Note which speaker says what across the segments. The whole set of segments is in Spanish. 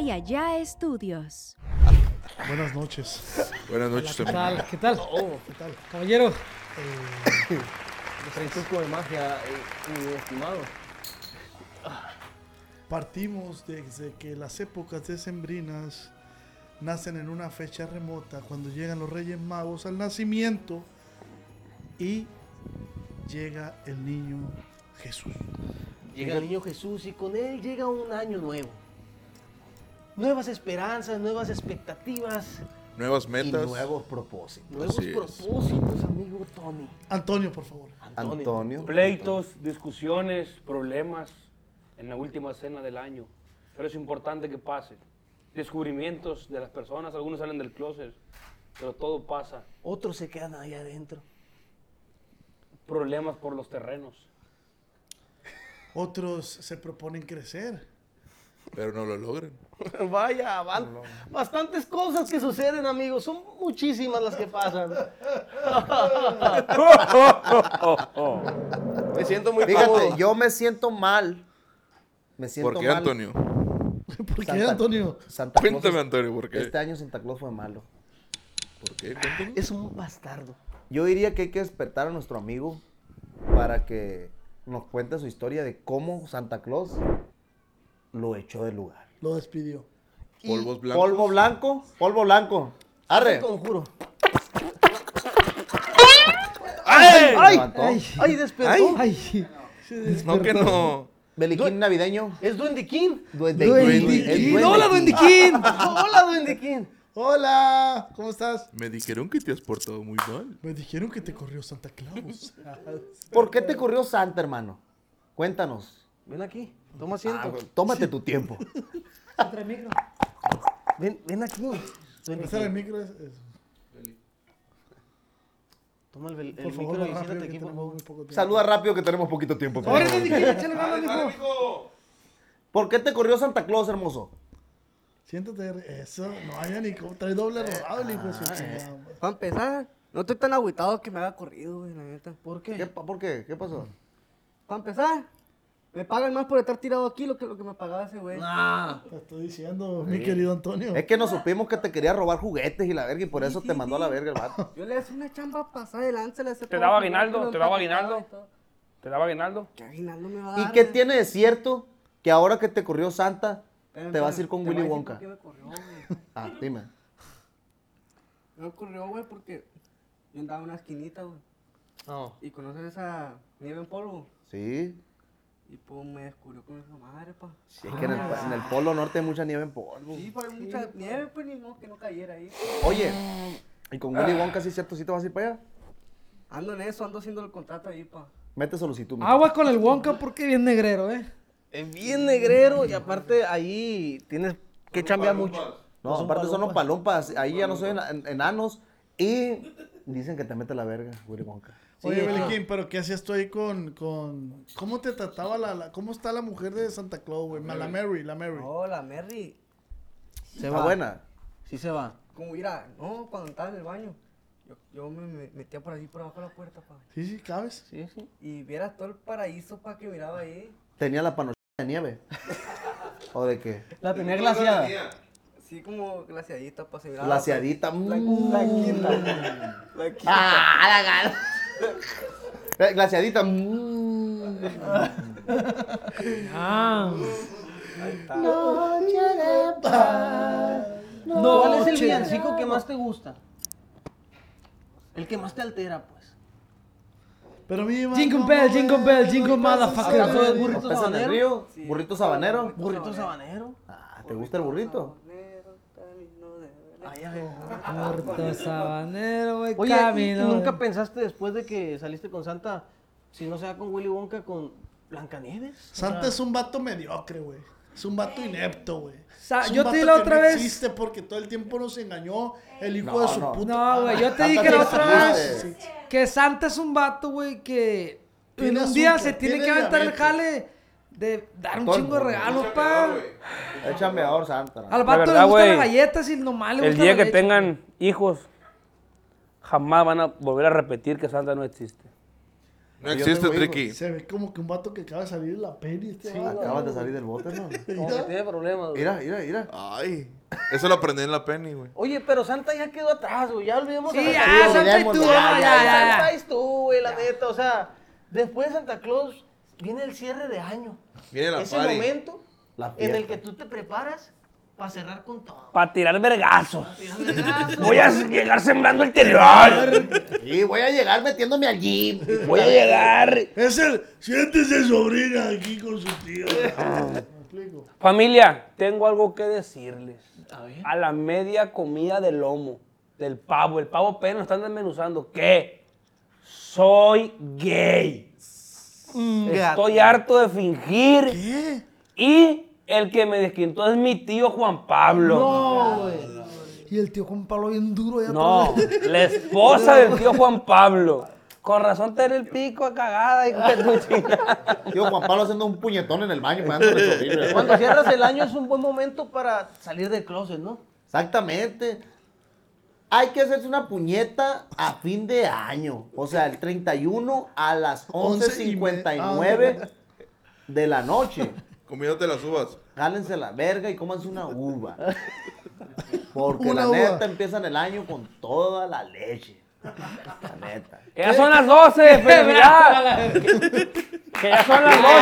Speaker 1: y Allá Estudios.
Speaker 2: Buenas noches.
Speaker 3: Buenas noches,
Speaker 4: ¿Qué
Speaker 3: hermano.
Speaker 4: tal? ¿Qué tal?
Speaker 5: Oh, ¿qué tal? Eh,
Speaker 4: Caballero,
Speaker 5: Yo soy truco de magia, eh, mi estimado.
Speaker 2: Partimos desde que las épocas decembrinas nacen en una fecha remota, cuando llegan los Reyes Magos al nacimiento y llega el niño Jesús.
Speaker 5: Llega el niño Jesús y con él llega un año nuevo. Nuevas esperanzas, nuevas expectativas,
Speaker 3: Nuevas
Speaker 6: Y
Speaker 3: metas.
Speaker 6: nuevos propósitos.
Speaker 5: nuevos
Speaker 3: Así es.
Speaker 5: propósitos, amigo Tommy.
Speaker 2: Antonio, por favor.
Speaker 5: Antonio.
Speaker 6: Antonio.
Speaker 7: Pleitos, discusiones, problemas en la última cena del año. Pero es importante que pase. Descubrimientos de las personas, algunos salen del closet, pero todo pasa.
Speaker 5: Otros se quedan ahí adentro.
Speaker 7: Problemas por los terrenos.
Speaker 2: Otros se proponen crecer.
Speaker 3: Pero no lo logran.
Speaker 5: Vaya, van bastantes cosas que suceden, amigos. Son muchísimas las que pasan. Me siento muy
Speaker 6: Fíjate,
Speaker 5: cómodo.
Speaker 6: yo me siento mal. Me siento
Speaker 3: ¿Por qué,
Speaker 6: mal.
Speaker 3: Antonio?
Speaker 2: ¿Por qué,
Speaker 6: Santa-
Speaker 2: Antonio?
Speaker 6: Santa Claus
Speaker 3: Cuéntame,
Speaker 6: es-
Speaker 3: Antonio, ¿por qué?
Speaker 6: Este año Santa Claus fue malo.
Speaker 3: ¿Por qué? Cuéntame.
Speaker 5: Es un bastardo.
Speaker 6: Yo diría que hay que despertar a nuestro amigo para que nos cuente su historia de cómo Santa Claus lo echó del lugar.
Speaker 2: Lo despidió.
Speaker 3: Polvos blancos.
Speaker 6: Polvo blanco, polvo blanco. Arre.
Speaker 5: Conjuro.
Speaker 6: ¡Ay!
Speaker 5: ¡Ay!
Speaker 6: Levantó.
Speaker 5: ¡Ay! ¡Ay, despertó!
Speaker 4: ay,
Speaker 3: No, que no.
Speaker 6: Beliquín navideño.
Speaker 5: ¿Es Duendequín?
Speaker 6: Duende.
Speaker 2: Duendiquín.
Speaker 6: el duende.
Speaker 5: ¡Hola, Duendequín! ¡Hola, Duendequín!
Speaker 2: Hola, ¿cómo estás?
Speaker 3: Me dijeron que te has portado muy mal.
Speaker 2: Me dijeron que te corrió Santa Claus.
Speaker 6: ¿Por qué te corrió Santa, hermano? Cuéntanos.
Speaker 5: Ven aquí, toma
Speaker 6: Ah,
Speaker 5: asiento.
Speaker 6: tómate tu tiempo.
Speaker 4: Otra micro.
Speaker 5: Ven, ven aquí.
Speaker 2: Prestar el
Speaker 5: Duendequín.
Speaker 2: micro. es- es-
Speaker 5: Toma el, el
Speaker 2: por
Speaker 5: micro
Speaker 2: favor,
Speaker 5: y
Speaker 2: va rápido,
Speaker 5: siéntate
Speaker 2: que
Speaker 5: aquí, por
Speaker 2: tenemos
Speaker 5: favor.
Speaker 2: muy poco tiempo.
Speaker 6: Saluda rápido que tenemos poquito tiempo.
Speaker 4: Ahora Duendequín, échale ganas, mijo.
Speaker 6: ¿Por qué te corrió Santa Claus, hermoso?
Speaker 2: Siéntate, eso, no haya ni cómo, trae doble rodado el hijo de su
Speaker 5: Ah,
Speaker 2: chingada,
Speaker 5: eh.
Speaker 2: madre.
Speaker 8: Para empezar, no estoy tan agüitado que me haga corrido, güey, la neta.
Speaker 5: ¿Por
Speaker 6: ¿Qué,
Speaker 5: qué?
Speaker 6: pa- ¿Por qué? ¿Qué pasó?
Speaker 8: Para empezar, me pagan más por estar tirado aquí lo que lo que me pagaba ese güey.
Speaker 5: Ah,
Speaker 2: Te estoy diciendo, mi querido Antonio.
Speaker 6: Es que nos supimos que te quería robar juguetes y la verga y por eso te mandó a la verga el vato.
Speaker 8: Yo le hacía una chamba pasada de lanza, le hacía
Speaker 7: ¿Te
Speaker 8: todo
Speaker 7: daba
Speaker 8: lo que
Speaker 7: aguinaldo?
Speaker 8: lo
Speaker 7: ¿Te
Speaker 8: empacotaba
Speaker 7: daba aguinaldo?
Speaker 8: y todo.
Speaker 7: ¿Te daba aguinaldo?
Speaker 8: ¿Qué aguinaldo me va a dar?
Speaker 6: ¿Y qué
Speaker 8: güey?
Speaker 6: tiene de cierto que ahora que te corrió Santa
Speaker 8: Espérame,
Speaker 6: te vas a ir con
Speaker 8: te voy
Speaker 6: Willy
Speaker 8: decir
Speaker 6: Wonka?
Speaker 8: por qué me corrió, güey.
Speaker 6: Ah, dime.
Speaker 8: Me corrió, güey, porque yo andaba en una esquinita, güey.
Speaker 5: no.
Speaker 8: Y conoces esa nieve en polvo.
Speaker 6: Sí.
Speaker 8: Y pues me descubrió con esa madre, pa.
Speaker 6: Sí, es que en el, en el Polo Norte hay mucha nieve en polvo.
Speaker 8: Ah. Sí, pues. pa, hay mucha nieve, pues ni modo que no cayera ahí.
Speaker 6: Oye, ¿y con Willy Wonka sí es cierto sí te vas a ir para allá?
Speaker 8: Ando en eso, ando haciendo el contrato ahí, pa.
Speaker 6: Mete solicitud. mijo.
Speaker 4: Agua con el Wonka porque bien negrero, ¿eh?
Speaker 5: Es bien negrero y aparte ahí tienes que chambear mucho.
Speaker 6: No, aparte son los palompas. Ahí ya no soy en- enanos. Y dicen que te mete la verga, Willy Wonka.
Speaker 2: Oye, Beliquín, pero ¿qué hacías tú ahí con, con... ¿Cómo te trataba la, la- ¿Cómo está la mujer de Santa Claus, güey? Ma- La Mary, la Mary.
Speaker 4: Oh.
Speaker 8: Hola, Merry.
Speaker 5: Se
Speaker 6: Está buena.
Speaker 5: Sí se va.
Speaker 8: Como mira, no, cuando estaba en el baño, yo, yo me, me metía por allí, por abajo de la puerta, pa.
Speaker 2: Sí, sí, ¿cabes?
Speaker 5: Sí, sí.
Speaker 8: Y vieras todo el paraíso, pa, que miraba ahí.
Speaker 6: Tenía la panochita de nieve. ¿O de qué?
Speaker 5: La tenía glaciada.
Speaker 8: Así como glaciadita, pa, se miraba.
Speaker 6: Glaciadita.
Speaker 8: La,
Speaker 6: mm.
Speaker 8: la quinta. La quinta.
Speaker 6: Ah, la gana. Eh, Glaciadita. mm.
Speaker 4: Ah,
Speaker 5: ¿Cuál es el villancico que más te gusta? El que más te altera, pues.
Speaker 2: Pero mi mamá-
Speaker 4: Jingle bell, jingle bell, jingle
Speaker 5: ¿Acaso
Speaker 4: motherfucker.
Speaker 5: es burrito
Speaker 6: ¿Estás en el
Speaker 5: sabanero?
Speaker 6: río? ¿Burrito sabanero?
Speaker 5: ¿Burrito sabanero?
Speaker 6: Ah, ¿Te gusta el burrito?
Speaker 5: Ay, a ver.
Speaker 4: Burrito sabanero, güey,
Speaker 5: Oye, ¿y-
Speaker 4: camino.
Speaker 5: ¿y nunca
Speaker 4: güey.
Speaker 5: pensaste después de que saliste con Santa, si no sea con Willy Wonka, con Blancanieves? O
Speaker 2: Santa
Speaker 5: sea,
Speaker 2: es un vato mediocre, güey. Es un vato inepto, güey.
Speaker 4: Sa-
Speaker 2: Es un
Speaker 4: yo te
Speaker 2: vato
Speaker 4: di la
Speaker 2: que
Speaker 4: otra
Speaker 2: no
Speaker 4: vez-
Speaker 2: existe porque todo el tiempo nos engañó el hijo
Speaker 6: No,
Speaker 2: de su
Speaker 6: no.
Speaker 2: puta.
Speaker 4: No, güey, yo
Speaker 5: Ah,
Speaker 4: te dije
Speaker 6: Santa
Speaker 4: la
Speaker 6: sí
Speaker 4: otra
Speaker 6: existe.
Speaker 4: vez que Santa es un vato, güey, que en
Speaker 2: Tiene
Speaker 4: un día
Speaker 2: azúcar,
Speaker 4: se tiene
Speaker 2: tiene
Speaker 4: que aventar el
Speaker 2: diabetes.
Speaker 4: jale de dar un
Speaker 6: Todo el
Speaker 4: chingo de
Speaker 6: mundo.
Speaker 4: regalos, pa.
Speaker 6: Échame ahora, Santa.
Speaker 4: Al vato
Speaker 7: verdad,
Speaker 4: le gustan
Speaker 7: güey,
Speaker 4: las galletas y nomás le
Speaker 7: El
Speaker 4: gusta
Speaker 7: día
Speaker 4: la
Speaker 7: que
Speaker 4: leche.
Speaker 7: tengan hijos, jamás van a volver a repetir que Santa no existe.
Speaker 3: No
Speaker 6: Yo
Speaker 3: existe,
Speaker 6: tengo hijos.
Speaker 3: Triqui.
Speaker 2: Se ve como que un vato que acaba de salir de la peli. Este vato.
Speaker 6: Acabas de salir del bote, ¿no?
Speaker 5: Como que tiene problemas, güey.
Speaker 6: Mira, mira, mira.
Speaker 3: Ay, eso lo aprendí en la penny, güey.
Speaker 5: Oye, pero Santa ya quedó atrás, güey. Ya olvidemos a
Speaker 4: Sí,
Speaker 5: la-
Speaker 4: ya, Santa y tú,
Speaker 6: ya,
Speaker 4: no, ya, ya,
Speaker 5: Santa
Speaker 4: ya.
Speaker 5: es tú, güey, la neta. O sea, después de Santa Claus viene el cierre de año.
Speaker 3: Viene la
Speaker 5: Ese
Speaker 3: party.
Speaker 5: momento
Speaker 6: La
Speaker 5: en
Speaker 6: fiesta.
Speaker 5: el que tú te preparas para cerrar con todo.
Speaker 7: Para tirar vergazos.
Speaker 5: Tirar vergazos.
Speaker 7: Voy a llegar sembrando el terror.
Speaker 6: Sí, voy a llegar metiéndome al gym.
Speaker 7: Voy a llegar.
Speaker 2: Es el. Siéntese, sobrina, aquí con su tío. ¿Me explico?
Speaker 7: Familia, tengo algo que decirles.
Speaker 5: A ver.
Speaker 7: A la media comida del lomo, del pavo, el pavo apenas lo están desmenuzando. ¿Qué? Soy gay. Estoy harto de fingir. Y el que me desquintó es mi tío Juan Pablo.
Speaker 4: Y el tío Juan Pablo bien duro. allá
Speaker 7: No, la esposa del tío Juan Pablo. Con razón te era el pico a cagada, hijo de tu chingada.
Speaker 6: Tío Juan Pablo haciendo un puñetón en el baño, pegándole el sobrino, güey.
Speaker 5: Cuando cierras el año es un buen momento para salir del closet, ¿no?
Speaker 6: Exactamente. Hay que hacerse una puñeta a fin de año. O sea, el 31 a las
Speaker 5: Ah,
Speaker 6: 11.59 de la noche.
Speaker 3: Comiéndote las uvas.
Speaker 6: Jálense la verga y cómanse una uva. Porque
Speaker 2: Una
Speaker 6: la
Speaker 2: uva.
Speaker 6: neta empiezan el año con toda la leche. La neta.
Speaker 7: Que ya son las 12, felicidad. Que ya son las 12.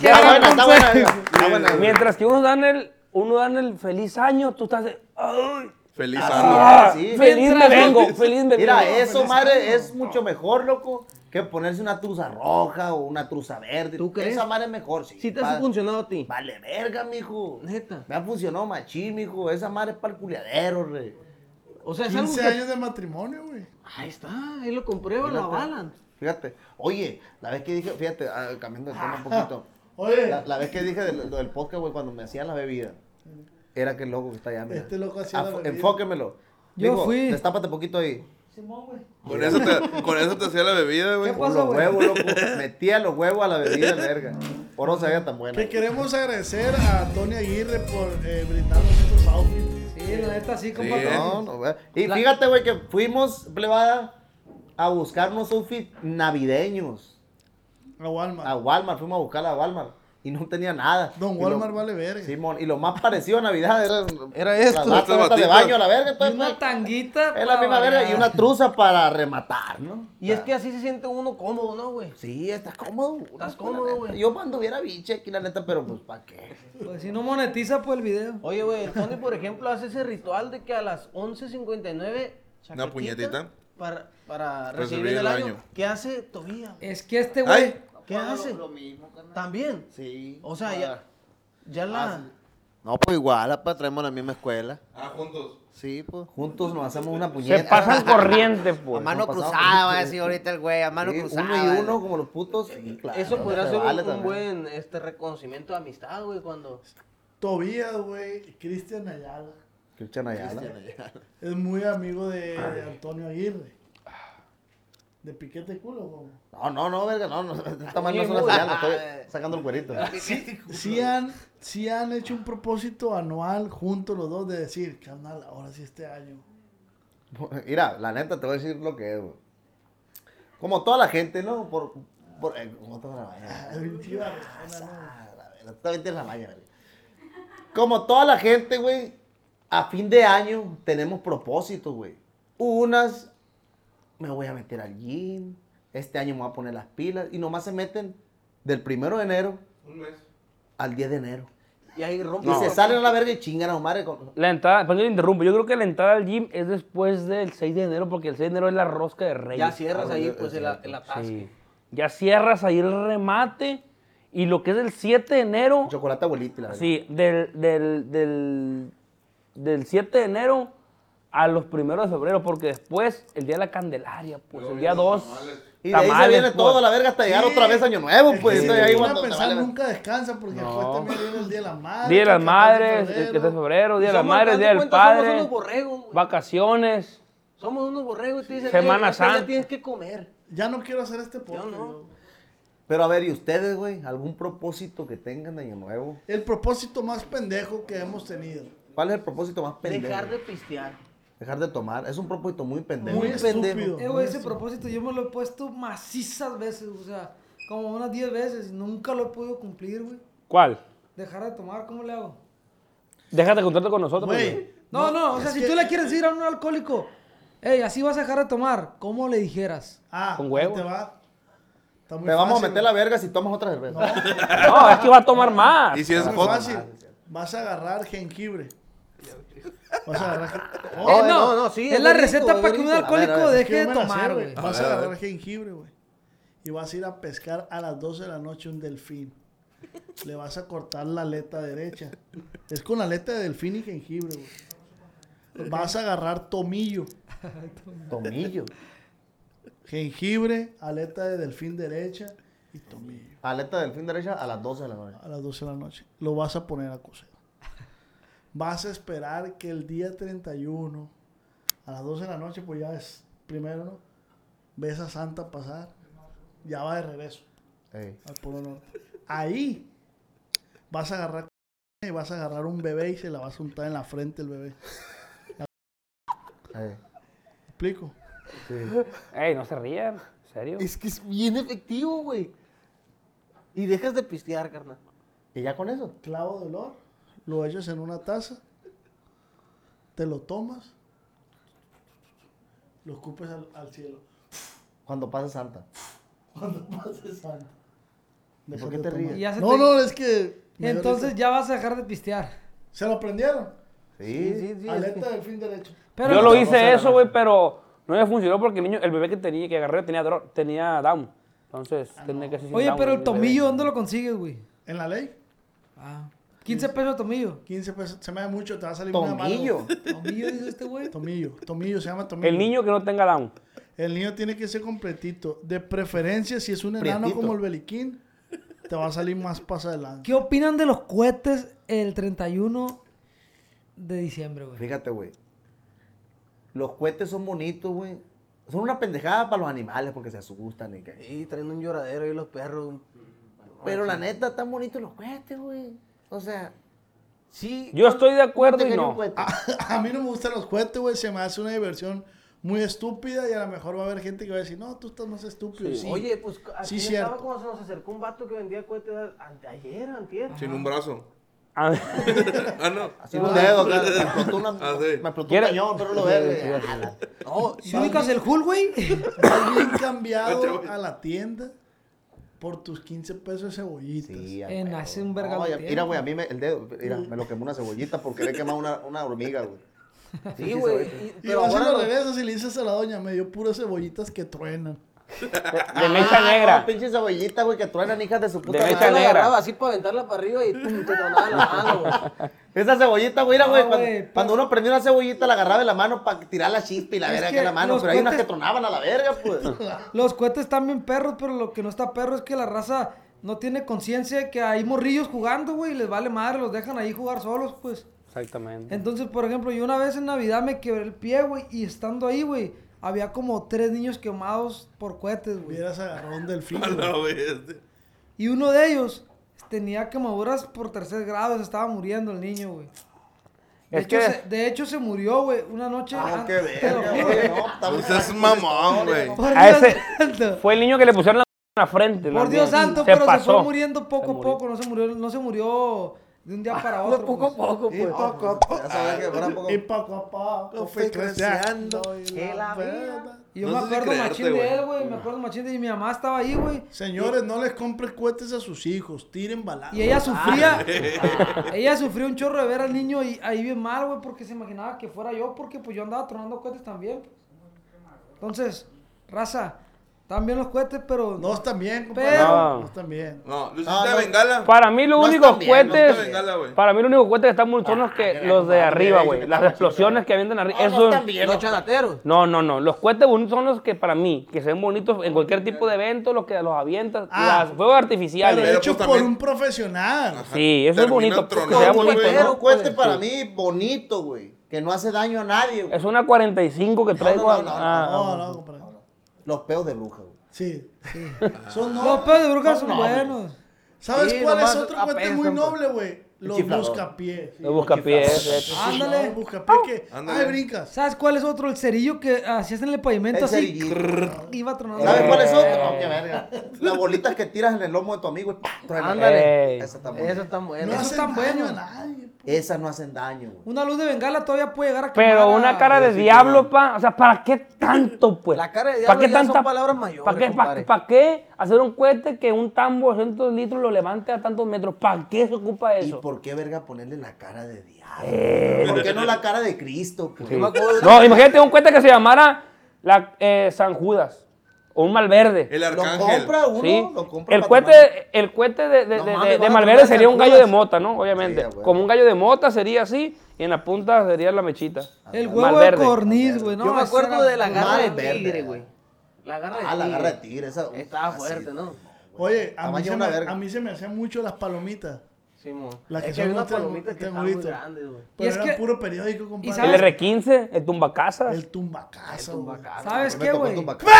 Speaker 6: Está buena, está buena, está buena.
Speaker 7: Mientras que uno dan el, uno dan el feliz año, tú estás de, ¡ay!
Speaker 3: Feliz
Speaker 6: Ah,
Speaker 3: año.
Speaker 7: ¡Ah!
Speaker 6: sí.
Speaker 7: ¡Feliz me vengo! ¡Feliz me
Speaker 6: Mira,
Speaker 7: vengo!
Speaker 6: eso, madre, es mucho mejor, loco, que ponerse una truza roja o una truza verde.
Speaker 5: ¿Tú crees?
Speaker 6: Esa madre es mejor, sí.
Speaker 5: Si te ha
Speaker 6: Pa-
Speaker 5: funcionado a ti.
Speaker 6: Vale verga, mijo.
Speaker 5: Neta.
Speaker 6: Me ha funcionado machín, mijo. Esa madre es para el culiadero, re.
Speaker 5: O sea, es algo
Speaker 2: 15
Speaker 5: que...
Speaker 2: años de matrimonio, güey.
Speaker 5: Ahí está, ahí lo comprueban, lo avalan.
Speaker 6: Fíjate. Oye, la vez que dije, fíjate, ah, cambiando de tema un poquito.
Speaker 2: Oye.
Speaker 6: La, la vez que dije de lo- lo del podcast, güey, cuando me hacían la bebida, era que el loco que está allá, mira.
Speaker 2: Mm. Este loco hacía la
Speaker 6: Afo-
Speaker 2: bebida.
Speaker 6: Enfóquemelo.
Speaker 4: Yo
Speaker 6: Mijo,
Speaker 4: fui.
Speaker 6: Destápate poquito ahí.
Speaker 3: Con eso te, con eso te hacía la bebida, güey.
Speaker 4: ¿Qué
Speaker 6: Con
Speaker 4: pasó?
Speaker 6: los
Speaker 4: güey?
Speaker 6: huevos, loco. Metía los huevos a la bebida, verga. Por no sabía tan buena.
Speaker 2: Le queremos agradecer a Tony Aguirre por eh, brindarnos estos outfits.
Speaker 4: Sí, la neta, sí, compa.
Speaker 3: Sí.
Speaker 6: No, no, güey. Y fíjate, güey, que fuimos, plebada, a buscar unos outfits navideños.
Speaker 2: A Walmart.
Speaker 6: A Walmart, fuimos a buscar a Walmart. Y no tenía nada.
Speaker 2: Don
Speaker 6: Ah, Y
Speaker 2: Walmart vale verga.
Speaker 6: Simón, y lo más parecido a Navidad era,
Speaker 5: Era esto.
Speaker 6: Las latas
Speaker 3: Estas
Speaker 6: estas de
Speaker 3: batitas.
Speaker 6: baño, la verga.
Speaker 4: Y
Speaker 6: todo
Speaker 4: una
Speaker 6: esto.
Speaker 4: tanguita.
Speaker 6: es la misma verga. Y una truza para rematar, ¿no?
Speaker 5: Y es que así se siente uno cómodo, ¿no, güey?
Speaker 6: Sí, estás cómodo.
Speaker 5: Estás
Speaker 6: la
Speaker 5: cómodo,
Speaker 6: neta.
Speaker 5: güey.
Speaker 6: Yo cuando hubiera biche aquí, la neta, pero pues, ¿para qué?
Speaker 4: Pues si no monetiza, pues el video.
Speaker 5: Oye, güey, el Tony, por ejemplo, hace ese ritual de que a las 11.59...
Speaker 3: Una puñetita.
Speaker 5: Para, para
Speaker 3: Recibir
Speaker 5: recibir el,
Speaker 3: el
Speaker 5: año.
Speaker 3: año.
Speaker 5: ¿Qué hace Tobía?
Speaker 4: Es que este güey.
Speaker 3: Ay,
Speaker 5: ¿Qué hace? También.
Speaker 6: Sí.
Speaker 5: O sea, ya, ya la...
Speaker 8: No, pues igual, para traemos la misma escuela.
Speaker 3: Ah, juntos.
Speaker 8: Sí, pues.
Speaker 6: Juntos nos hacemos una
Speaker 7: Se
Speaker 6: puñeta.
Speaker 7: pasan corriente,
Speaker 8: A
Speaker 7: pues.
Speaker 8: mano
Speaker 6: no pasaba
Speaker 8: cruzada, va a
Speaker 6: mucho.
Speaker 8: decir ahorita el güey, a mano
Speaker 6: Sí,
Speaker 8: cruzada.
Speaker 6: Uno y uno, como los putos. Sí, claro,
Speaker 5: Eso
Speaker 6: no
Speaker 5: podría
Speaker 6: se
Speaker 5: ser un-
Speaker 6: vale
Speaker 5: un,
Speaker 6: también.
Speaker 5: buen este reconocimiento de amistad, güey, cuando...
Speaker 2: Tobías, güey. Cristian Ayala.
Speaker 6: Cristian Ayala.
Speaker 2: Es muy amigo de, de Antonio Aguirre. De piquete culo, güey.
Speaker 6: No, no, no, verga, no, no, esta madre no
Speaker 5: Oye,
Speaker 6: es una
Speaker 5: güey.
Speaker 6: señal, estoy sacando el cuerito.
Speaker 2: Sí han, sí han hecho un propósito anual juntos los dos de decir, carnal, ahora sí este año.
Speaker 6: Mira, la neta te voy a decir lo que es, güey. Como toda la gente, ¿no? Por, por, eh, como toda la mañana.
Speaker 2: Ay, tío, Arizona,
Speaker 6: Ah, la verga, está bien en la mañana, güey. Como toda la gente, güey, a fin de año tenemos propósitos, güey. Unas, me voy a meter al gym, este año me voy a poner las pilas, y nomás se meten del primero de enero
Speaker 3: Un mes.
Speaker 6: al 10 de enero.
Speaker 5: Y ahí rompe...
Speaker 6: Y se salen a la verga y chingan a los madres con...
Speaker 7: La entrada, perdón que le interrumpo, yo creo que la entrada al gym es después del 6 de enero, porque el 6 de enero es la rosca de Reyes.
Speaker 5: Ya cierras ahí, pues, el, el
Speaker 6: ah,
Speaker 5: atasque.
Speaker 7: Sí. Ya cierras ahí el remate, y lo que es el 7 de enero,
Speaker 6: Chocolate abuelita, y la verga.
Speaker 7: sí, del, del, del, del 7 de enero a los primeros de febrero, porque después el día de la Candelaria, pues, el día pues. 2.
Speaker 6: Y de ahí se viene todo a la verga hasta llegar
Speaker 2: Sí.
Speaker 6: otra vez Año Nuevo,
Speaker 2: Es que
Speaker 6: pues.
Speaker 2: si
Speaker 6: entonces
Speaker 2: te
Speaker 6: ahí
Speaker 2: pones a
Speaker 6: cuando te
Speaker 2: pensar,
Speaker 6: vale-
Speaker 2: nunca descansa porque después también viene el Día de las Madres.
Speaker 7: Día de las
Speaker 2: el 14 de
Speaker 7: Madres, el que está en febrero, Día de las
Speaker 5: Somos,
Speaker 7: Madres,
Speaker 5: haz de
Speaker 7: Día del
Speaker 5: cuenta, Somos
Speaker 7: Padre,
Speaker 5: unos borregos, güey.
Speaker 7: vacaciones.
Speaker 5: Somos unos borregos. Te dicen,
Speaker 7: Semana
Speaker 5: "Ey, esta ya
Speaker 7: Santa".
Speaker 5: tienes que comer.
Speaker 2: Ya no quiero hacer este podcast.
Speaker 5: Yo no.
Speaker 2: yo.
Speaker 6: Pero a ver, ¿y ustedes, güey? ¿Algún propósito que tengan de Año Nuevo?
Speaker 2: El propósito más pendejo que hemos tenido.
Speaker 6: ¿Cuál es el propósito más pendejo?
Speaker 5: Dejar de pistear.
Speaker 6: Dejar de tomar. Es un propósito muy pendejo.
Speaker 2: Muy estúpido.
Speaker 4: Eh, güey, ese propósito yo me lo he puesto macizas veces, o sea, como unas 10 veces. y Nunca lo he podido cumplir, güey.
Speaker 7: ¿Cuál?
Speaker 4: Dejar de tomar, ¿cómo le hago?
Speaker 7: Déjate contarte con nosotros. güey.
Speaker 2: Güey,
Speaker 4: No, no, o sea, si tú le quieres decir a un alcohólico, hey, así vas a dejar de tomar, ¿cómo le dijeras?
Speaker 2: ah,
Speaker 7: Con huevo.
Speaker 2: ahí Te, va. Está muy
Speaker 6: Te vamos a
Speaker 2: fácil,
Speaker 6: meter la verga si tomas otra cerveza.
Speaker 7: No, es que va a tomar más.
Speaker 6: Ah,
Speaker 3: Y si es
Speaker 2: Está muy
Speaker 3: hot,
Speaker 2: fácil. Vas a agarrar jengibre. Vas a agarrar. Oh,
Speaker 4: Eh,
Speaker 8: no, no, sí,
Speaker 4: Es,
Speaker 8: es
Speaker 4: la
Speaker 8: rico,
Speaker 4: receta
Speaker 8: es
Speaker 4: para que un
Speaker 8: rico.
Speaker 4: alcohólico
Speaker 6: A ver, a ver,
Speaker 4: deje de
Speaker 2: yo me la sé,
Speaker 4: tomar,
Speaker 2: güey.
Speaker 4: güey.
Speaker 2: Vas
Speaker 3: A
Speaker 2: a
Speaker 3: ver, a
Speaker 2: agarrar jengibre, güey. Y vas a ir a pescar a las 12 de la noche un delfín. Le vas a cortar la aleta derecha. Es con la aleta de delfín y jengibre, güey. Vas a agarrar tomillo,
Speaker 6: Tomillo.
Speaker 2: jengibre, aleta de delfín derecha y tomillo.
Speaker 6: Aleta del fin derecha a las 12 de la noche.
Speaker 2: A las 12 de la noche. Lo vas a poner a cocer. Vas a esperar que el día 31, a las 12 de la noche, pues ya es primero, ¿no? Ves a Santa pasar. Ya va de regreso.
Speaker 6: Ey.
Speaker 2: al Polo Norte. Ahí vas a agarrar y vas a agarrar un bebé y se la vas a untar en la frente el bebé.
Speaker 6: Ey.
Speaker 2: ¿Me explico?
Speaker 7: Ey, no se rían. ¿En serio?
Speaker 6: Es que es bien efectivo, güey.
Speaker 8: Y dejas de pistear, carnal.
Speaker 6: Y ya con eso.
Speaker 2: Clavo de olor, lo echas en una taza, te lo tomas, lo escupes al, al cielo.
Speaker 6: Cuando pase Santa.
Speaker 2: Cuando pases Santa.
Speaker 6: ¿Y
Speaker 2: dejas
Speaker 6: por qué
Speaker 2: de
Speaker 6: te
Speaker 2: tomar.
Speaker 6: ríes?
Speaker 4: Y ya se
Speaker 2: No,
Speaker 4: te-
Speaker 2: no, es que. me dio
Speaker 4: Entonces
Speaker 2: risa.
Speaker 4: ya vas a dejar de pistear.
Speaker 2: ¿Se lo prendieron?
Speaker 6: Sí.
Speaker 2: Aleta del fin derecho.
Speaker 4: Pero
Speaker 7: Yo
Speaker 4: no-
Speaker 7: lo
Speaker 6: no se
Speaker 7: hice eso,
Speaker 6: agarra.
Speaker 7: güey, pero no me funcionó porque el niño, el bebé que tenía, que agarré tenía, dro- tenía down. Entonces, tenía que ser sin
Speaker 4: Oye,
Speaker 7: down,
Speaker 4: pero el
Speaker 7: bebé.
Speaker 4: tomillo, ¿dónde lo consigues, güey?
Speaker 2: En la ley,
Speaker 4: 15 pesos tomillo.
Speaker 2: 15 pesos. Se me da mucho, te va a salir una mano.
Speaker 6: Tomillo.
Speaker 4: Tomillo, dice este güey.
Speaker 2: Tomillo, tomillo, se llama tomillo.
Speaker 7: El niño que no tenga down.
Speaker 2: El niño tiene que ser completito. De preferencia, si es un enano
Speaker 6: Prietito.
Speaker 2: como el Beliquín, te va a salir más pasa adelante.
Speaker 4: ¿Qué opinan de los cohetes el 31 de diciembre, güey?
Speaker 6: Fíjate, güey. Los cohetes son bonitos, güey. Son una pendejada para los animales porque se asustan y que.
Speaker 8: Y traen un lloradero y los perros.
Speaker 6: Pero la neta, están bonitos los cohetes, güey. O sea, sí.
Speaker 7: Yo estoy de acuerdo y
Speaker 6: Te cayó un
Speaker 7: no.
Speaker 6: cohete.
Speaker 8: Ah,
Speaker 2: A mí no me gustan los cohetes, güey. Se me hace una diversión muy estúpida y a lo mejor va a haber gente que va a decir, no, tú estás más estúpido. Sí.
Speaker 5: Oye, pues así
Speaker 2: Sí,
Speaker 5: estaba
Speaker 2: cierto.
Speaker 5: cuando se nos acercó un vato que vendía cohetes a- a- ayer, antier.
Speaker 3: sin un brazo.
Speaker 7: A ver,
Speaker 3: Ah, no.
Speaker 6: Así un dedo, claro. Me explotó, una,
Speaker 3: Ah, sí.
Speaker 6: me explotó un
Speaker 7: ¿Quieres?
Speaker 6: cañón, pero lo verde.
Speaker 4: No, si ubicas el Hulk, güey.
Speaker 2: Vas bien
Speaker 3: Oye,
Speaker 2: cambiado
Speaker 3: güey.
Speaker 2: a la tienda por tus 15 pesos de cebollitas.
Speaker 6: Sí, a
Speaker 4: En
Speaker 6: huevo.
Speaker 4: hace un vergal
Speaker 6: No,
Speaker 4: de
Speaker 6: ya-
Speaker 4: tiempo.
Speaker 6: Mira, güey, a mí me, el dedo, mira, me lo quemó una cebollita porque le quemado una, una hormiga, güey.
Speaker 8: Sí, güey. y-
Speaker 2: Y
Speaker 8: pero
Speaker 2: vas y
Speaker 8: ahora
Speaker 2: lo
Speaker 8: los-
Speaker 2: regresas y le dices a la doña, me dio puras cebollitas que truenan.
Speaker 7: de mecha
Speaker 6: Ah,
Speaker 7: negra.
Speaker 6: no, pinche cebollita, güey, que truenan hijas de su puta
Speaker 7: De
Speaker 8: yo
Speaker 7: mecha
Speaker 8: la
Speaker 6: madre.
Speaker 7: negra.
Speaker 8: agarraba así para aventarla para arriba y pum, te tronaba la mano, güey.
Speaker 6: Esa cebollita, güey, era,
Speaker 4: No,
Speaker 6: güey. cuando,
Speaker 4: güey, pa-
Speaker 6: cuando uno prendía una cebollita, la agarraba de la mano para tirar la chispa y la
Speaker 4: Es
Speaker 6: verga
Speaker 4: que
Speaker 6: que en la mano.
Speaker 4: los
Speaker 6: Pero hay unas
Speaker 4: cohetes-
Speaker 6: que tronaban a la verga, pues.
Speaker 4: Los cohetes están bien perros, pero lo que no está perro es que la raza no tiene conciencia de que hay morrillos jugando, güey, y les vale madre, los dejan ahí jugar solos, pues.
Speaker 7: Exactamente.
Speaker 4: Entonces, por ejemplo, yo una vez en Navidad me quebré el pie, güey, y estando ahí, güey, había como tres niños quemados por cohetes, güey.
Speaker 2: Hubieras agarrado un delfín.
Speaker 3: A
Speaker 2: güey.
Speaker 3: la bestia.
Speaker 4: Y uno de ellos tenía quemaduras por tercer grado, se estaba muriendo el niño, güey. De,
Speaker 7: Es
Speaker 4: hecho,
Speaker 7: que-
Speaker 4: se, de hecho, se murió, güey, una noche.
Speaker 6: Ah,
Speaker 4: an-
Speaker 6: qué
Speaker 4: te lo
Speaker 6: verga,
Speaker 4: juro.
Speaker 6: güey. No, está
Speaker 3: Pues
Speaker 6: muy-
Speaker 3: es mamón, güey.
Speaker 4: Por
Speaker 7: A
Speaker 4: Dios
Speaker 7: ese-
Speaker 4: santo.
Speaker 7: Fue el niño que le pusieron la en la frente.
Speaker 4: Por
Speaker 7: más
Speaker 4: Dios
Speaker 7: bien.
Speaker 4: santo, pero se
Speaker 7: pasó.
Speaker 4: fue muriendo
Speaker 7: Se
Speaker 4: poco a
Speaker 7: murió.
Speaker 4: poco, no se murió, no se murió de un día para otro.
Speaker 8: Poco a
Speaker 4: pues.
Speaker 8: poco,
Speaker 2: Y
Speaker 8: pues.
Speaker 2: poco a poco.
Speaker 6: Ya sabes que fuera poco-
Speaker 2: Y poco a poco fue creciendo.
Speaker 5: Que la vida.
Speaker 4: Y yo
Speaker 3: No
Speaker 4: me
Speaker 3: sé si
Speaker 4: acuerdo
Speaker 3: creerte,
Speaker 4: machín
Speaker 3: güey.
Speaker 4: de él, güey, me acuerdo machín de y mi mamá estaba ahí, güey.
Speaker 2: Señores, no les compren cohetes a sus hijos, tiren balas.
Speaker 4: Y ella sufría, ella sufrió un chorro de ver al niño y, ahí bien mal, güey, porque se imaginaba que fuera yo, porque pues yo andaba tronando cohetes también. pues. Entonces, raza, también los cohetes, pero...
Speaker 2: No están bien, compadre.
Speaker 4: Pero-
Speaker 2: No, no están bien.
Speaker 3: No,
Speaker 6: Ah,
Speaker 3: Lucita
Speaker 6: no.
Speaker 3: Bengala.
Speaker 7: Para mí, los
Speaker 6: No
Speaker 7: únicos
Speaker 6: están bien, no
Speaker 7: cohetes.
Speaker 3: están bien, gala, güey.
Speaker 7: para mí, los únicos cohetes que están muy son los, que,
Speaker 6: que la
Speaker 7: los de
Speaker 6: madre,
Speaker 7: arriba,
Speaker 6: güey,
Speaker 7: güey.
Speaker 6: que
Speaker 7: Las
Speaker 6: está
Speaker 7: explosiones
Speaker 6: machito,
Speaker 7: que avientan arriba.
Speaker 6: Ah,
Speaker 7: Esos
Speaker 6: no están bien,
Speaker 8: Los
Speaker 6: no.
Speaker 8: chanateros.
Speaker 7: No, no, no. Los cohetes bonitos son los que para mí, que se ven bonitos en cualquier tipo de evento, los que los avientan,
Speaker 2: Ah,
Speaker 7: las
Speaker 2: Pero
Speaker 7: fuegos artificiales.
Speaker 3: Pero
Speaker 2: hecho
Speaker 3: pues
Speaker 2: por
Speaker 3: también-
Speaker 2: un profesional.
Speaker 7: sí, eso es
Speaker 3: Termina
Speaker 7: bonito. porque
Speaker 3: tronando,
Speaker 7: se ve
Speaker 6: No, güey,
Speaker 7: bonito,
Speaker 3: güey.
Speaker 6: pero
Speaker 7: ¿no?
Speaker 6: un cohete para mí bonito, güey. Que no hace daño a nadie, güey.
Speaker 7: Es una 45 que traigo.
Speaker 6: no, no,
Speaker 7: ah,
Speaker 2: No, no, compadre.
Speaker 6: Los peos de bruja, güey.
Speaker 2: Sí, sí. Son
Speaker 4: Los
Speaker 3: Ah.
Speaker 2: no.
Speaker 4: pedos de brujas son buenos.
Speaker 2: ¿Sabes
Speaker 8: Sí,
Speaker 2: cuál es
Speaker 8: nomás
Speaker 2: otro cohete
Speaker 8: apestan,
Speaker 2: muy
Speaker 8: pues.
Speaker 2: noble, güey? Los
Speaker 6: Chiflador.
Speaker 2: buscapiés.
Speaker 7: Los buscapiés.
Speaker 6: Chiflado.
Speaker 7: esos.
Speaker 2: Ándale. Los
Speaker 4: Ándale.
Speaker 2: buscapiés que.
Speaker 3: Ándale.
Speaker 2: Ay, brincas.
Speaker 4: ¿Sabes cuál es otro? El cerillo que hacías en el pavimento
Speaker 6: El
Speaker 4: así.
Speaker 6: cerillito.
Speaker 4: crrr, Oh. Iba tronando.
Speaker 6: ¿Sabes cuál es otro? No, qué verga. Las bolitas que tiras en el lomo de tu amigo y ¡pah! truena.
Speaker 7: Ándale.
Speaker 6: Esa está buena.
Speaker 8: Eso está bueno.
Speaker 2: No
Speaker 4: Esos
Speaker 2: hacen
Speaker 4: tan
Speaker 2: daño
Speaker 4: buenos.
Speaker 2: a nadie.
Speaker 6: Esas no hacen daño, güey.
Speaker 4: Una luz de bengala todavía puede llegar a quemar
Speaker 7: Pero
Speaker 4: a-
Speaker 7: una cara de diablo, pa. O sea, ¿para qué tanto, pues?
Speaker 8: La cara de
Speaker 7: ¿Para
Speaker 8: diablo
Speaker 7: qué
Speaker 8: ya son
Speaker 7: tanta-
Speaker 8: palabras mayores,
Speaker 7: ¿Para qué, pa-
Speaker 8: compadre.
Speaker 7: pa' qué hacer un cohete que un tambo de 200 litros lo levante a tantos metros? ¿Para qué se ocupa
Speaker 6: ¿Y
Speaker 7: eso?
Speaker 6: por qué, verga, ponerle la cara de diablo? ¿Por qué no la cara de Cristo? pues?
Speaker 7: Sí. No, imagínate un cohete que se llamara la, eh, San Judas o un Malverde.
Speaker 3: El
Speaker 6: Lo
Speaker 3: arcángel.
Speaker 6: compra uno,
Speaker 7: Sí.
Speaker 6: lo compra
Speaker 7: El
Speaker 6: para
Speaker 7: cohete, el cohete de, de,
Speaker 6: No
Speaker 7: de-
Speaker 6: mames,
Speaker 7: de- de
Speaker 6: van a
Speaker 7: Malverde
Speaker 6: comprar
Speaker 7: sería un
Speaker 6: San
Speaker 7: gallo de
Speaker 6: Judas.
Speaker 7: mota, ¿no? Obviamente.
Speaker 6: Sí, a huevo.
Speaker 7: Como un gallo de mota sería así y en la punta sería la mechita.
Speaker 4: El huevo
Speaker 7: Malverde.
Speaker 4: de corniz, güey. No,
Speaker 8: Yo me
Speaker 4: esa
Speaker 8: acuerdo
Speaker 4: era-
Speaker 8: de la garra de
Speaker 6: Mal verde.
Speaker 8: tigre, güey. La garra de
Speaker 6: tomar. Ah, la garra de
Speaker 8: tigre.
Speaker 6: tigre. Ah, Esa,
Speaker 8: Estaba
Speaker 6: así,
Speaker 8: fuerte, ¿no?
Speaker 2: Oye, a mí,
Speaker 6: Tamaño
Speaker 2: se me,
Speaker 6: una verga.
Speaker 2: a mí se me hacían mucho las palomitas.
Speaker 8: Simón.
Speaker 2: Las que
Speaker 8: es que
Speaker 2: son
Speaker 8: hay unas
Speaker 2: un triangu-
Speaker 8: palomitas que están muy
Speaker 2: triangulito.
Speaker 8: grandes, güey.
Speaker 2: Pero
Speaker 4: es
Speaker 2: era
Speaker 4: que-
Speaker 2: puro periódico, compadre.
Speaker 7: El
Speaker 4: sabes-
Speaker 7: R15, el tumbacasas.
Speaker 2: El tumbacasa. güey.
Speaker 4: ¿Sabes
Speaker 6: A mí me
Speaker 4: Ah, qué,
Speaker 6: tocó el
Speaker 4: güey?
Speaker 6: tumbacasa.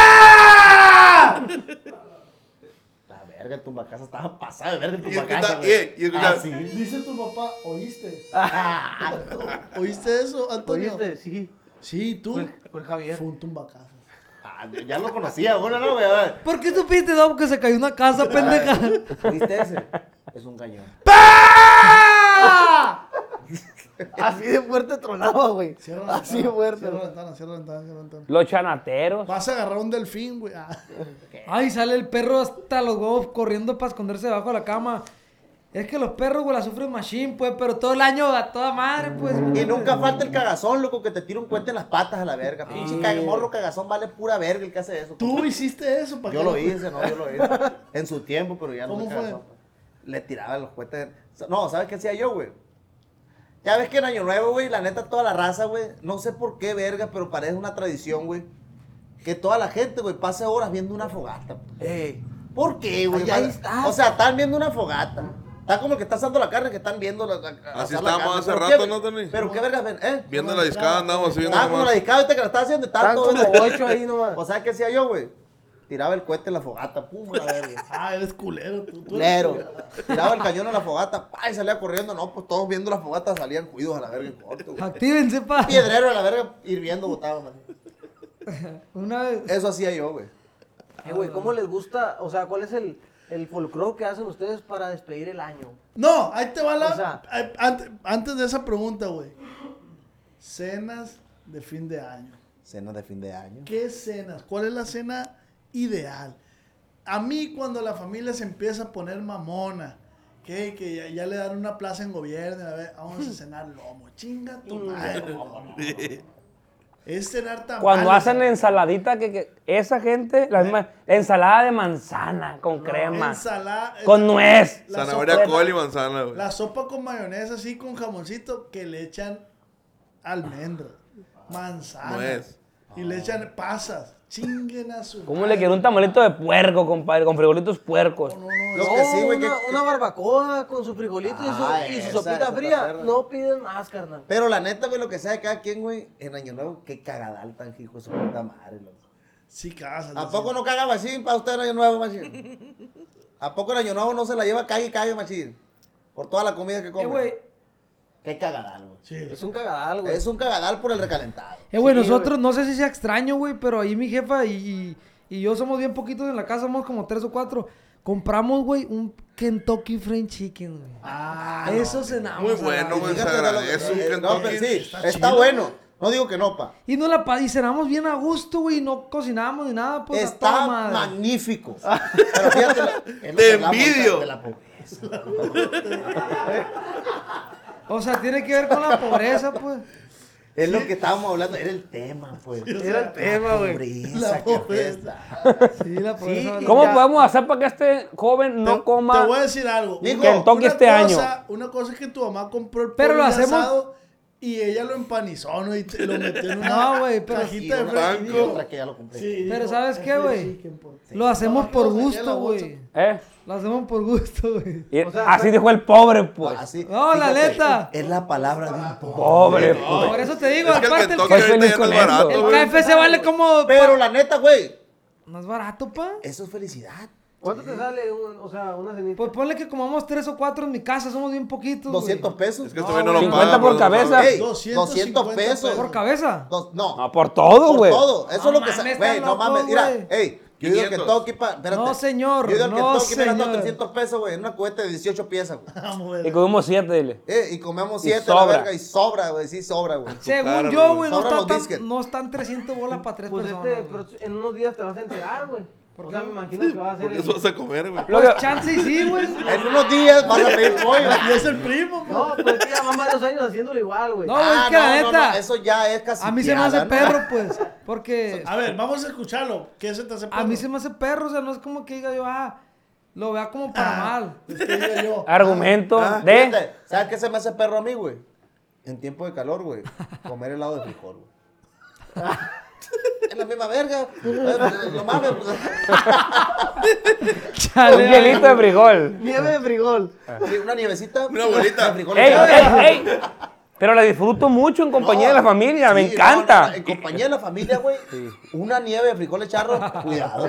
Speaker 6: La verga, el tumbacasa estaba pasado de verga el
Speaker 3: Y escucha-
Speaker 6: tumbacasa,
Speaker 3: y-
Speaker 6: güey.
Speaker 3: y escucha-
Speaker 6: pues, Ah, sí.
Speaker 2: Dice tu papá, ¿oíste? ¿Oíste eso, Antonio?
Speaker 8: ¿Oíste? Pues, Sí.
Speaker 2: Sí, tú.
Speaker 8: Fue Javier.
Speaker 2: Fue un tumbacasa.
Speaker 6: Ah, ya lo conocía, bueno, no, güey. a ver.
Speaker 4: ¿Por qué supiste, Dom, que se cayó una casa, pendeja?
Speaker 8: Ah,
Speaker 6: ¿Viste ese? Es un cañón.
Speaker 8: Así de fuerte tronaba, güey.
Speaker 2: Cierra la
Speaker 8: Así de
Speaker 2: ventana,
Speaker 8: fuerte.
Speaker 2: Cierra la
Speaker 8: güey.
Speaker 2: ventana, cierra la ventana, cierra la ventana.
Speaker 7: Los chanateros.
Speaker 2: Vas a agarrar un delfín, güey. Ah.
Speaker 4: Ay, sale el perro hasta los huevos corriendo para esconderse debajo de la cama. Es que los perros, güey, la sufren machine, pues, pero todo el año a toda madre, pues.
Speaker 6: Y nunca falta el cagazón, loco, que te tira un cuento en las patas a la verga. Pinche cag- morro cagazón vale pura verga el que hace eso.
Speaker 2: Tú hiciste eso para
Speaker 6: Yo lo hice, no, yo lo hice. En su tiempo, pero ya no
Speaker 2: ¿Cómo
Speaker 6: soy
Speaker 2: fue?
Speaker 6: cagazón. pues. Le tiraba los cohetes. No, ¿sabes qué hacía yo, güey? Ya ves que en Año Nuevo, güey, la neta, toda la raza, güey, no sé por qué, verga, pero parece una tradición, güey, que toda la gente, güey, pase horas viendo una fogata.
Speaker 8: Ey.
Speaker 6: ¿Por qué, güey?
Speaker 8: Ahí- ahí
Speaker 6: Pa-
Speaker 8: está.
Speaker 6: O sea, están viendo una fogata. Está como que están asando la carne, que están viendo la, la-
Speaker 3: Así
Speaker 6: asar la
Speaker 3: estábamos
Speaker 6: carne.
Speaker 3: hace
Speaker 6: ¿Pero
Speaker 3: rato,
Speaker 6: qué,
Speaker 3: ¿no,
Speaker 6: güey?
Speaker 3: Tony?
Speaker 6: ¿Pero qué vergas ven? ¿Eh?
Speaker 3: Viendo la discada andamos así viendo
Speaker 6: Estaba como la
Speaker 3: nomás.
Speaker 6: discada ahorita que la estaba haciendo, estaba
Speaker 8: Están
Speaker 6: todo...
Speaker 8: como ocho ahí nomás.
Speaker 6: O sea, ¿qué hacía yo, güey? Tiraba el cohete en la fogata, pum, a la verga.
Speaker 2: Ah, eres culero. Tú, tú eres
Speaker 6: Culero. Tiraba el cañón en la fogata, pa, y salía corriendo. No, pues todos viendo la fogata salían cuidos a la verga en corto, güey.
Speaker 4: Actívense, pa.
Speaker 6: Piedrero a la verga, hirviendo botado, man.
Speaker 4: Una vez.
Speaker 6: Eso hacía yo, güey.
Speaker 8: Eh, güey, ¿cómo les gusta? O sea, ¿cuál es el, el folclore que hacen ustedes para despedir el año?
Speaker 2: No, ahí te va la.
Speaker 8: O sea-
Speaker 2: eh, antes, antes de esa pregunta, güey. Cenas de fin de año.
Speaker 6: Cenas de fin de año.
Speaker 2: ¿Qué cenas? ¿Cuál es la cena ideal? A mí cuando la familia se empieza a poner mamona, que, que ya, ya le dan una plaza en gobierno, a ver, vamos a cenar lomo, chinga tu madre. lomo. Es cenar tan
Speaker 7: Cuando hacen ensaladita, que, que esa gente, la misma, ensalada de manzana con crema,
Speaker 2: ensalada, eh,
Speaker 7: con nuez.
Speaker 2: la
Speaker 3: Zanahoria
Speaker 2: sopa-
Speaker 3: col y manzana, güey.
Speaker 2: La sopa con mayonesa así con jamoncito que le echan almendra, manzana
Speaker 3: Nuez.
Speaker 2: y le echan pasas. Chinguen a su
Speaker 7: ¿Cómo
Speaker 2: madre.
Speaker 7: le quiero un tamalito de puerco, compadre? Con frijolitos puercos.
Speaker 2: No, no,
Speaker 6: Lo que sí, güey,
Speaker 8: una,
Speaker 6: que-
Speaker 8: una barbacoa con su frijolito y su,
Speaker 6: Ah,
Speaker 8: y su
Speaker 6: esa, esa
Speaker 8: sopita
Speaker 6: está
Speaker 8: fría.
Speaker 6: perra.
Speaker 8: No piden más, carnal.
Speaker 6: Pero la neta, güey, lo que sea de cada quien, güey, en Año Nuevo, qué cagadal tan hijo de su puta madre, loco.
Speaker 2: Sí, casas.
Speaker 6: ¿A poco no caga machín para usted en Año Nuevo, machín? ¿A poco en Año Nuevo no se la lleva cague y cague, machín? Por toda la comida que
Speaker 4: Eh,
Speaker 6: come.
Speaker 4: güey.
Speaker 6: qué cagadal, güey.
Speaker 2: Sí.
Speaker 8: Es un cagadal, güey.
Speaker 6: Es un cagadal por el recalentado.
Speaker 4: Eh, güey,
Speaker 8: Sí,
Speaker 4: nosotros, no sé si sea extraño, güey, pero ahí mi jefa y, y- y yo somos bien poquitos en la casa, somos como tres o cuatro. Compramos, güey, un Kentucky Fried Chicken, güey.
Speaker 2: Ah,
Speaker 4: Eso cenamos.
Speaker 3: Muy
Speaker 4: a la
Speaker 3: bueno,
Speaker 4: verga.
Speaker 3: güey, se
Speaker 6: Fíjate de lo que-
Speaker 3: agradece un
Speaker 6: eh,
Speaker 3: Kentucky.
Speaker 6: No, pero sí, está,
Speaker 2: chido.
Speaker 6: bueno. No digo que no, pa.
Speaker 4: Y no la pa- y cenamos bien a gusto, güey, y no cocinamos ni nada, pues a toda
Speaker 6: está
Speaker 4: madre. Ah.
Speaker 6: magnífico. Pero fíjate, la- es
Speaker 3: Te
Speaker 6: lo que hablamos
Speaker 3: envidio.
Speaker 6: De la pobreza.
Speaker 4: O sea, tiene que ver con la pobreza, pues.
Speaker 6: Es lo que estábamos hablando, era el tema, pues.
Speaker 8: Era el tema, güey.
Speaker 6: Pobreza, qué fiesta.
Speaker 4: Sí, la pobreza.
Speaker 6: y-
Speaker 7: ¿Cómo
Speaker 6: Ya.
Speaker 7: podemos hacer para que este joven no
Speaker 2: te,
Speaker 7: coma?
Speaker 2: Te voy a decir algo.
Speaker 6: Mijo,
Speaker 2: Una-
Speaker 7: Kentucky
Speaker 2: una
Speaker 7: este
Speaker 2: cosa- Una cosa es que tu mamá compró el
Speaker 4: Pero lo
Speaker 2: pollo
Speaker 4: hacemos-
Speaker 2: asado y ella lo empanizó, ¿no? Y te- lo metió en una
Speaker 4: No, güey, pero-
Speaker 6: Y
Speaker 2: cajita de
Speaker 6: otra, y
Speaker 2: Franco.
Speaker 6: otra que ya lo compré.
Speaker 4: Pero ¿sabes qué, güey? Lo
Speaker 2: No,
Speaker 4: hacemos
Speaker 2: yo
Speaker 4: por
Speaker 2: saqué la
Speaker 4: gusto,
Speaker 2: bolsa.
Speaker 4: güey.
Speaker 7: ¿Eh?
Speaker 4: Lo hacemos por gusto, güey.
Speaker 7: Y así dijo el pobre, pues.
Speaker 6: Así,
Speaker 4: No, la
Speaker 6: fíjate,
Speaker 4: neta.
Speaker 6: Es la palabra de un
Speaker 7: Pobre,
Speaker 6: pobre.
Speaker 7: pues.
Speaker 4: Por eso te digo,
Speaker 3: Es que el
Speaker 4: aparte el,
Speaker 3: Kentucky ahorita ya
Speaker 7: feliz
Speaker 3: no
Speaker 7: con
Speaker 3: es
Speaker 7: eso.
Speaker 3: barato,
Speaker 4: el
Speaker 3: güey.
Speaker 4: KFC vale como...
Speaker 6: Pero la neta, güey,
Speaker 4: ¿No es barato, pa?
Speaker 6: eso es felicidad.
Speaker 8: ¿Cuánto te sale un- o sea, una cenita?
Speaker 4: Pues ponle que comamos tres o cuatro en mi casa, somos bien poquitos. güey.
Speaker 6: 200 pesos.
Speaker 3: Es que este güey no lo
Speaker 7: 50
Speaker 3: paga.
Speaker 7: por cabeza.
Speaker 6: Ey,
Speaker 2: 250
Speaker 6: 200 pesos.
Speaker 4: ¿Por cabeza?
Speaker 6: Dos- no,
Speaker 7: No, por todo,
Speaker 6: por
Speaker 7: güey.
Speaker 6: todo. Eso
Speaker 4: No
Speaker 6: es lo que
Speaker 4: mames,
Speaker 6: sale.
Speaker 4: está
Speaker 6: Güey, no
Speaker 4: loco,
Speaker 6: mames. Mira,
Speaker 4: güey.
Speaker 6: ey, yo digo que
Speaker 3: 500.
Speaker 6: todo aquí para.
Speaker 4: No, señor,
Speaker 6: Yo digo que
Speaker 4: no,
Speaker 6: todo aquí para
Speaker 4: señor.
Speaker 6: 300 pesos, güey. En una cubeta de 18 piezas, güey.
Speaker 2: Vamos a
Speaker 7: Y
Speaker 2: ver.
Speaker 7: comimos siete, dile.
Speaker 6: Eh, y comemos
Speaker 7: Y
Speaker 6: 7 la
Speaker 7: sobra.
Speaker 6: verga y sobra, güey. Sí, sobra, güey.
Speaker 4: Según
Speaker 3: cara,
Speaker 4: yo,
Speaker 3: güey.
Speaker 4: güey, no,
Speaker 6: Sobran
Speaker 4: está
Speaker 6: los
Speaker 4: tan-
Speaker 6: biscuits.
Speaker 4: no están 300 bolas para tres
Speaker 8: Pues
Speaker 4: personas.
Speaker 8: este,
Speaker 4: güey.
Speaker 8: pero en unos días te vas a enterar, güey.
Speaker 4: ¿Por
Speaker 8: O sea,
Speaker 4: qué?
Speaker 8: me imagino que va a ser.
Speaker 3: Porque
Speaker 8: el-
Speaker 3: eso vas a comer, güey.
Speaker 7: Lo
Speaker 4: Pues
Speaker 7: que-
Speaker 4: chance y sí, güey.
Speaker 6: En unos días vas a pedir pollo.
Speaker 2: Y es el primo, pues.
Speaker 8: No, pues es que ya van varios años haciéndolo igual, güey.
Speaker 4: No, güey,
Speaker 6: Ah,
Speaker 4: es que la neta.
Speaker 6: eso ya es casi.
Speaker 4: a mí se me hace perro, pues. Porque
Speaker 2: A ver, vamos a escucharlo. ¿Qué se te hace
Speaker 4: a mí se
Speaker 2: perro?
Speaker 4: me hace perro, o sea, no es como que diga yo, ah, lo vea como para
Speaker 6: Ah.
Speaker 4: mal. Eh,
Speaker 2: Te digo yo.
Speaker 7: Argumento de.
Speaker 6: Fíjate, ¿Sabes qué se me hace perro a mí, güey? En tiempo de calor, güey. Comer helado de frijol, güey. es la misma verga. Eh, No mames. pues,
Speaker 7: Un hielito de frijol.
Speaker 8: Nieve de frigol.
Speaker 6: Una nievecita.
Speaker 3: Una bolita.
Speaker 6: de frijol.
Speaker 7: ¡Ey, ey, ey! Pero la disfruto mucho en compañía de la familia, me
Speaker 6: Sí, no, no,
Speaker 7: encanta.
Speaker 6: en compañía de la familia, güey. Una nieve de frijoles charro. Cuidado.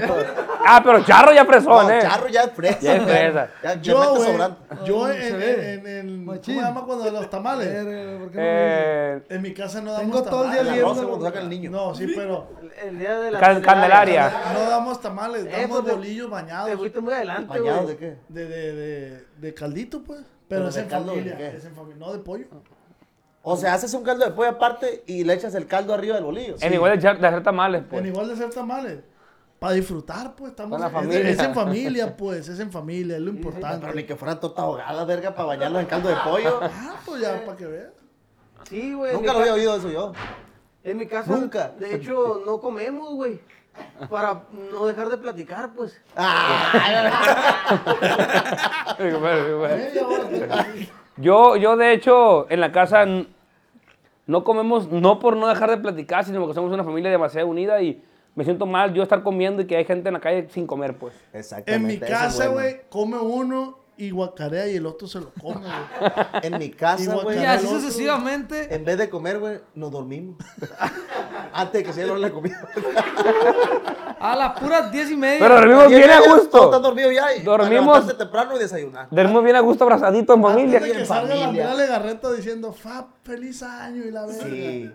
Speaker 7: Ah, pero charro ya fresón,
Speaker 6: No,
Speaker 7: ¿eh?
Speaker 6: charro ya es fresa.
Speaker 7: Ya es
Speaker 6: güey.
Speaker 7: fresa.
Speaker 6: Ya, ya
Speaker 2: Yo,
Speaker 6: mete
Speaker 2: güey,
Speaker 6: sobrante.
Speaker 2: yo
Speaker 4: Ay, se
Speaker 2: en, en,
Speaker 4: ve.
Speaker 2: en el. ¿Cómo se
Speaker 4: Machín.
Speaker 2: llama cuando los tamales?
Speaker 4: Verga, güey, ¿por qué no me
Speaker 7: Eh,
Speaker 2: En mi casa no damos
Speaker 4: Tengo todo el día
Speaker 2: tamales.
Speaker 6: La
Speaker 4: viendo,
Speaker 6: rosa cuando saca el niño.
Speaker 2: No, sí, pero
Speaker 8: El día de la.
Speaker 7: Can- Candelaria.
Speaker 2: no damos
Speaker 4: Eh,
Speaker 2: tamales, damos
Speaker 8: pues, te-
Speaker 2: bolillos
Speaker 8: Te
Speaker 2: bañados
Speaker 8: fuiste muy adelante,
Speaker 6: ¿Bañado de
Speaker 8: güey.
Speaker 6: qué?
Speaker 2: de, de, de, de caldito, pues.
Speaker 6: ¿Pero
Speaker 2: Pero es
Speaker 6: de
Speaker 2: en
Speaker 6: caldo de
Speaker 2: familia,
Speaker 6: qué? Ah,
Speaker 2: es en familia, no de pollo.
Speaker 6: O sea, haces un caldo de pollo aparte y le echas el caldo arriba del bolillo.
Speaker 7: En igual de char- de hacer tamales,
Speaker 2: En
Speaker 7: pues.
Speaker 2: igual de hacer tamales. Para disfrutar, pues, estamos
Speaker 7: Con la
Speaker 2: es-
Speaker 7: familia.
Speaker 2: Es, en familia, pues, es en familia, es lo importante.
Speaker 6: Pero ni que fueran tortas ahogadas, verga, para bañarlos en caldo de pollo.
Speaker 2: Ah, pues ya, para que veas.
Speaker 8: Sí, güey. en mi
Speaker 6: Nunca lo había oído eso yo.
Speaker 8: En mi casa,
Speaker 6: Nunca.
Speaker 8: de hecho, no comemos, güey. Para no dejar de platicar, pues.
Speaker 7: Yo, yo de hecho, en la casa n- no comemos, no por no dejar de platicar, sino porque somos una familia demasiado unida y me siento mal yo estar comiendo y que hay gente en la calle sin comer, pues.
Speaker 6: Exactamente.
Speaker 2: En mi
Speaker 6: eso es
Speaker 2: casa,
Speaker 6: bueno.
Speaker 2: güey, come uno y guacarea y el otro se lo come, güey.
Speaker 6: En mi
Speaker 2: Y
Speaker 6: casa, güey.
Speaker 4: Y
Speaker 2: guacamole.
Speaker 4: así sucesivamente.
Speaker 6: En vez de comer, güey, nos dormimos. Antes de que se diera la comida.
Speaker 4: A las puras diez y media.
Speaker 7: Pero dormimos bien a
Speaker 6: Todos están
Speaker 7: gusto.
Speaker 6: dormidos ya. y-
Speaker 7: Dormimos.
Speaker 6: para levantarse temprano y desayunar.
Speaker 7: Dormimos bien a gusto abrazaditos en
Speaker 8: Ah,
Speaker 7: familia.
Speaker 2: Antes de que
Speaker 6: en
Speaker 2: salga la
Speaker 6: familia.
Speaker 2: Andrea Legarreta diciendo, Fab, feliz año y la verga.
Speaker 6: Sí.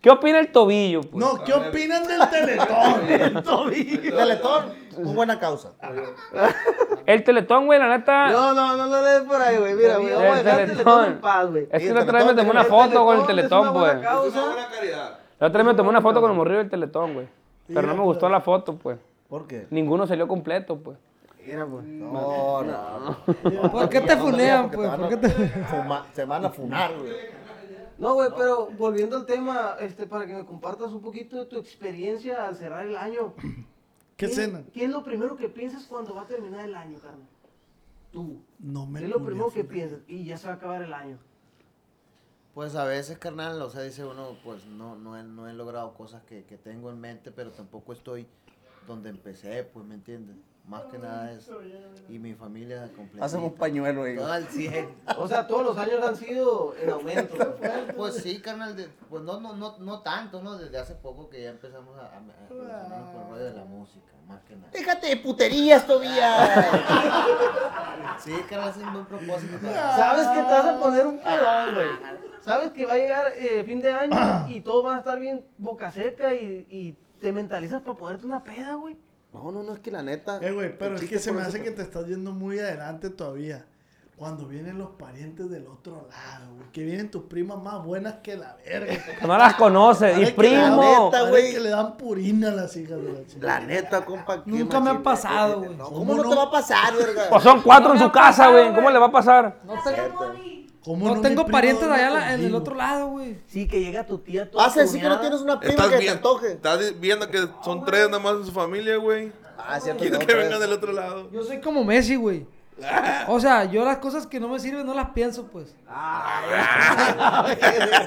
Speaker 7: ¿Qué opina el tobillo? Pues?
Speaker 2: No, ¿qué opinan del teletón?
Speaker 6: Teletón, muy buena causa.
Speaker 7: El teletón, güey, la neta.
Speaker 8: No, no, no, no le des por ahí, güey. Mira, güey, vamos a
Speaker 7: el
Speaker 8: dejar el teletón en paz, güey.
Speaker 7: Es que
Speaker 6: Sí,
Speaker 7: la otra vez me
Speaker 6: Teletón,
Speaker 7: tomé una
Speaker 8: El pues.
Speaker 7: foto con el
Speaker 8: es
Speaker 7: teletón, pues.
Speaker 8: una buena
Speaker 7: güey.
Speaker 8: causa.
Speaker 3: caridad.
Speaker 7: La otra vez me tomé una foto con el morrillo del teletón, güey. Pero no me gustó la foto, pues.
Speaker 6: ¿Por qué?
Speaker 7: Ninguno salió completo, pues.
Speaker 6: No, no.
Speaker 4: ¿Por qué te funean,
Speaker 6: Porque
Speaker 4: pues?
Speaker 6: van
Speaker 4: ¿Por
Speaker 6: a-
Speaker 4: qué te...
Speaker 6: fuma- Se van a funar, güey.
Speaker 8: No, güey, pero volviendo al tema, este, para que me compartas un poquito de tu experiencia al cerrar el año.
Speaker 2: ¿Qué
Speaker 8: ¿Qué-
Speaker 2: cena?
Speaker 8: ¿Qué es lo primero que piensas cuando va a terminar el año, carnal? Tú.
Speaker 2: No me
Speaker 8: ¿Qué es lo
Speaker 2: culié,
Speaker 8: primero que
Speaker 2: fíjate.
Speaker 8: piensas? Y ya se va a acabar el año.
Speaker 9: Pues a veces, carnal, o sea, dice uno, pues no, no, he, no he logrado cosas que, que tengo en mente, pero tampoco estoy donde empecé, pues, ¿me entiendes? Más que nada es... Y mi familia completa.
Speaker 6: Hacemos un pañuelo, güey.
Speaker 9: Todo al 100.
Speaker 8: O sea, todos los años han sido en aumento. güey.
Speaker 9: Pues sí, carnal, de- pues no, no, no, no tanto, ¿no? Desde hace poco que ya empezamos a, a, a relacionarnos con el rollo de la música, más que nada.
Speaker 6: Déjate de puterías, Tobías.
Speaker 9: Sí, carnal, ese es un buen propósito.
Speaker 8: Sabes que te vas a poner un pedón, güey. Sabes que va a llegar eh, fin de año y todos van a estar bien boca seca y, y te mentalizas para ponerte una peda, güey.
Speaker 6: No, no, no, es que la neta.
Speaker 2: Eh, güey, pero es
Speaker 6: el
Speaker 2: que
Speaker 6: chiste
Speaker 2: se me
Speaker 6: por
Speaker 2: hace
Speaker 6: eso-
Speaker 2: que te estás yendo muy adelante todavía. Cuando vienen los parientes del otro lado, güey, que vienen tus primas más buenas que la verga.
Speaker 7: Que No las conoce.
Speaker 2: Parece
Speaker 7: Y
Speaker 2: que le dan-
Speaker 7: primo.
Speaker 6: neta,
Speaker 2: parece
Speaker 6: güey.
Speaker 2: que le dan purina a las hijas de la chica.
Speaker 6: La neta, compa. qué
Speaker 4: Nunca me
Speaker 6: machín,
Speaker 4: ha pasado, güey.
Speaker 6: No,
Speaker 2: ¿Cómo
Speaker 6: ¿Cómo no
Speaker 2: no?
Speaker 6: te va a pasar, verga?
Speaker 7: Pues son cuatro
Speaker 4: No
Speaker 7: en
Speaker 4: me
Speaker 7: su
Speaker 4: ha
Speaker 7: casa,
Speaker 4: pasado,
Speaker 7: güey. ¿Cómo
Speaker 4: güey.
Speaker 7: le va a pasar?
Speaker 4: No, te-
Speaker 2: ¿Cómo
Speaker 4: no
Speaker 2: mi
Speaker 4: tengo
Speaker 2: prima
Speaker 4: parientes de
Speaker 2: duerme
Speaker 4: allá en la- en el
Speaker 2: contigo?
Speaker 4: otro lado, güey.
Speaker 8: Sí, que llega tu tía
Speaker 7: Ah,
Speaker 8: toda
Speaker 6: Vas a decir que no
Speaker 8: tuneada.
Speaker 6: tienes una prima
Speaker 3: Estás
Speaker 6: que te
Speaker 3: viendo,
Speaker 6: antoje.
Speaker 3: estás viendo que son tres nada más en su familia, güey.
Speaker 6: Ah, es cierto.
Speaker 3: Quiero que
Speaker 6: no, pues.
Speaker 3: vengan del otro lado.
Speaker 4: Yo soy como Messi, güey. O sea, yo las cosas que no me sirven no las pienso, pues.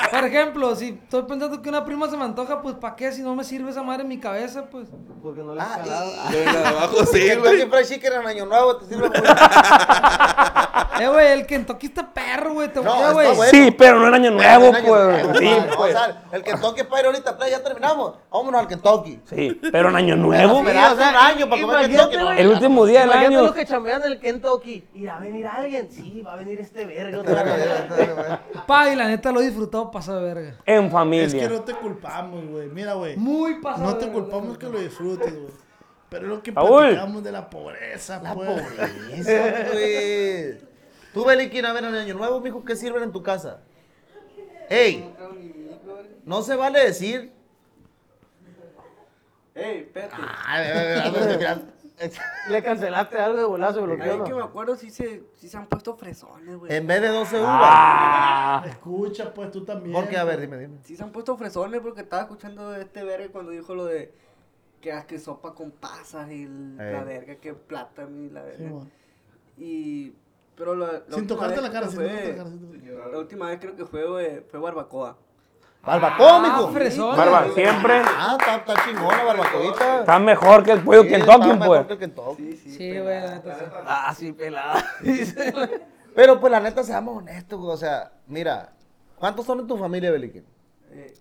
Speaker 4: Por ejemplo, si estoy pensando que una prima se me antoja, pues ¿para qué? Si no me sirve esa madre en mi cabeza, pues.
Speaker 8: Porque no le has
Speaker 6: Ah,
Speaker 8: calado.
Speaker 6: y-
Speaker 3: De abajo sí,
Speaker 6: Kentucky
Speaker 3: güey.
Speaker 6: Fried Chicken en Año Nuevo te sirve muy
Speaker 4: Eh, güey, güey. El Kentucky está perro, güey. Te
Speaker 9: No,
Speaker 4: voltea,
Speaker 9: está
Speaker 4: güey.
Speaker 9: bueno. Sí, pero no en Año
Speaker 7: Nuevo,
Speaker 9: Año
Speaker 7: pues.
Speaker 9: Nuevo,
Speaker 7: Sí,
Speaker 9: madre,
Speaker 6: Ah,
Speaker 9: vamos
Speaker 7: pues.
Speaker 9: a ver, el Kentucky para ir ahorita, play, ya terminamos. Vámonos al Kentucky.
Speaker 7: Sí, pero en Año Nuevo.
Speaker 9: Esperar un año para comer
Speaker 8: Imagínate,
Speaker 9: Kentucky.
Speaker 8: güey.
Speaker 7: El último día del
Speaker 8: Imagínate
Speaker 7: año.
Speaker 8: los que chambean en el Kentucky. ¿Y va a venir alguien? Sí, va a venir este verga. otra vez.
Speaker 4: Pa, y la neta lo he disfrutado pasado de verga.
Speaker 7: En familia.
Speaker 2: Es que no te culpamos, güey. Mira, güey.
Speaker 4: Muy pasado
Speaker 2: No te
Speaker 4: de
Speaker 2: culpamos que lo disfrutes, güey. Pero es lo que
Speaker 7: Raúl.
Speaker 2: platicamos de la pobreza,
Speaker 9: La
Speaker 2: pues.
Speaker 9: pobreza, güey. Tú, Beliquín, a ver, en Año Nuevo, mijo, ¿qué sirven en tu casa? Ey, no se vale decir...
Speaker 10: Ey, espérate.
Speaker 6: Ah,
Speaker 9: Ay, ay, ay, ay, ay,
Speaker 8: Le cancelaste algo de bolazo,
Speaker 10: Ahí que
Speaker 8: bloqueó.
Speaker 10: me acuerdo sí se, sí se han puesto fresones, güey.
Speaker 9: En vez de 12 uvas.
Speaker 7: Ah.
Speaker 2: Escucha, pues tú también.
Speaker 9: Porque, a ver, dime, dime.
Speaker 10: Sí se han puesto fresones porque estaba escuchando de este verga cuando dijo lo de que haz que sopa con pasas y el-
Speaker 9: Ey.
Speaker 10: la verga, que plátano y la verga.
Speaker 2: Sí, mo.
Speaker 10: y pero la, la
Speaker 2: Sin
Speaker 10: última
Speaker 2: tocarte
Speaker 10: vez
Speaker 2: la cara,
Speaker 10: creo
Speaker 2: sin
Speaker 10: que
Speaker 2: tocarte
Speaker 10: fue-
Speaker 2: la cara, sin tocarte
Speaker 10: La última vez creo que fue güey, fue barbacoa.
Speaker 9: Barbacoa,
Speaker 4: Ah,
Speaker 9: mijo.
Speaker 4: fresón.
Speaker 7: Barba, siempre
Speaker 9: Ah, está, está chingón la barbacoita.
Speaker 7: está mejor que el pollo
Speaker 9: Sí,
Speaker 7: Kentucky,
Speaker 9: está mejor
Speaker 7: pues.
Speaker 9: que el Kentucky.
Speaker 10: Sí, sí.
Speaker 4: Sí, güey, la neta sí.
Speaker 8: Ah, sí, pelada.
Speaker 9: Pero pues la neta, seamos honestos, güey. O sea, mira, ¿cuántos son en tu familia, Beliquín?
Speaker 10: Eh,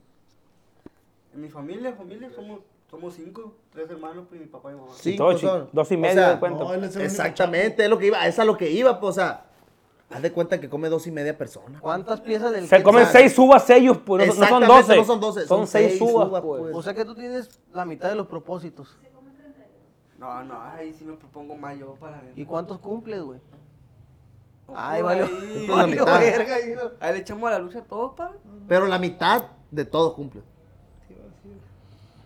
Speaker 10: en mi familia, familia somos somos cinco, tres hermanos pues, y mi papá y mi mamá.
Speaker 9: Sí,
Speaker 7: Dos, dos y medio de cuento.
Speaker 2: no, él es el único
Speaker 9: exactamente, es lo que iba, es a lo que iba, pues, o sea, haz de cuenta que come dos y media personas.
Speaker 8: ¿Cuántas piezas del
Speaker 7: Se
Speaker 8: Kentucky?
Speaker 7: comen seis uvas ellos, pues. No, son- no son
Speaker 9: Exactamente,
Speaker 7: doce.
Speaker 9: no son doce, son
Speaker 7: seis
Speaker 9: seis
Speaker 7: uvas,
Speaker 9: uvas,
Speaker 7: pues.
Speaker 9: pues.
Speaker 8: O sea que tú tienes la mitad de los propósitos.
Speaker 10: No, no, ahí sí me propongo más yo para ver.
Speaker 8: ¿Y cuántos cumples, güey?
Speaker 10: No,
Speaker 8: Ay,
Speaker 10: pues,
Speaker 8: valió.
Speaker 10: ahí-
Speaker 9: Pues la
Speaker 8: valió
Speaker 9: mitad.
Speaker 8: verga, hijo.
Speaker 10: Ahí le echamos a la luz a todos, pa.
Speaker 9: Pero la mitad de todo cumple.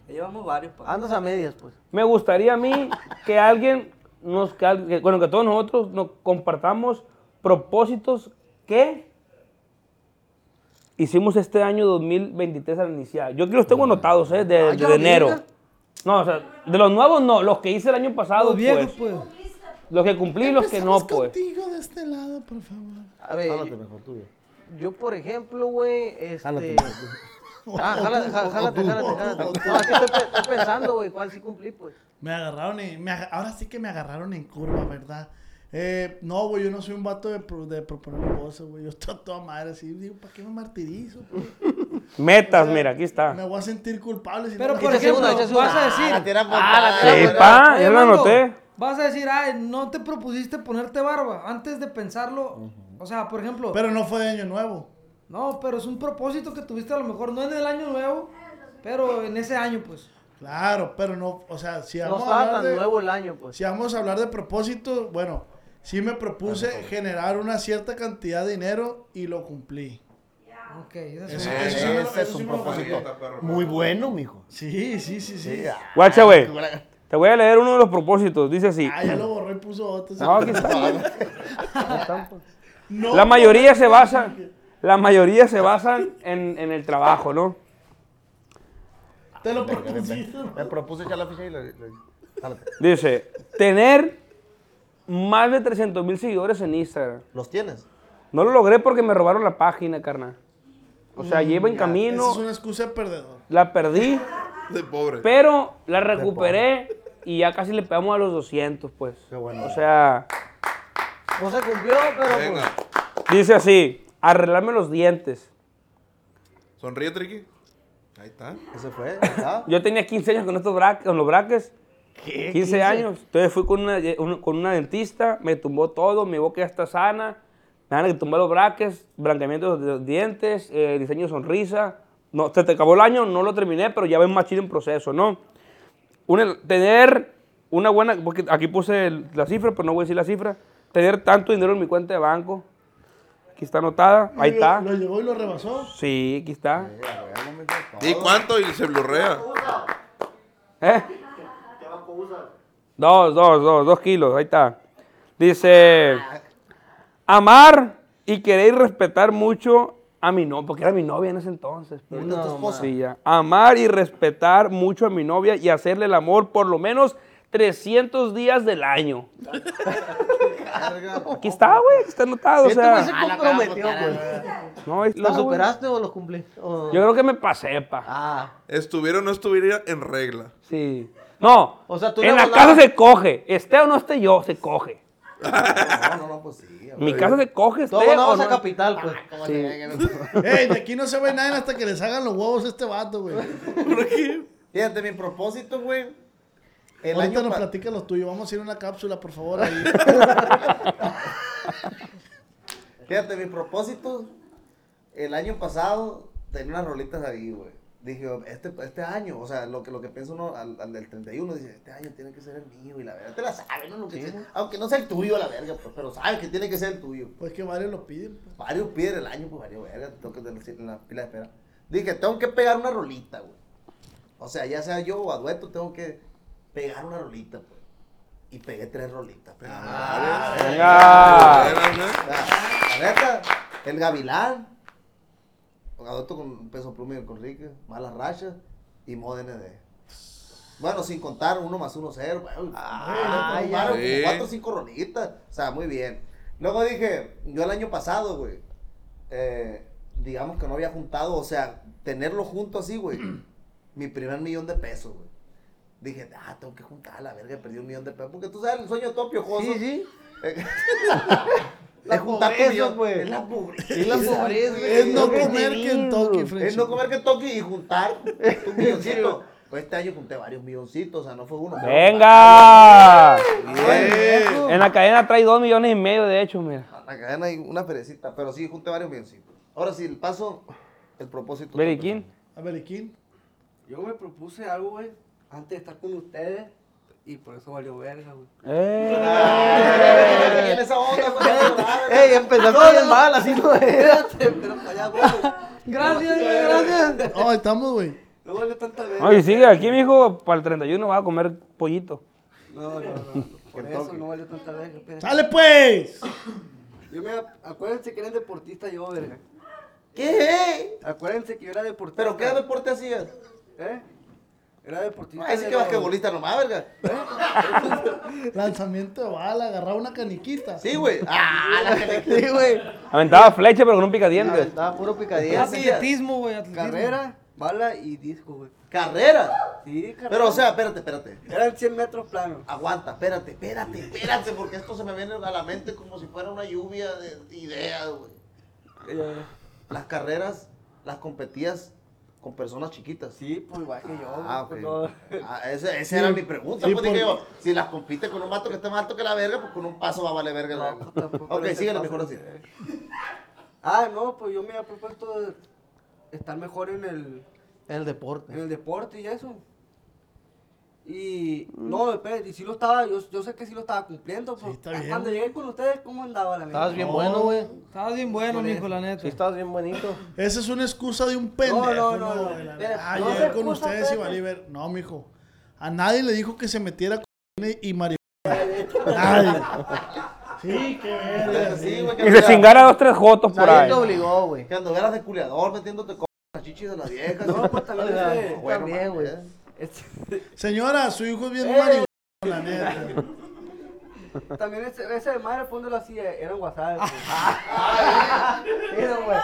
Speaker 10: Ahí llevamos varios, pa.
Speaker 6: Ah,
Speaker 8: Andas a medias, pues.
Speaker 7: Me gustaría a mí que alguien nos, que al- que- bueno, que todos nosotros nos compartamos propósitos que hicimos este año 2023 al iniciar. Yo aquí los tengo anotados, ¿eh? De,
Speaker 10: Ay,
Speaker 7: de enero.
Speaker 10: Carolina.
Speaker 7: No, o sea, de los nuevos no, los que hice el año pasado,
Speaker 4: Los viejos,
Speaker 7: pues.
Speaker 4: pues.
Speaker 7: Los que cumplí y los que no,
Speaker 2: Empezamos
Speaker 7: pues.
Speaker 2: contigo de este lado, por favor.
Speaker 8: A ver,
Speaker 9: Háblate mejor tú. güey.
Speaker 8: yo por ejemplo, güey,
Speaker 9: Jálate
Speaker 8: este...
Speaker 9: mejor tú.
Speaker 8: Ah, jálate, jálate, jálate, jálate, jálate. No, es que estoy, pe- estoy pensando, güey, cuál sí cumplí, pues.
Speaker 2: Me agarraron en, me aga- ahora sí que me agarraron en curva, ¿verdad? Eh, no, güey, yo no soy un vato de, pro- de proponer cosas, güey. Yo estoy a toda madre así. Digo, ¿para qué me martirizo? güey?
Speaker 7: Metas,
Speaker 2: O sea,
Speaker 7: mira, aquí
Speaker 2: Me
Speaker 7: está.
Speaker 2: voy a sentir culpable. Si
Speaker 4: Pero
Speaker 2: no
Speaker 4: por
Speaker 2: me-
Speaker 8: Échase
Speaker 4: ejemplo,
Speaker 8: una,
Speaker 4: vas
Speaker 8: échase una.
Speaker 4: a decir.
Speaker 9: Ah, la tira por
Speaker 8: Ah,
Speaker 9: acá,
Speaker 8: la
Speaker 9: güey.
Speaker 8: tira
Speaker 7: Sepa,
Speaker 4: Oye,
Speaker 7: ya lo
Speaker 4: Mango,
Speaker 7: anoté.
Speaker 4: Vas a decir, ay, no te propusiste ponerte barba. Antes de pensarlo, o sea, por ejemplo,
Speaker 2: Pero no fue de año nuevo.
Speaker 4: no, pero es un propósito que tuviste a lo mejor, no en el año nuevo, pero en ese año, pues.
Speaker 2: Claro, pero no, o sea, si
Speaker 8: No
Speaker 2: vamos a
Speaker 8: estaba
Speaker 2: hablar
Speaker 8: tan
Speaker 2: de,
Speaker 8: nuevo el año, pues.
Speaker 2: si vamos a hablar de propósito, bueno, sí me propuse generar una cierta cantidad de dinero y lo cumplí.
Speaker 4: Ok, esa es
Speaker 2: Eso-
Speaker 4: una-
Speaker 2: eso sí me lo-
Speaker 9: Ese es
Speaker 2: eso sí
Speaker 9: un
Speaker 2: me lo
Speaker 9: propósito
Speaker 2: cambié.
Speaker 9: muy bueno, mijo.
Speaker 2: Sí, sí, sí, sí.
Speaker 7: Guacha, güey. Te voy a leer uno de los propósitos. Dice así.
Speaker 2: Ah, ya lo borró y puso otro.
Speaker 7: No, aquí está. pues.
Speaker 2: No,
Speaker 7: La mayoría se basa, la mayoría se basan en, en el trabajo, ¿no?
Speaker 2: Te lo propusiste.
Speaker 9: Me propuse echar la ficha y la. la- jálate.
Speaker 7: Dice, tener más de 300 mil seguidores en Instagram.
Speaker 9: ¿Los tienes?
Speaker 7: No lo logré porque me robaron la página, carnal. O sea, lleva en
Speaker 2: Esa
Speaker 7: camino,
Speaker 2: es una excusa de perdedor.
Speaker 7: la perdí,
Speaker 3: De pobre.
Speaker 7: pero la recuperé y ya casi le pegamos a los 200, pues.
Speaker 9: Qué bueno.
Speaker 7: O sea,
Speaker 8: No se cumplió, pero pues.
Speaker 3: Venga.
Speaker 7: dice así, arreglarme los dientes.
Speaker 3: Sonríe, Triqui. Ahí está.
Speaker 9: Ese fue.
Speaker 8: pues,
Speaker 9: ¿verdad?
Speaker 7: Yo tenía 15 años con, estos bra- con los braques. 15, años. Entonces fui con una, eh, un- con una dentista, me tumbó todo, mi boca ya está sana. Me van a tumbar los braques, blanqueamiento de los dientes, eh, diseño de sonrisa. No, se te acabó el año, no lo terminé, pero ya ven más chido en proceso, ¿no? Una- tener una buena, porque aquí puse el- la cifra, pero no voy a decir la cifra. Tener tanto dinero en mi cuenta de banco. Aquí está anotada, ahí está.
Speaker 2: Lo llegó y lo rebasó.
Speaker 7: Sí, aquí está.
Speaker 3: ¿Y cuánto? Y se blurrea.
Speaker 7: ¿Eh? Dos, dos, dos, dos kilos, ahí está. Dice, amar y querer y respetar mucho a mi novia, porque era mi novia en ese entonces. pues.
Speaker 9: Ahorita tu esposa.
Speaker 7: Sí, ya. Amar y respetar mucho a mi novia y hacerle el amor por lo menos 300 días del año. Aquí está, güey, aquí está anotado. O
Speaker 8: Este güey se
Speaker 7: sea,
Speaker 8: comprometió, pues.
Speaker 7: no, ahí
Speaker 8: ¿Lo
Speaker 7: está, güey.
Speaker 8: superaste o lo cumplí? O-
Speaker 7: Yo creo que me pasé, pa.
Speaker 8: Ah,
Speaker 3: Estuviera o no estuviera en regla.
Speaker 7: Sí. No.
Speaker 8: O sea, tú
Speaker 7: en
Speaker 8: le
Speaker 7: la
Speaker 8: volabas-
Speaker 7: casa se coge. Esté o no esté yo, se coge.
Speaker 9: No, no, no, pues sí.
Speaker 7: Mi casa se coge,
Speaker 9: Todos
Speaker 7: este,
Speaker 9: no
Speaker 7: ¿o
Speaker 9: vamos a
Speaker 7: no?
Speaker 9: capital, pues.
Speaker 6: Ah.
Speaker 7: Sí.
Speaker 2: Ey, de aquí no se ve nada hasta que les hagan los huevos a este vato, güey.
Speaker 6: Fíjate, mi propósito, güey. el
Speaker 2: Ahorita
Speaker 6: año
Speaker 2: nos
Speaker 6: pa-
Speaker 2: platica los tuyos. Vamos a ir a una cápsula, por favor. Ahí.
Speaker 6: Fíjate, mi propósito, el año pasado tenía unas rolitas ahí, güey. Dije, este, este año, o sea, lo que, lo que piensa uno al, al del 31, dice, este año tiene que ser el mío y la verga. Te la sabes, ¿no? Lo que sea. aunque no sea el tuyo, la verga, pues, pero sabes que tiene que ser el tuyo.
Speaker 2: Pues que varios lo piden.
Speaker 6: Varios piden el año, pues varios, verga, te tengo que decir en la pila de espera. Dije, tengo que pegar una rolita, güey. O sea, ya sea yo o a dueto, tengo que pegar una rolita, pues. Y pegué tres rolitas. pues. Ah,
Speaker 7: venga.
Speaker 6: Ah, La neta, el Gavilán, Adopto con Peso Pluma y el Conrique, Malas Rachas y Modo ND. Bueno, sin contar uno más uno cero. bueno,
Speaker 9: Ah,
Speaker 6: bueno,
Speaker 9: ya.
Speaker 6: como
Speaker 9: Sí.
Speaker 6: cuatro o cinco rolitas. O sea, muy bien. Luego dije, yo el año pasado, güey, eh, digamos que no había juntado, o sea, tenerlo junto así, güey, mi primer millón de pesos, güey. Dije, ah, tengo que juntar, la verga, perdí un millón de pesos. Porque tú sabes, el sueño de todo piojoso. Sí, sí.
Speaker 9: La
Speaker 6: es juntar tu
Speaker 9: pobreza,
Speaker 6: millón.
Speaker 9: pues.
Speaker 6: Es la pobreza.
Speaker 9: Es la pobreza,
Speaker 6: güey.
Speaker 9: es no
Speaker 6: Lo que
Speaker 9: comer
Speaker 6: te digo.
Speaker 9: Kentucky,
Speaker 6: Es
Speaker 9: Frenchy.
Speaker 6: no comer Kentucky y juntar un milloncito. Pues este año junté varios milloncitos, o sea, no fue uno. fueron
Speaker 7: ¡Venga!
Speaker 6: Bien.
Speaker 7: En la cadena trae dos millones y medio, de hecho, mira.
Speaker 6: varios. La cadena y una perecita, pero sí junté varios milloncitos. Ahora sí, el paso, el propósito.
Speaker 7: Beriquín.
Speaker 2: A ver, ¿quién?
Speaker 10: Yo me propuse algo, güey, antes de estar con ustedes. Y por eso valió verga, güey.
Speaker 7: ¡Eh!
Speaker 6: Tiene esa onda, güey.
Speaker 5: Ey, empezaste bien mal, así no era.
Speaker 4: Gracias, gracias.
Speaker 2: No, ahí estamos, güey.
Speaker 10: No vale tanta verga.
Speaker 7: Oye, sigue aquí, mijo, para el 31 vas a comer pollito.
Speaker 10: No, no, no. Por eso no valió tanta verga. espérate.
Speaker 2: ¡Sale, pues!
Speaker 10: Yo me, acuérdense que eres deportista yo, verga.
Speaker 6: ¿Qué?
Speaker 10: Acuérdense que yo era deportista.
Speaker 6: ¿Pero qué deporte hacías?
Speaker 10: ¿Eh? Era deportista.
Speaker 6: Ah, ese
Speaker 10: de
Speaker 6: que
Speaker 10: los-
Speaker 6: basquetbolista nomás, verga.
Speaker 2: Lanzamiento de bala, agarrar una caniquita.
Speaker 6: Sí, güey. Ah, la caniquita.
Speaker 5: Sí, güey.
Speaker 7: Aventaba flecha, pero con un picadientes.
Speaker 5: Estaba puro
Speaker 6: ¿Qué
Speaker 5: picadillo.
Speaker 6: hacías?
Speaker 4: Atletismo, güey, atletismo.
Speaker 10: Carrera, bala y disco, güey.
Speaker 6: Carrera.
Speaker 10: Sí, carrera.
Speaker 6: Pero, o sea, espérate, espérate.
Speaker 10: Eran 100 metros planos.
Speaker 6: Aguanta, espérate, espérate, espérate, porque esto se me viene a la mente como si fuera una lluvia de ideas, güey. Ah. Las carreras las competías con personas chiquitas.
Speaker 10: Sí, pues igual que yo.
Speaker 6: Ah,
Speaker 10: güey,
Speaker 6: ok.
Speaker 10: pues,
Speaker 6: Ah, esa esa era mi pregunta.
Speaker 2: Sí,
Speaker 6: pues, dije
Speaker 2: porque-
Speaker 6: yo, si las compite con un vato que esté más alto que la verga, pues con un paso va a valer verga. la
Speaker 10: No, pues,
Speaker 6: verga.
Speaker 10: tampoco
Speaker 6: ok,
Speaker 10: le hace
Speaker 6: síguele
Speaker 10: paso.
Speaker 6: mejor así.
Speaker 10: Ah, no, pues yo me había propuesto de estar mejor en el,
Speaker 5: El
Speaker 10: en
Speaker 5: deporte.
Speaker 10: el deporte y eso. Y no, espérate, y sí lo estaba, yo, yo sé que sí lo estaba cumpliendo. Pues,
Speaker 2: Mm. está bien,
Speaker 10: Cuando
Speaker 2: güey.
Speaker 10: llegué con ustedes, ¿cómo andaba la
Speaker 5: Estabas
Speaker 10: neta?
Speaker 5: bien bueno, güey.
Speaker 4: Estabas bien bueno, mijo, la neta.
Speaker 5: Sí, estabas bien bonito.
Speaker 2: Esa es una excusa de un pendejo.
Speaker 10: No, no, no, no.
Speaker 2: De la-
Speaker 10: Espera,
Speaker 2: Ah,
Speaker 10: no
Speaker 2: llegué
Speaker 10: sea
Speaker 2: con
Speaker 10: excusa,
Speaker 2: ustedes y
Speaker 10: espérate.
Speaker 2: valí ver. No, mijo. A nadie le dijo que se metiera con y marihuana. Nadie. Sí, qué verga.
Speaker 7: Y
Speaker 6: Sí, güey, que
Speaker 7: se
Speaker 6: anduviera-
Speaker 7: chingara dos, tres jotos por
Speaker 5: Nadie
Speaker 7: ahí.
Speaker 5: te obligó, güey.
Speaker 6: Que anduvieras de culiador metiéndote con las chichis de la vieja.
Speaker 10: No, pues, también ese-
Speaker 5: también, güey.
Speaker 10: Este,
Speaker 2: Señora, su hijo es bien
Speaker 10: Eh.
Speaker 2: marihuana, la neta.
Speaker 10: también ese, ese de madre, póndelo así, eh, era en WhatsApp. pues.
Speaker 5: Mira, güey.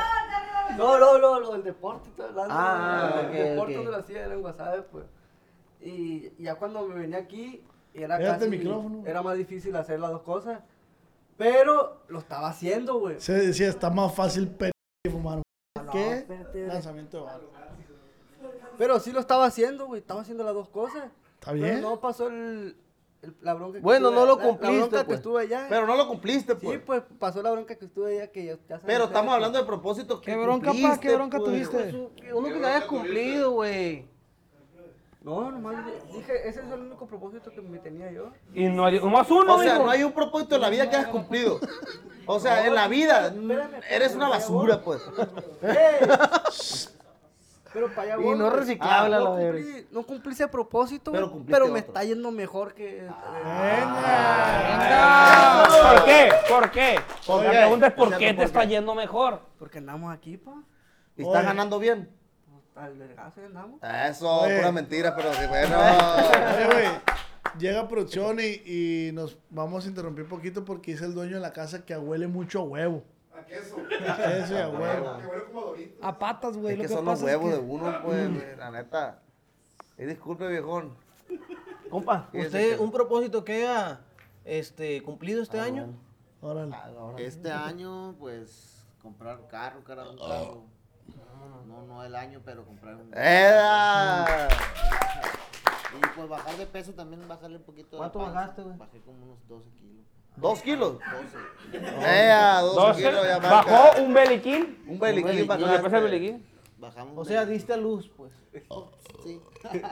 Speaker 10: No, no, no, lo del deporte, estoy hablando.
Speaker 5: Ah,
Speaker 10: güey.
Speaker 5: ok,
Speaker 10: el deporte
Speaker 5: ok.
Speaker 10: no lo hacía, era en WhatsApp, pues. Y ya cuando me venía aquí, era
Speaker 2: Pégate
Speaker 10: casi,
Speaker 2: el este micrófono.
Speaker 10: era más difícil hacer las dos cosas. Pero lo estaba haciendo, güey.
Speaker 2: Se decía, está más fácil pe- que fumar. ¿Qué?
Speaker 10: espérate.
Speaker 2: Lanzamiento de bala.
Speaker 10: Pero sí lo estaba haciendo, güey. Estaba haciendo las dos cosas.
Speaker 2: ¿Está bien?
Speaker 10: Pero no pasó el, el- la bronca que
Speaker 5: Bueno,
Speaker 10: estuve-
Speaker 5: no lo
Speaker 10: la- la
Speaker 5: cumpliste,
Speaker 10: bronca que
Speaker 5: pues.
Speaker 10: estuve allá.
Speaker 6: Pero no lo cumpliste, pues.
Speaker 10: sí, pues pasó la bronca que estuve allá que ya, ya saben
Speaker 6: Pero
Speaker 10: ustedes,
Speaker 6: estamos
Speaker 10: pues.
Speaker 6: hablando de propósitos que
Speaker 4: Qué bronca, pa,
Speaker 6: cumpliste,
Speaker 4: qué bronca
Speaker 6: pues.
Speaker 4: tuviste.
Speaker 5: Uno que te hayas cumplido, güey.
Speaker 10: No, nomás dije, ese es el único propósito que me tenía yo.
Speaker 7: Y no hay, más uno,
Speaker 6: O sea,
Speaker 7: mijo.
Speaker 6: no hay un propósito en la vida que hayas cumplido. O sea, en la vida
Speaker 10: espérame,
Speaker 6: eres una basura, pues.
Speaker 10: ¡Ey! Pero para allá
Speaker 5: Y
Speaker 10: voy,
Speaker 5: no
Speaker 10: güey.
Speaker 5: reciclable, la
Speaker 10: Ah, no,
Speaker 5: verga.
Speaker 10: cumplí, no cumplí ese propósito, güey,
Speaker 6: Pero
Speaker 10: pero, Ah.
Speaker 6: cumpliste
Speaker 10: me
Speaker 6: otro.
Speaker 10: está yendo mejor que... eh,
Speaker 7: ¿Por qué? ¿Por qué?
Speaker 6: ¿Por
Speaker 7: la
Speaker 6: qué?
Speaker 7: pregunta es
Speaker 6: O
Speaker 7: ¿por
Speaker 6: sea,
Speaker 7: qué
Speaker 6: ¿por
Speaker 7: te está
Speaker 6: qué?
Speaker 7: yendo mejor?
Speaker 10: Porque andamos aquí, pa.
Speaker 6: ¿Y estás
Speaker 2: Oye.
Speaker 6: ganando bien?
Speaker 10: Al vergazo ya andamos.
Speaker 6: Eso,
Speaker 2: Oye.
Speaker 6: pura mentira, pero sí, bueno.
Speaker 2: Oye, güey, Llega producción y, y nos vamos a interrumpir poquito porque es el dueño de la casa que huele mucho a huevo. A queso. A queso y a huevo.
Speaker 4: A patas, güey.
Speaker 6: Es
Speaker 4: Lo
Speaker 6: que
Speaker 4: que,
Speaker 6: son los
Speaker 4: pasa es
Speaker 6: huevos de
Speaker 4: que...
Speaker 6: uno, pues, la neta. Eh, disculpe, viejón.
Speaker 5: Compa,
Speaker 6: Fíjese
Speaker 5: usted
Speaker 6: que-
Speaker 5: un propósito que haya
Speaker 8: este, cumplido este año.
Speaker 9: Este año, pues, comprar un carro, cara, un carro. No, no el año, pero
Speaker 6: Eh.
Speaker 9: comprar un
Speaker 6: ¡Eda!
Speaker 9: Y pues bajar de peso también, bajarle un poquito. de
Speaker 6: ¿Cuánto
Speaker 9: panza.
Speaker 6: bajaste, güey?
Speaker 9: Bajé como unos 12 kilos.
Speaker 6: ¿Dos kilos? Ah,
Speaker 9: 12.
Speaker 6: Ea, 12
Speaker 7: 12.
Speaker 6: kilos ya marca.
Speaker 7: Bajó un beliquín.
Speaker 6: Un beliquín,
Speaker 7: ¿Lo que
Speaker 6: bajaste.
Speaker 7: pasa el beliquín?
Speaker 9: Bajamos.
Speaker 8: O sea, diste a luz, pues.
Speaker 9: Sí.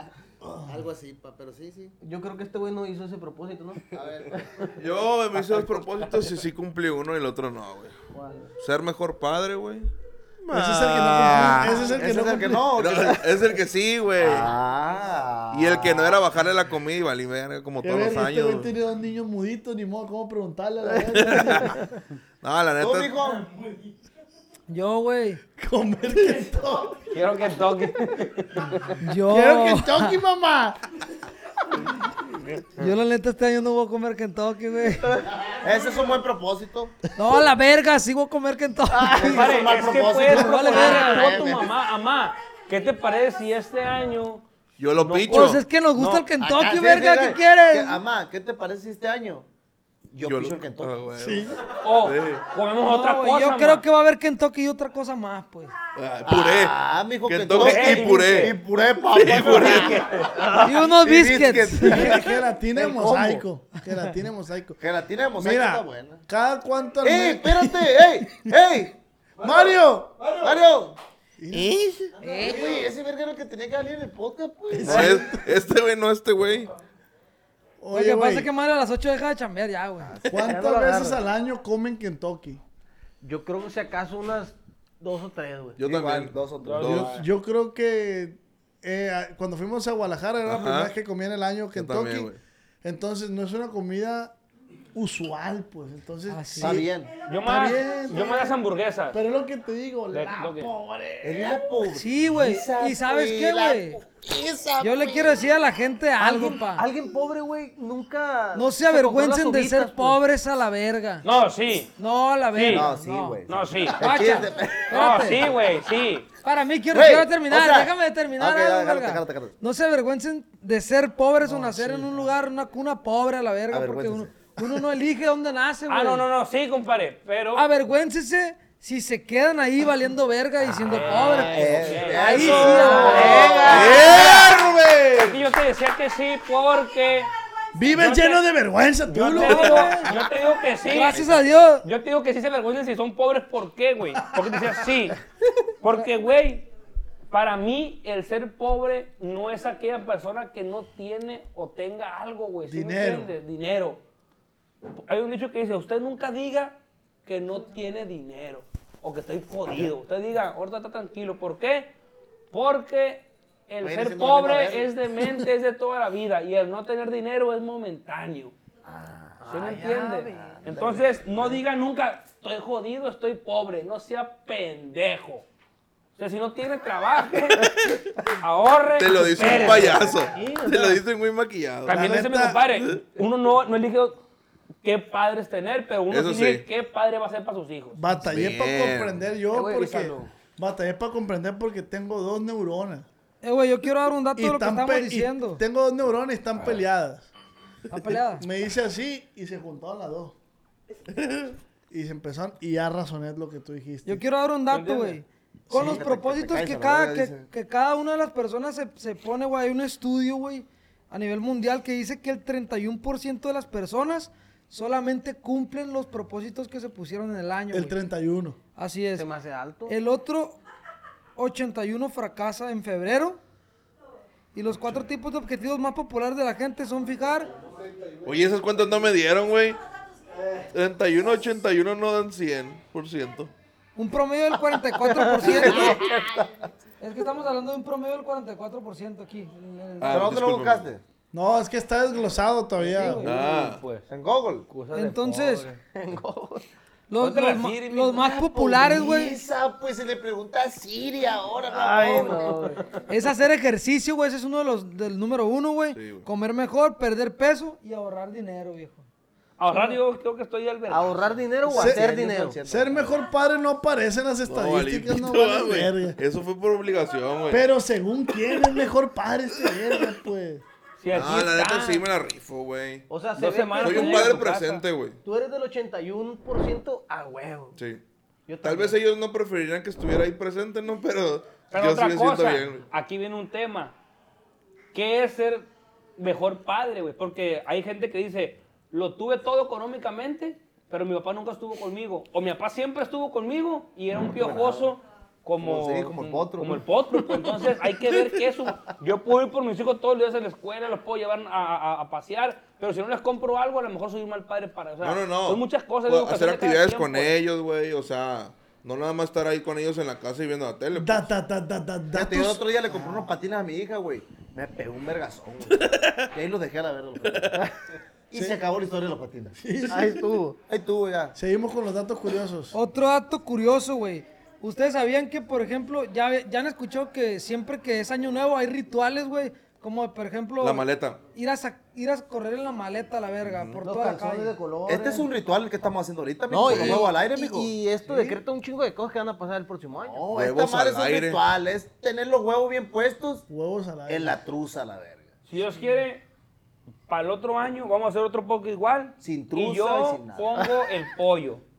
Speaker 9: Algo así, pa, pero sí, sí.
Speaker 8: Yo creo que este güey no hizo ese propósito, ¿no?
Speaker 9: A ver.
Speaker 3: Yo me hice dos propósitos y sí cumplí uno y el otro no, güey. Ser mejor padre, güey.
Speaker 2: Ese es el que no cumplí- ese es el que no
Speaker 3: No,
Speaker 2: cumplí.
Speaker 3: es el que sí, güey.
Speaker 6: Ah.
Speaker 3: Y el que no era bajarle la comida y valí verga como
Speaker 2: Que
Speaker 3: todos los
Speaker 2: ver, este
Speaker 3: años.
Speaker 2: güey tiene dos niños muditos, ni modo cómo preguntarle a la verga.
Speaker 3: No, la neta.
Speaker 4: Yo, güey.
Speaker 2: Comer Kentucky.
Speaker 7: Quiero que toque.
Speaker 4: Yo.
Speaker 2: Quiero Kentucky, mamá.
Speaker 4: Yo, la neta, este año no voy a comer Kentucky, güey.
Speaker 6: Ese es un buen propósito.
Speaker 4: No, a la verga, sí voy a comer Kentucky.
Speaker 7: Compadre,
Speaker 6: es un mal
Speaker 7: es que
Speaker 6: propósito.
Speaker 7: puedes
Speaker 4: Vale,
Speaker 7: proponerle
Speaker 4: verga.
Speaker 7: a tu mamá, mamá, ¿qué te parece si este año
Speaker 3: Yo lo picho.
Speaker 4: Pues es que nos gusta el Kentucky, verga, ¿qué
Speaker 6: Que,
Speaker 4: quieres?
Speaker 6: Amá, ¿qué te parece este año? Yo,
Speaker 3: Yo
Speaker 6: picho
Speaker 3: lo-
Speaker 6: el Kentucky.
Speaker 3: Ah, güey.
Speaker 7: o
Speaker 3: Sí.
Speaker 7: Oh, comemos
Speaker 4: No,
Speaker 7: otra
Speaker 4: güey,
Speaker 7: cosa?
Speaker 4: yo
Speaker 7: ma?
Speaker 4: creo que va a haber Kentucky y otra cosa más, pues.
Speaker 3: Ah, puré.
Speaker 6: Ah, mijo,
Speaker 3: Que
Speaker 6: Kentucky.
Speaker 3: toque y
Speaker 6: Y
Speaker 3: puré.
Speaker 6: puré, papá.
Speaker 4: Y unos
Speaker 3: Y
Speaker 4: biscuits.
Speaker 2: Gel- Gelatina de
Speaker 6: El
Speaker 2: mosaico. Gelatina de mosaico.
Speaker 6: Gelatina de mosaico está
Speaker 2: Mira,
Speaker 6: buena. Eh,
Speaker 2: cada cuánto al
Speaker 6: ¡Ey,
Speaker 2: mes-
Speaker 6: espérate! ¡Ey! ¡Ey!
Speaker 2: ¡Mario!
Speaker 6: ¡Mario! ¿Eh? Güey, ese verga era el que tenía que salir en el podcast, pues.
Speaker 3: No, es- este güey, no este güey.
Speaker 4: Lo
Speaker 2: Oye,
Speaker 4: que pasa
Speaker 2: güey,
Speaker 4: es que Mario a las 8 deja de chambear ya, güey.
Speaker 2: ¿cuántas veces al año comen Kentucky?
Speaker 8: Yo creo que si acaso unas dos o tres, güey.
Speaker 3: Yo también.
Speaker 6: Dos o tres.
Speaker 3: Dos.
Speaker 2: Yo, yo creo que eh, a- cuando fuimos a Guadalajara era la
Speaker 3: Ajá.
Speaker 2: primera vez que comía en el año Kentucky.
Speaker 3: también, güey.
Speaker 2: Entonces no es una comida usual, pues. Entonces,
Speaker 4: Ah,
Speaker 2: sí.
Speaker 6: Está bien.
Speaker 7: Yo más,
Speaker 2: bien, está
Speaker 7: yo
Speaker 2: bien.
Speaker 7: más las hamburguesas.
Speaker 2: Pero es lo que te digo,
Speaker 7: Le-
Speaker 2: la
Speaker 7: lo que-
Speaker 2: pobre.
Speaker 6: Es la pobreza.
Speaker 4: Sí, güey. ¿Y sabes qué, güey? Yo le quiero decir a la gente algo,
Speaker 8: Alguien,
Speaker 4: pa.
Speaker 8: alguien pobre, güey, nunca.
Speaker 4: No se
Speaker 8: compró
Speaker 4: avergüencen
Speaker 8: las
Speaker 4: de
Speaker 8: uvitas,
Speaker 4: ser
Speaker 8: pues.
Speaker 4: pobres a la verga.
Speaker 7: No, sí.
Speaker 4: No, a la verga.
Speaker 6: No, sí, güey.
Speaker 7: No, sí.
Speaker 4: Guacha,
Speaker 6: chiste.
Speaker 7: No,
Speaker 4: espérate.
Speaker 7: sí, güey, sí.
Speaker 4: Para mí, quiero,
Speaker 6: Güey,
Speaker 4: quiero terminar.
Speaker 6: o sea,
Speaker 4: Déjame terminar.
Speaker 6: ok,
Speaker 4: algo,
Speaker 6: agárrate,
Speaker 4: verga.
Speaker 6: agárrate, agárrate.
Speaker 4: No se avergüencen de ser pobres o nacer en un lugar, una cuna pobre a la verga, porque uno,
Speaker 6: Avergüéncense.
Speaker 4: uno no elige dónde nace, güey.
Speaker 7: Ah, no, no, no, sí, compadre. Pero.
Speaker 4: Avergüéncese si se quedan ahí valiendo verga y siendo pobres.
Speaker 6: Eh,
Speaker 4: Ahí sí,
Speaker 6: eso.
Speaker 4: a
Speaker 3: Eh,
Speaker 7: Es que yo te decía que sí porque.
Speaker 2: Vive
Speaker 7: Yo te-
Speaker 2: lleno de vergüenza, tú,
Speaker 7: Yo te,
Speaker 2: loco.
Speaker 7: digo, yo te digo que sí.
Speaker 4: Gracias a Dios.
Speaker 7: Yo te digo que sí se avergüencen si son pobres, ¿por qué, güey? Porque te decía sí. Porque, güey, para mí el ser pobre no es aquella persona que no tiene o tenga algo, güey. ¿sí me
Speaker 2: Dinero.
Speaker 7: entiendes? Dinero. Hay un dicho que dice, usted nunca diga que no tiene dinero o que estoy jodido. Usted diga, ahorita está tranquilo. ¿Por qué? Porque el
Speaker 6: Vayan
Speaker 7: ser
Speaker 6: haciendo la misma
Speaker 7: pobre
Speaker 6: verga.
Speaker 7: es de mente, es de toda la vida. Y el no tener dinero es momentáneo.
Speaker 3: Ah.
Speaker 7: ¿Sí me entiende? Entonces, no diga nunca, estoy jodido, estoy pobre, no sea pendejo. O sea, si no tiene trabajo, ahorre.
Speaker 3: Te lo dice un
Speaker 7: supérese.
Speaker 3: payaso.
Speaker 7: Sí, o
Speaker 3: Te lo
Speaker 7: sea,
Speaker 3: dice muy maquillado.
Speaker 7: También
Speaker 2: La
Speaker 7: dice mi
Speaker 2: neta-
Speaker 3: ¿eh?
Speaker 7: compadre, uno no, no elige qué padres tener, pero uno
Speaker 3: Eso
Speaker 7: sí elige
Speaker 3: sí.
Speaker 7: qué padre va a ser para sus hijos.
Speaker 2: Batallé para
Speaker 3: Bien.
Speaker 2: comprender yo
Speaker 7: Te voy a
Speaker 2: porque.
Speaker 7: avisarlo.
Speaker 2: Batallé para comprender porque tengo dos neuronas.
Speaker 4: Eh, güey, yo quiero dar un dato
Speaker 2: Y
Speaker 4: de lo que
Speaker 2: están
Speaker 4: estamos
Speaker 2: pe- y
Speaker 4: diciendo.
Speaker 2: tengo dos neuronas y
Speaker 3: Ah.
Speaker 2: están peleadas.
Speaker 4: ¿Están peleadas?
Speaker 2: Me hice así y se juntaron las dos. y se empezaron y ya razoné lo que tú dijiste.
Speaker 4: Yo quiero dar un dato, güey. Con los
Speaker 6: que te-
Speaker 4: propósitos
Speaker 6: que te
Speaker 4: que,
Speaker 6: caigas a la
Speaker 4: cada,
Speaker 6: verga,
Speaker 4: que,
Speaker 6: dice.
Speaker 4: que cada una de las personas se, se pone, güey. Hay un estudio, güey, a nivel mundial que dice que el 31% de las personas solamente cumplen los propósitos que se pusieron en el año.
Speaker 2: el
Speaker 4: güey.
Speaker 2: 31.
Speaker 4: Así es.
Speaker 8: Se me hace alto.
Speaker 4: El otro 81 fracasa en febrero. Y los cuatro tipos de objetivos más populares de la gente son fijar.
Speaker 3: Oye, esas cuentas no me dieron, güey. 31, 81 no dan 100%.
Speaker 4: Un promedio del 44%. es que estamos hablando de un promedio del 44% aquí. en el-
Speaker 3: Ah,
Speaker 6: ¿Pero dónde lo
Speaker 3: discúlpame.
Speaker 6: buscaste?
Speaker 2: No, es que está desglosado todavía.
Speaker 3: Ah,
Speaker 7: Pues,
Speaker 6: ¿En Google?
Speaker 7: cosas de
Speaker 4: Entonces, los,
Speaker 7: Ponte la
Speaker 4: los ma-
Speaker 7: firme,
Speaker 4: los más populares, güey,
Speaker 6: Esa, pues se le pregunta a Siri ahora. no,
Speaker 8: Ay,
Speaker 6: güey.
Speaker 8: no, güey.
Speaker 4: es hacer ejercicio, güey. Ese es uno de los del número uno, güey.
Speaker 3: Sí, güey.
Speaker 4: Comer mejor, perder peso y ahorrar dinero, viejo.
Speaker 7: ahorrar yo creo que estoy al verano.
Speaker 4: Ah,
Speaker 8: ¿Ahorrar dinero o
Speaker 2: Se-
Speaker 8: hacer dinero?
Speaker 2: Ser mejor padre no aparece en las
Speaker 3: no, valí
Speaker 2: estadísticas, no,
Speaker 3: pito,
Speaker 2: vale
Speaker 3: güey.
Speaker 2: verga.
Speaker 3: Eso fue por obligación, güey.
Speaker 2: Pero según quién es mejor padre este verga, pues.
Speaker 7: Sí, aquí
Speaker 3: no, la neta
Speaker 7: está.
Speaker 3: sí me la rifo, güey.
Speaker 7: O sea, se Dos ve que- semanas
Speaker 3: Soy un
Speaker 7: tienes
Speaker 3: padre
Speaker 7: en tu casa.
Speaker 3: presente, güey.
Speaker 8: Tú eres del 81% a huevo.
Speaker 3: Sí. Tal vez ellos no preferirían que estuviera ahí presente, ¿no? Pero,
Speaker 7: Pero
Speaker 3: yo sí
Speaker 7: otra
Speaker 3: me siento
Speaker 7: cosa,
Speaker 3: bien. güey.
Speaker 7: aquí viene un tema. ¿Qué es ser mejor padre, güey? Porque hay gente que dice, lo tuve todo económicamente, pero mi papá nunca estuvo conmigo. O mi papá siempre estuvo conmigo y era un piojoso como,
Speaker 6: Como- sí, como el potro,
Speaker 7: como
Speaker 6: ¿no?
Speaker 7: el potro, pues, entonces hay que ver que eso. Yo puedo ir por mis hijos todos los días a la escuela, los puedo llevar a, a- a pasear, pero si no les compro algo, a lo mejor soy un mal padre para... o sea,
Speaker 3: No, no, no.
Speaker 7: Son muchas cosas.
Speaker 3: Puedo
Speaker 7: educación
Speaker 3: hacer
Speaker 7: de cada pues.
Speaker 3: actividades
Speaker 7: tiempo.
Speaker 3: con ellos, güey. O sea, no nada más estar ahí con ellos en la casa y viendo la tele.
Speaker 2: Da, da, da, da, da, da.
Speaker 3: Fíjate,
Speaker 6: El
Speaker 3: yo-
Speaker 6: otro día le compré unos patines a mi hija, güey. Me pegó un vergazón, güey. Y ahí los dejé a la verga. los patines. Y se acabó la historia de los patines. Ahí estuvo. Ahí estuvo ya.
Speaker 2: Seguimos con los datos curiosos.
Speaker 4: Otro dato curioso, güey. Ustedes sabían que, por ejemplo, ya, ya han escuchado que siempre que es año nuevo hay rituales, güey. Como, por ejemplo...
Speaker 3: La maleta.
Speaker 4: Ir a, sac- ir a correr en la maleta, la verga, por
Speaker 8: Los
Speaker 4: toda la
Speaker 8: calzones
Speaker 4: calle.
Speaker 8: de colores.
Speaker 6: Este es un ritual que estamos haciendo ahorita, mijo.
Speaker 8: No,
Speaker 6: No,
Speaker 8: y-
Speaker 6: juego al aire,
Speaker 8: y-
Speaker 6: mijo.
Speaker 8: Y esto decreta un chingo de cosas que van a pasar el próximo año.
Speaker 6: No,
Speaker 3: Huevos
Speaker 6: esta madre
Speaker 3: al
Speaker 6: es un
Speaker 3: aire.
Speaker 6: ritual. Es tener los huevos bien puestos
Speaker 2: Huevos al aire.
Speaker 6: en la truza, la verga.
Speaker 7: Si Dios quiere, para el otro año vamos a hacer otro poco igual.
Speaker 6: Sin truza
Speaker 7: Y yo
Speaker 6: y sin nada.
Speaker 7: pongo el pollo.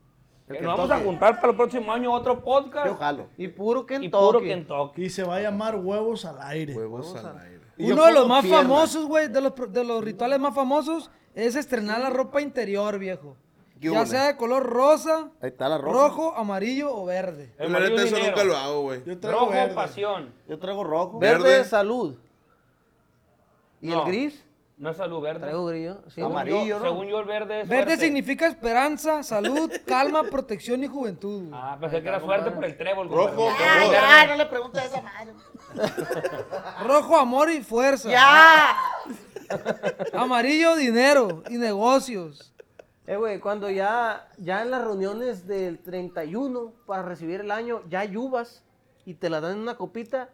Speaker 6: El
Speaker 7: Que
Speaker 6: que
Speaker 7: nos vamos a
Speaker 6: toque.
Speaker 7: juntar para el próximo año otro podcast.
Speaker 6: Yo jalo.
Speaker 8: Y puro Kentucky.
Speaker 7: y puro Kentucky.
Speaker 2: Y se va a llamar huevos al aire.
Speaker 3: Huevos al aire.
Speaker 6: Y yo
Speaker 4: Uno de los
Speaker 6: pongo
Speaker 4: más
Speaker 6: piernas.
Speaker 4: famosos, güey, de los, pro- de los rituales más famosos es estrenar la ropa interior, viejo.
Speaker 6: ¿Qué
Speaker 4: Ya
Speaker 6: hubo,
Speaker 4: sea de color rosa,
Speaker 6: Ahí está la ropa.
Speaker 4: rojo, amarillo o verde.
Speaker 3: La
Speaker 7: amarillo
Speaker 3: neta, eso
Speaker 7: dinero.
Speaker 3: nunca lo hago, güey.
Speaker 2: Yo traigo
Speaker 7: Rojo,
Speaker 2: verde.
Speaker 7: pasión.
Speaker 6: Yo traigo rojo.
Speaker 8: Verde,
Speaker 3: Verde.
Speaker 8: salud. ¿Y
Speaker 7: No.
Speaker 8: el gris?
Speaker 7: No es salud verde.
Speaker 8: Traigo grillo. Sí.
Speaker 7: Según
Speaker 6: Amarillo,
Speaker 7: yo-
Speaker 6: ¿no?
Speaker 7: Según yo, el verde es
Speaker 4: Verde
Speaker 7: suerte.
Speaker 4: significa esperanza, salud, calma, protección y juventud. güey.
Speaker 7: Ah, pensé que era suerte por el trébol.
Speaker 3: Rojo,
Speaker 7: compadre.
Speaker 3: favor.
Speaker 6: no le preguntes esa madre.
Speaker 4: Rojo, amor y fuerza.
Speaker 6: ¡Ya!
Speaker 4: Amarillo, dinero y negocios.
Speaker 8: Eh, güey, cuando ya, ya en las reuniones del 31 para recibir el año, ya hay uvas y te las dan en una copita,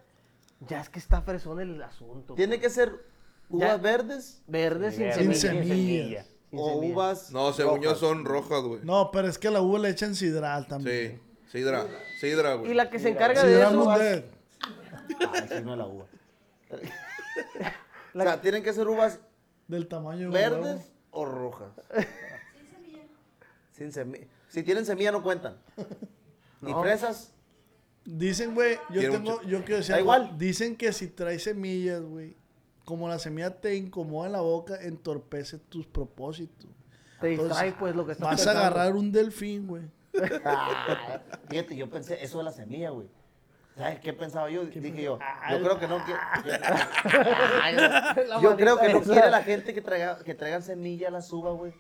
Speaker 8: ya es que está fresón el asunto.
Speaker 6: Tiene que ser uvas
Speaker 8: Ya.
Speaker 6: verdes
Speaker 8: Verdes sin
Speaker 7: Verde,
Speaker 2: Sin
Speaker 8: semillas.
Speaker 2: semillas.
Speaker 8: Sin
Speaker 6: o
Speaker 8: semillas.
Speaker 6: uvas.
Speaker 3: No, según yo
Speaker 6: rojas.
Speaker 3: son rojas, güey.
Speaker 2: No, pero es que a la uva le echan sidral también.
Speaker 3: Sí. Sidra. Sidra, güey.
Speaker 8: Y la que se encarga de
Speaker 2: Sidral
Speaker 8: eso,
Speaker 2: Mundet.
Speaker 6: Ah, sí, no es la uva. O sea, tienen que ser uvas
Speaker 2: Del tamaño de un huevo.
Speaker 6: verdes o rojas. Sin semilla. Si tienen semilla no cuentan. Ni fresas.
Speaker 2: Dicen, güey, yo
Speaker 3: Tiene
Speaker 2: tengo,
Speaker 3: mucho-
Speaker 2: yo quiero decir,
Speaker 6: Da
Speaker 2: algo.
Speaker 6: igual.
Speaker 2: dicen que si traes semillas, güey, como la semilla te incomoda en la boca, entorpece tus propósitos.
Speaker 8: te distrae
Speaker 2: Entonces,
Speaker 8: pues lo que estás
Speaker 2: Vas a
Speaker 8: pensando.
Speaker 2: agarrar un delfín, güey.
Speaker 6: Ah, fíjate, yo pensé eso de la semilla, güey. ¿Sabes qué pensaba yo? Dije yo, yo creo que no quiere.
Speaker 8: La
Speaker 6: Yo creo que no
Speaker 8: manita
Speaker 6: quiere
Speaker 8: esa.
Speaker 6: la gente que traiga, que traigan semilla a la suba, güey.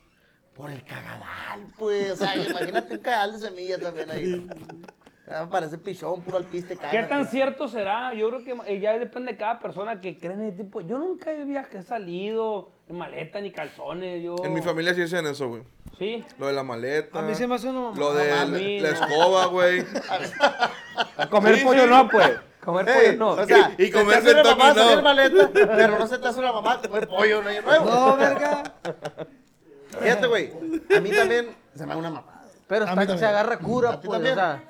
Speaker 6: Por el cagadal, pues. O sea, imagínate un cagadal de semilla también ahí. Ah, Parece pichón, puro alpiste,
Speaker 7: ¿Qué
Speaker 6: caga.
Speaker 7: tan cierto será? Yo creo que eh, ya depende de cada persona que cree en ese tipo. Yo nunca he viajado, he salido en maleta ni calzones. Yo...
Speaker 3: En mi familia sí hacen eso, güey.
Speaker 7: Sí.
Speaker 3: Lo de la maleta.
Speaker 4: A mí se me hace una mamá.
Speaker 3: Lo de
Speaker 7: No
Speaker 3: la,
Speaker 7: mames.
Speaker 3: la escoba, güey.
Speaker 7: A comer pollo no, pues. Comer
Speaker 6: Ey,
Speaker 7: pollo no.
Speaker 6: O sea,
Speaker 3: Y- y
Speaker 6: se
Speaker 3: comer
Speaker 6: te hace una
Speaker 3: Kentucky,
Speaker 6: mamá,
Speaker 3: no.
Speaker 6: salir maleta, pero no se te hace una mamá comer pollo, no hay nuevo.
Speaker 4: No, verga.
Speaker 6: Fíjate, güey. A mí también se me hace una mamá.
Speaker 8: Pero
Speaker 2: A mí
Speaker 8: hasta que se
Speaker 2: también.
Speaker 8: agarra cura,
Speaker 6: ti
Speaker 8: pues,
Speaker 6: también.
Speaker 8: o sea,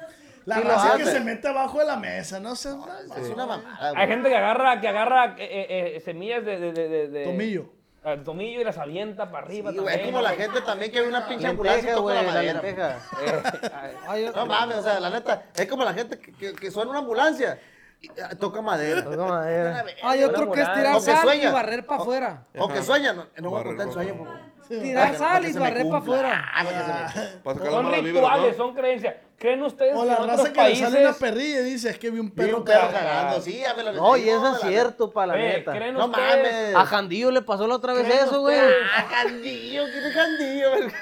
Speaker 2: La
Speaker 8: Sí, lo
Speaker 2: raza que
Speaker 8: hace.
Speaker 2: se mete abajo de la mesa, no sé.
Speaker 6: Es una mamada,
Speaker 7: Hay
Speaker 6: güey.
Speaker 7: gente que agarra, que agarra eh, eh, eh, semillas de, de, de, de- de-
Speaker 2: Tomillo.
Speaker 7: Ah, tomillo y las avienta para
Speaker 6: Sí,
Speaker 7: arriba.
Speaker 6: güey, es
Speaker 7: también,
Speaker 6: como la
Speaker 7: ¿no?
Speaker 6: gente también que ve una pinche ambulancia y
Speaker 8: lenteja,
Speaker 6: toca la
Speaker 8: güey, la
Speaker 6: madera. güey.
Speaker 8: lenteja.
Speaker 4: Ay, yo-
Speaker 6: No mames, o sea, la neta, es como la gente que, que, que suena una ambulancia y ah, toca madera.
Speaker 8: Toca Pues, madera.
Speaker 4: Hay otro que es tirar
Speaker 6: Lo que
Speaker 4: sal y
Speaker 6: sueña.
Speaker 4: barrer para afuera.
Speaker 6: O que sueña, no, no voy a
Speaker 3: Barre,
Speaker 6: contar
Speaker 3: barre.
Speaker 6: el sueño. por favor.
Speaker 4: Tirar
Speaker 6: Para
Speaker 4: sal
Speaker 6: que
Speaker 4: y
Speaker 6: se me
Speaker 4: barrer para
Speaker 6: cumpla.
Speaker 4: afuera.
Speaker 6: Ah, para que se me-
Speaker 3: Para sacar la
Speaker 7: Son
Speaker 3: mala vibra,
Speaker 7: rituales,
Speaker 3: ¿no?
Speaker 7: son creencias. ¿Creen ustedes
Speaker 2: O
Speaker 7: que
Speaker 2: la
Speaker 7: en otros
Speaker 2: raza que le sale una
Speaker 7: países...
Speaker 2: perrilla y dice, es que vi un
Speaker 6: Vi
Speaker 2: perro.
Speaker 6: un perro
Speaker 2: cagar".
Speaker 6: cagando, sí, ya me la
Speaker 8: No, y
Speaker 6: metí,
Speaker 8: eso
Speaker 6: me
Speaker 8: es
Speaker 6: la-
Speaker 8: cierto, para la
Speaker 7: Eh,
Speaker 8: neta.
Speaker 7: ¿creen
Speaker 6: No
Speaker 7: ustedes?
Speaker 6: mames.
Speaker 8: A Jandillo le pasó la otra vez eso, güey.
Speaker 6: Ah, Jandillo, ¿quién es Jandillo?
Speaker 7: ¿Creen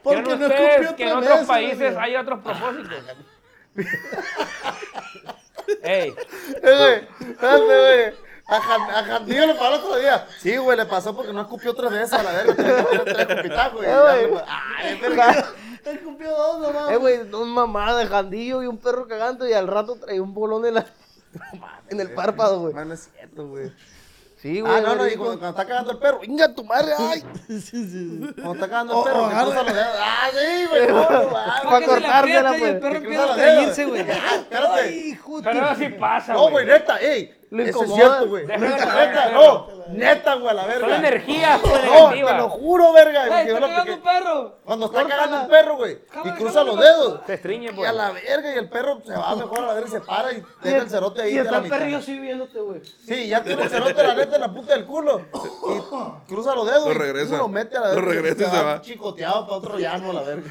Speaker 2: Porque no
Speaker 7: ustedes
Speaker 2: escupió
Speaker 7: que en
Speaker 2: otra
Speaker 7: otros
Speaker 2: vez,
Speaker 7: países
Speaker 2: güey.
Speaker 7: hay otros propósitos? Ey,
Speaker 6: Eh, güey, espérate, güey. A, Jan- a Jandillo le pasó el otro día. Sí, güey, le pasó porque no escupió tres veces a la verga. tenía Tres cupitajos, güey. ah,
Speaker 8: Eh, güey.
Speaker 6: Ay, verga.
Speaker 8: Él cumplió dos nomás. Eh, güey, dos mamadas de jandillo y un perro cagando y al rato traía un bolón en, la- en
Speaker 4: Eh,
Speaker 8: el párpado, güey.
Speaker 6: No, no es cierto, güey.
Speaker 8: Sí, güey.
Speaker 6: Ah, no, no, y
Speaker 8: dijo,
Speaker 6: cuando, cuando está cagando el perro, ¡inga tu madre! ¡Ay!
Speaker 2: Sí, sí, sí.
Speaker 6: Cuando está cagando
Speaker 2: O-
Speaker 6: el perro,
Speaker 2: o
Speaker 6: que
Speaker 2: agarra-
Speaker 6: cruza los dedos. ¡Ah, sí, güey! ¡No, no, mames.
Speaker 8: Pa'
Speaker 4: Para ah, que se la
Speaker 8: cortársela,
Speaker 4: aprieta y el
Speaker 8: pues.
Speaker 4: perro
Speaker 6: Que
Speaker 4: empieza a
Speaker 6: cruza los dedos.
Speaker 4: reírse, güey.
Speaker 6: Ah, Espérate.
Speaker 4: Hijo de-
Speaker 7: pero así pasa,
Speaker 6: No, güey,
Speaker 7: güey.
Speaker 6: neta, ey.
Speaker 9: Eso
Speaker 6: Lo
Speaker 9: es
Speaker 6: incomoda.
Speaker 9: cierto, güey.
Speaker 6: Neta,
Speaker 9: Déjalo,
Speaker 6: neta,
Speaker 9: déjalo.
Speaker 6: no. Neta, güey, a la verga.
Speaker 9: Son energías,
Speaker 7: pues,
Speaker 9: güey,
Speaker 6: No, te
Speaker 9: negativas.
Speaker 6: lo juro, verga.
Speaker 9: Ey,
Speaker 6: porque
Speaker 9: está
Speaker 6: yo lo
Speaker 9: cagando
Speaker 6: piqué.
Speaker 9: un perro.
Speaker 6: Cuando está
Speaker 9: Córtala.
Speaker 6: cagando un perro, güey. Y
Speaker 9: Cámara,
Speaker 6: cruza los
Speaker 9: cámara.
Speaker 6: dedos.
Speaker 7: Se estriñe,
Speaker 6: Y
Speaker 7: pues.
Speaker 6: a la verga, y el perro se va mejor a la verga y se para y deja el cerote ahí.
Speaker 8: Y
Speaker 6: de
Speaker 8: está
Speaker 6: la
Speaker 8: el
Speaker 6: mitad.
Speaker 8: perro y yo sí viéndote, güey.
Speaker 6: Sí, ya tiene el cerote la neta en la punta del culo. Y cruza los dedos.
Speaker 3: Lo
Speaker 6: y
Speaker 3: regresa.
Speaker 6: Lo mete a la
Speaker 3: Lo
Speaker 6: verga.
Speaker 3: regresa y se va.
Speaker 6: Chicoteado para otro llano, a la verga.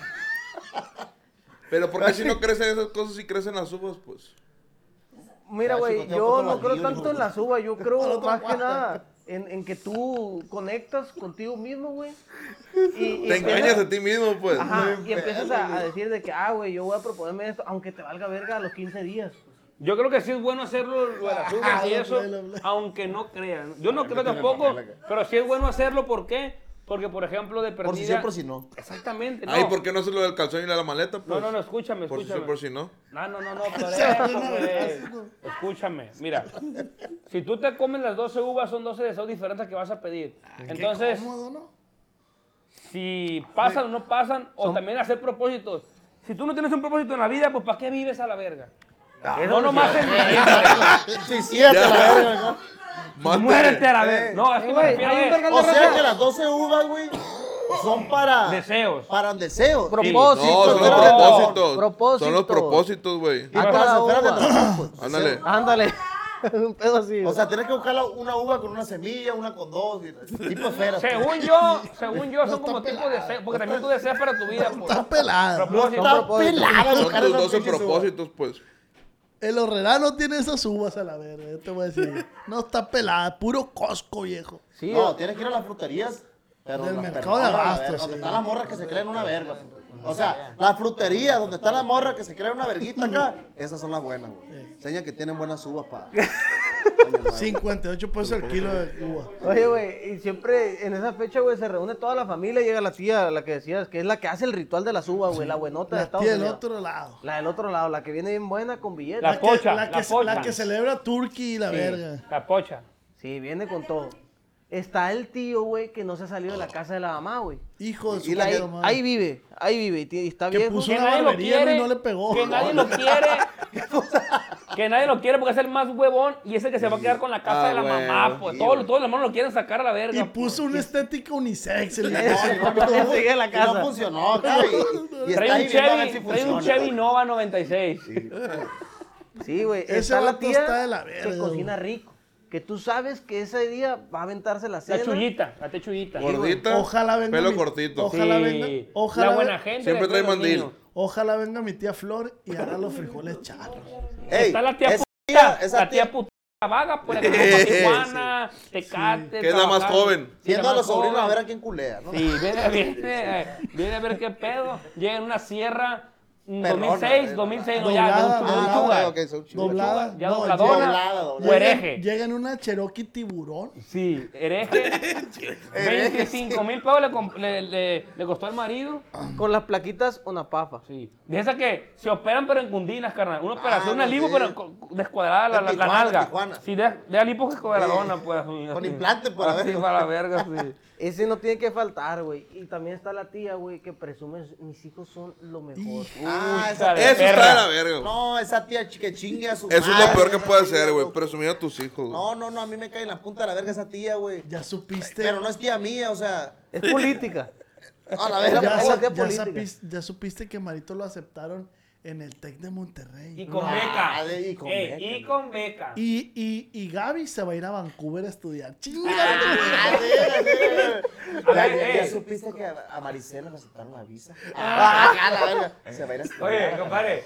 Speaker 3: Pero ¿por qué si no crecen esas cosas y crecen las uvas, pues?
Speaker 8: Mira,
Speaker 6: Ya,
Speaker 8: güey,
Speaker 6: chico, te
Speaker 8: yo
Speaker 6: apuesto
Speaker 8: no
Speaker 6: al
Speaker 8: creo
Speaker 6: millón,
Speaker 8: tanto
Speaker 6: hijo.
Speaker 8: en la suba, yo creo
Speaker 6: otro
Speaker 8: más que
Speaker 6: cuarto.
Speaker 8: nada en, en que tú conectas contigo mismo, güey. y
Speaker 3: Te engañas
Speaker 8: empiezas-
Speaker 3: a ti mismo, pues.
Speaker 8: Ajá, y empiezas a, a decir de que, ah, güey, yo voy a proponerme esto, aunque te valga verga a los 15 días.
Speaker 7: Yo creo que sí es bueno hacerlo lo de las uvas y
Speaker 8: lo
Speaker 7: eso,
Speaker 8: hablé, lo
Speaker 7: aunque no crean. Yo no creo
Speaker 6: tiene
Speaker 7: tampoco,
Speaker 6: papel acá.
Speaker 7: pero sí es bueno hacerlo, ¿por qué? Porque, por ejemplo, de perdida...
Speaker 6: Por si sí, por si no.
Speaker 7: Exactamente, no.
Speaker 3: Ay, ¿por qué no se lo del calzón y la la maleta, pues?
Speaker 7: No, no, no, escúchame,
Speaker 3: Por si sí,
Speaker 7: escúchame.
Speaker 3: por si no.
Speaker 7: No, no, no, no, por eso, güey. Escúchame, mira. Si tú te comes las 12 uvas, son 12 deseos diferentes que vas a pedir.
Speaker 6: Ah,
Speaker 7: Entonces, si pasan o no pasan, o también hacer propósitos. Si tú no tienes un propósito en la vida, pues ¿para qué vives a la verga?
Speaker 6: Ah,
Speaker 7: no nomás en
Speaker 6: Sí, sí, a la verga, ¿no?
Speaker 3: Mátate.
Speaker 7: Muérete a la verga. No, es que me
Speaker 6: güey,
Speaker 7: refiero
Speaker 6: hay un
Speaker 7: es-
Speaker 6: vergal de O sea raza. que las 12 uvas, güey, son para...
Speaker 7: Deseos.
Speaker 6: Para deseos.
Speaker 3: No, son los
Speaker 6: espérate,
Speaker 3: propósitos.
Speaker 6: propósitos.
Speaker 3: Son los propósitos, güey.
Speaker 6: Y para espérate, no,
Speaker 3: Ándale.
Speaker 6: pues. un pedo así. O sea, tienes que buscar la- una uva con una semilla, una con dos. y- Tipo esfera.
Speaker 7: Según yo, según yo, son como tipo de deseos, porque también tú deseas para tu vida. pues.
Speaker 2: Está pelada.
Speaker 7: No está Propósito. pelada
Speaker 3: Son
Speaker 2: buscar
Speaker 3: tus
Speaker 2: esas
Speaker 3: 12
Speaker 2: pinches uvas.
Speaker 3: propósitos, pues.
Speaker 2: El horrera no tiene esas uvas a la verga, yo te voy a decir. No está pelada, puro cosco, viejo.
Speaker 6: Sí, no, tienes que ir a las fruterías. Pero
Speaker 2: Del
Speaker 6: las
Speaker 2: mercado de
Speaker 6: personas,
Speaker 2: abasto,
Speaker 6: la verga, Donde
Speaker 2: sí.
Speaker 6: están las morras que se creen una verga. O sea, las fruterías donde están las morras que se creen una verguita acá.
Speaker 9: Esas son las buenas, güey. Seña que tienen buenas uvas para.
Speaker 2: 58 pesos el kilo de uva.
Speaker 8: Oye, güey, y siempre en esa fecha, güey, se reúne toda la familia, llega la tía, la que decías, que es la que hace el ritual de la suba, güey, la buenota de
Speaker 2: La
Speaker 8: Estados
Speaker 2: tía del
Speaker 8: Unidos.
Speaker 2: otro lado.
Speaker 8: La del otro lado, la que viene bien buena con billetes.
Speaker 2: La que- la que, la que celebra Turkey y la
Speaker 8: Sí.
Speaker 2: verga.
Speaker 7: La pocha.
Speaker 8: Sí, viene con todo. Está el tío, güey, que no se ha salido de la casa de la mamá, güey.
Speaker 2: Hijo de
Speaker 8: y
Speaker 2: su
Speaker 8: ahí,
Speaker 2: puta madre.
Speaker 8: ahí vive, ahí vive, y t- y está
Speaker 2: Que
Speaker 8: bien.
Speaker 2: puso una barbería y no le pegó.
Speaker 7: Que nadie lo quiere. que nadie lo quiere porque es el más huevón y es el que se va a quedar con la casa
Speaker 2: Ah,
Speaker 7: de la
Speaker 2: huevo,
Speaker 7: mamá. Pues.
Speaker 2: sí,
Speaker 7: Todos,
Speaker 2: güey.
Speaker 7: todos los hermanos lo quieren sacar a la verga.
Speaker 2: Y puso un estético unisex. El
Speaker 7: Sigue en la casa.
Speaker 6: Y no funcionó, acá, y- y está
Speaker 7: trae
Speaker 6: ahí
Speaker 7: un
Speaker 6: viendo a ver
Speaker 7: Chevy,
Speaker 6: si
Speaker 7: trae un
Speaker 6: funciona.
Speaker 7: Chevy Nova 96.
Speaker 8: Sí, güey.
Speaker 7: Ese
Speaker 8: está la
Speaker 7: vato
Speaker 8: tía
Speaker 7: está de la
Speaker 8: que
Speaker 7: verga,
Speaker 8: cocina rico. Que tú sabes que ese día va a aventarse la cena.
Speaker 7: chullita, la techullita.
Speaker 3: Gordita,
Speaker 2: Ojalá venga
Speaker 3: pelo
Speaker 2: mi-
Speaker 3: cortito.
Speaker 2: Ojalá
Speaker 3: Sí.
Speaker 2: venga.
Speaker 3: La
Speaker 2: Ojalá
Speaker 3: buena
Speaker 2: venga-
Speaker 3: gente Siempre trae después de los mandil. niños.
Speaker 2: Ojalá venga mi tía Flor y haga los frijoles charros.
Speaker 7: está la tía puta, la tía puta vaga, pues, la Tijuana, Tecate.
Speaker 3: Que es la más
Speaker 7: Tabasco.
Speaker 3: joven.
Speaker 7: Sí, la
Speaker 6: Viendo a
Speaker 7: más
Speaker 6: los sobrinos a
Speaker 7: joven.
Speaker 6: ver a quién culea, ¿no?
Speaker 7: Sí, viene, viene, eh, viene a ver qué pedo. Llega en una sierra mm,
Speaker 6: Perrona,
Speaker 7: 2006,
Speaker 6: eh,
Speaker 7: 2006, no, ya,
Speaker 2: Doblada,
Speaker 7: Ah, son
Speaker 2: doblada,
Speaker 7: chugas.
Speaker 2: ok,
Speaker 6: Ah, son
Speaker 2: chugas. doblada,
Speaker 7: Ya
Speaker 2: no,
Speaker 7: dobladona,
Speaker 2: doblada,
Speaker 7: o
Speaker 2: doblada.
Speaker 7: hereje.
Speaker 2: Llega en una Cherokee tiburón.
Speaker 7: Sí, hereje. 25 mil pesos le, comp- le, le- le costó al marido.
Speaker 8: Con las plaquitas una pafa.
Speaker 7: Sí. De esas que se operan pero en cundinas, carnal. Una operación, una lipo, pero co- descuadrada la,
Speaker 6: Ah,
Speaker 7: la-
Speaker 6: En
Speaker 7: la
Speaker 6: Tijuana, en
Speaker 7: nalga.
Speaker 6: Tijuana.
Speaker 7: Sí, de, de la lipo que cuadradona,
Speaker 6: Sí.
Speaker 7: pues.
Speaker 6: Con implante, para
Speaker 7: así,
Speaker 6: ver.
Speaker 7: para la verga, sí.
Speaker 8: Ese no tiene que faltar, güey. Y también está la tía, güey, que presume mis hijos son lo mejor.
Speaker 6: Ah,
Speaker 7: esa de Eso perra.
Speaker 3: está de la verga, güey.
Speaker 6: No, esa tía ch- que chingue a su
Speaker 3: Eso es
Speaker 6: madre,
Speaker 3: lo peor que
Speaker 6: esa
Speaker 3: puede
Speaker 6: tía,
Speaker 3: hacer, güey.
Speaker 6: no.
Speaker 3: Presumir a tus hijos, güey.
Speaker 6: No, no, no, a mí me cae en la punta de la verga esa tía, güey.
Speaker 2: Ya supiste.
Speaker 6: Pero no es tía mía, o sea.
Speaker 8: Es política.
Speaker 6: A la verga,
Speaker 2: ya,
Speaker 6: es la
Speaker 2: sa-
Speaker 6: tía
Speaker 2: ya
Speaker 6: política.
Speaker 2: sapis- ya supiste que Marito lo aceptaron en el Tec de Monterrey.
Speaker 7: Y con
Speaker 2: No.
Speaker 7: beca.
Speaker 6: de- y con
Speaker 7: Ey,
Speaker 6: beca,
Speaker 7: y con beca.
Speaker 2: Y, y, y Gaby se va a ir a Vancouver a estudiar. Chinga. Ah,
Speaker 6: Ya,
Speaker 7: A ver,
Speaker 6: ya-
Speaker 7: eh.
Speaker 6: ya supiste que a, a Maricela le aceptaron la visa. Ah, a la verga. Se va a ir a
Speaker 7: Oye,
Speaker 6: estudiar.
Speaker 7: compadre.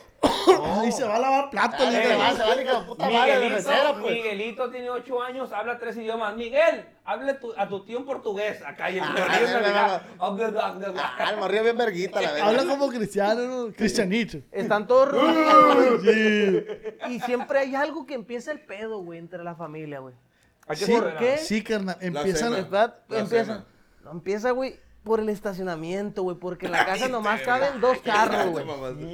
Speaker 2: Y se va a lavar platos.
Speaker 6: Ah,
Speaker 2: ni
Speaker 6: eh,
Speaker 2: te vas.
Speaker 6: se va a ir con la puta madre de
Speaker 7: Miguelito,
Speaker 6: mesera, pues.
Speaker 7: Miguelito tiene 8 años, habla tres idiomas. Miguel, hable tu- a tu tío en portugués. Acá y el
Speaker 6: Ah,
Speaker 7: río
Speaker 6: no, no,
Speaker 7: Navidad.
Speaker 6: Ah, el morrillo bien verguita, la verga.
Speaker 2: Eh, Habla como cristiano, ¿no? Cristianito.
Speaker 8: Están todos
Speaker 2: reunidos.
Speaker 8: Y siempre hay algo que empieza el pedo, güey, entre la familia, güey.
Speaker 2: Sí, sí, carnal. Empiezan.
Speaker 8: En verdad,
Speaker 2: La
Speaker 8: empieza,
Speaker 2: cena.
Speaker 8: no, empieza, güey, por el estacionamiento, güey, porque en la casa nomás caben dos carros,
Speaker 3: Este
Speaker 8: güey.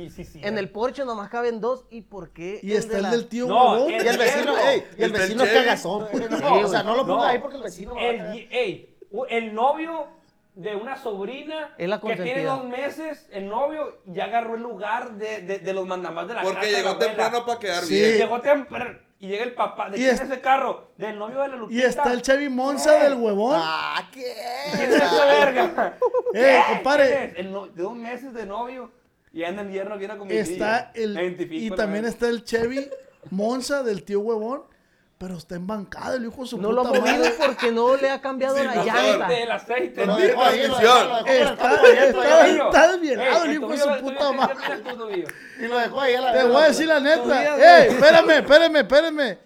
Speaker 8: En el Porsche nomás caben dos, ¿y por qué?
Speaker 2: Y está
Speaker 8: de
Speaker 2: el
Speaker 8: la-
Speaker 2: del tío
Speaker 7: No,
Speaker 2: huevón.
Speaker 7: el
Speaker 6: Y el vecino,
Speaker 7: Guillermo.
Speaker 6: ey, y el
Speaker 7: Está el
Speaker 6: vecino es
Speaker 7: Chevy.
Speaker 6: cagazón. pues.
Speaker 7: No,
Speaker 6: o sea, no lo
Speaker 7: no.
Speaker 6: pongas ahí porque el vecino. va a
Speaker 7: El,
Speaker 6: cagar.
Speaker 7: gui- ey, u- el novio de una sobrina
Speaker 8: Es la
Speaker 7: que tiene
Speaker 8: consentida.
Speaker 7: dos meses, el novio ya agarró el lugar de, de- de los mandamás de la
Speaker 3: Porque
Speaker 7: casa. de la
Speaker 3: llegó
Speaker 7: abuela.
Speaker 3: temprano para quedar
Speaker 7: Sí.
Speaker 3: bien.
Speaker 7: Llegó temprano. Y llega el papá. ¿De
Speaker 2: Y
Speaker 7: quién es
Speaker 2: es-
Speaker 7: ese carro? Del novio de la Lupita.
Speaker 2: Y está el Chevy Monza del huevón.
Speaker 9: Ah, ¿qué?
Speaker 7: ¿Quién es esa verga?
Speaker 2: Eh,
Speaker 7: ¿Qué?
Speaker 2: compadre.
Speaker 7: ¿Quién es? El no- de dos meses de novio. Y anda en hierro, viene con mi
Speaker 2: Está
Speaker 7: tía.
Speaker 2: el.
Speaker 7: La identifico
Speaker 2: Y
Speaker 7: la
Speaker 2: también
Speaker 7: verga.
Speaker 2: está el Chevy Monza del tío huevón. Pero está embancado el hijo de su
Speaker 8: No lo ha
Speaker 2: puta madre.
Speaker 8: movido porque no le ha cambiado
Speaker 2: Sin
Speaker 8: la
Speaker 2: motor.
Speaker 8: llanta.
Speaker 7: El aceite.
Speaker 2: Lo
Speaker 7: el
Speaker 2: dejó ahí, lo
Speaker 7: transmisión.
Speaker 9: dejó, lo dejó.
Speaker 2: Está, está,
Speaker 7: tobillo.
Speaker 2: está desvielado
Speaker 7: Ey,
Speaker 2: el
Speaker 7: el
Speaker 2: hijo de
Speaker 7: tobillo,
Speaker 2: su
Speaker 7: el
Speaker 2: puta
Speaker 7: tobillo,
Speaker 2: madre.
Speaker 7: mira tú, tobillo.
Speaker 9: Y lo dejó ahí a la
Speaker 2: Te voy a decir la
Speaker 4: Todavía,
Speaker 2: neta.
Speaker 4: güey.
Speaker 2: Ey, espérame, espérame, espérame.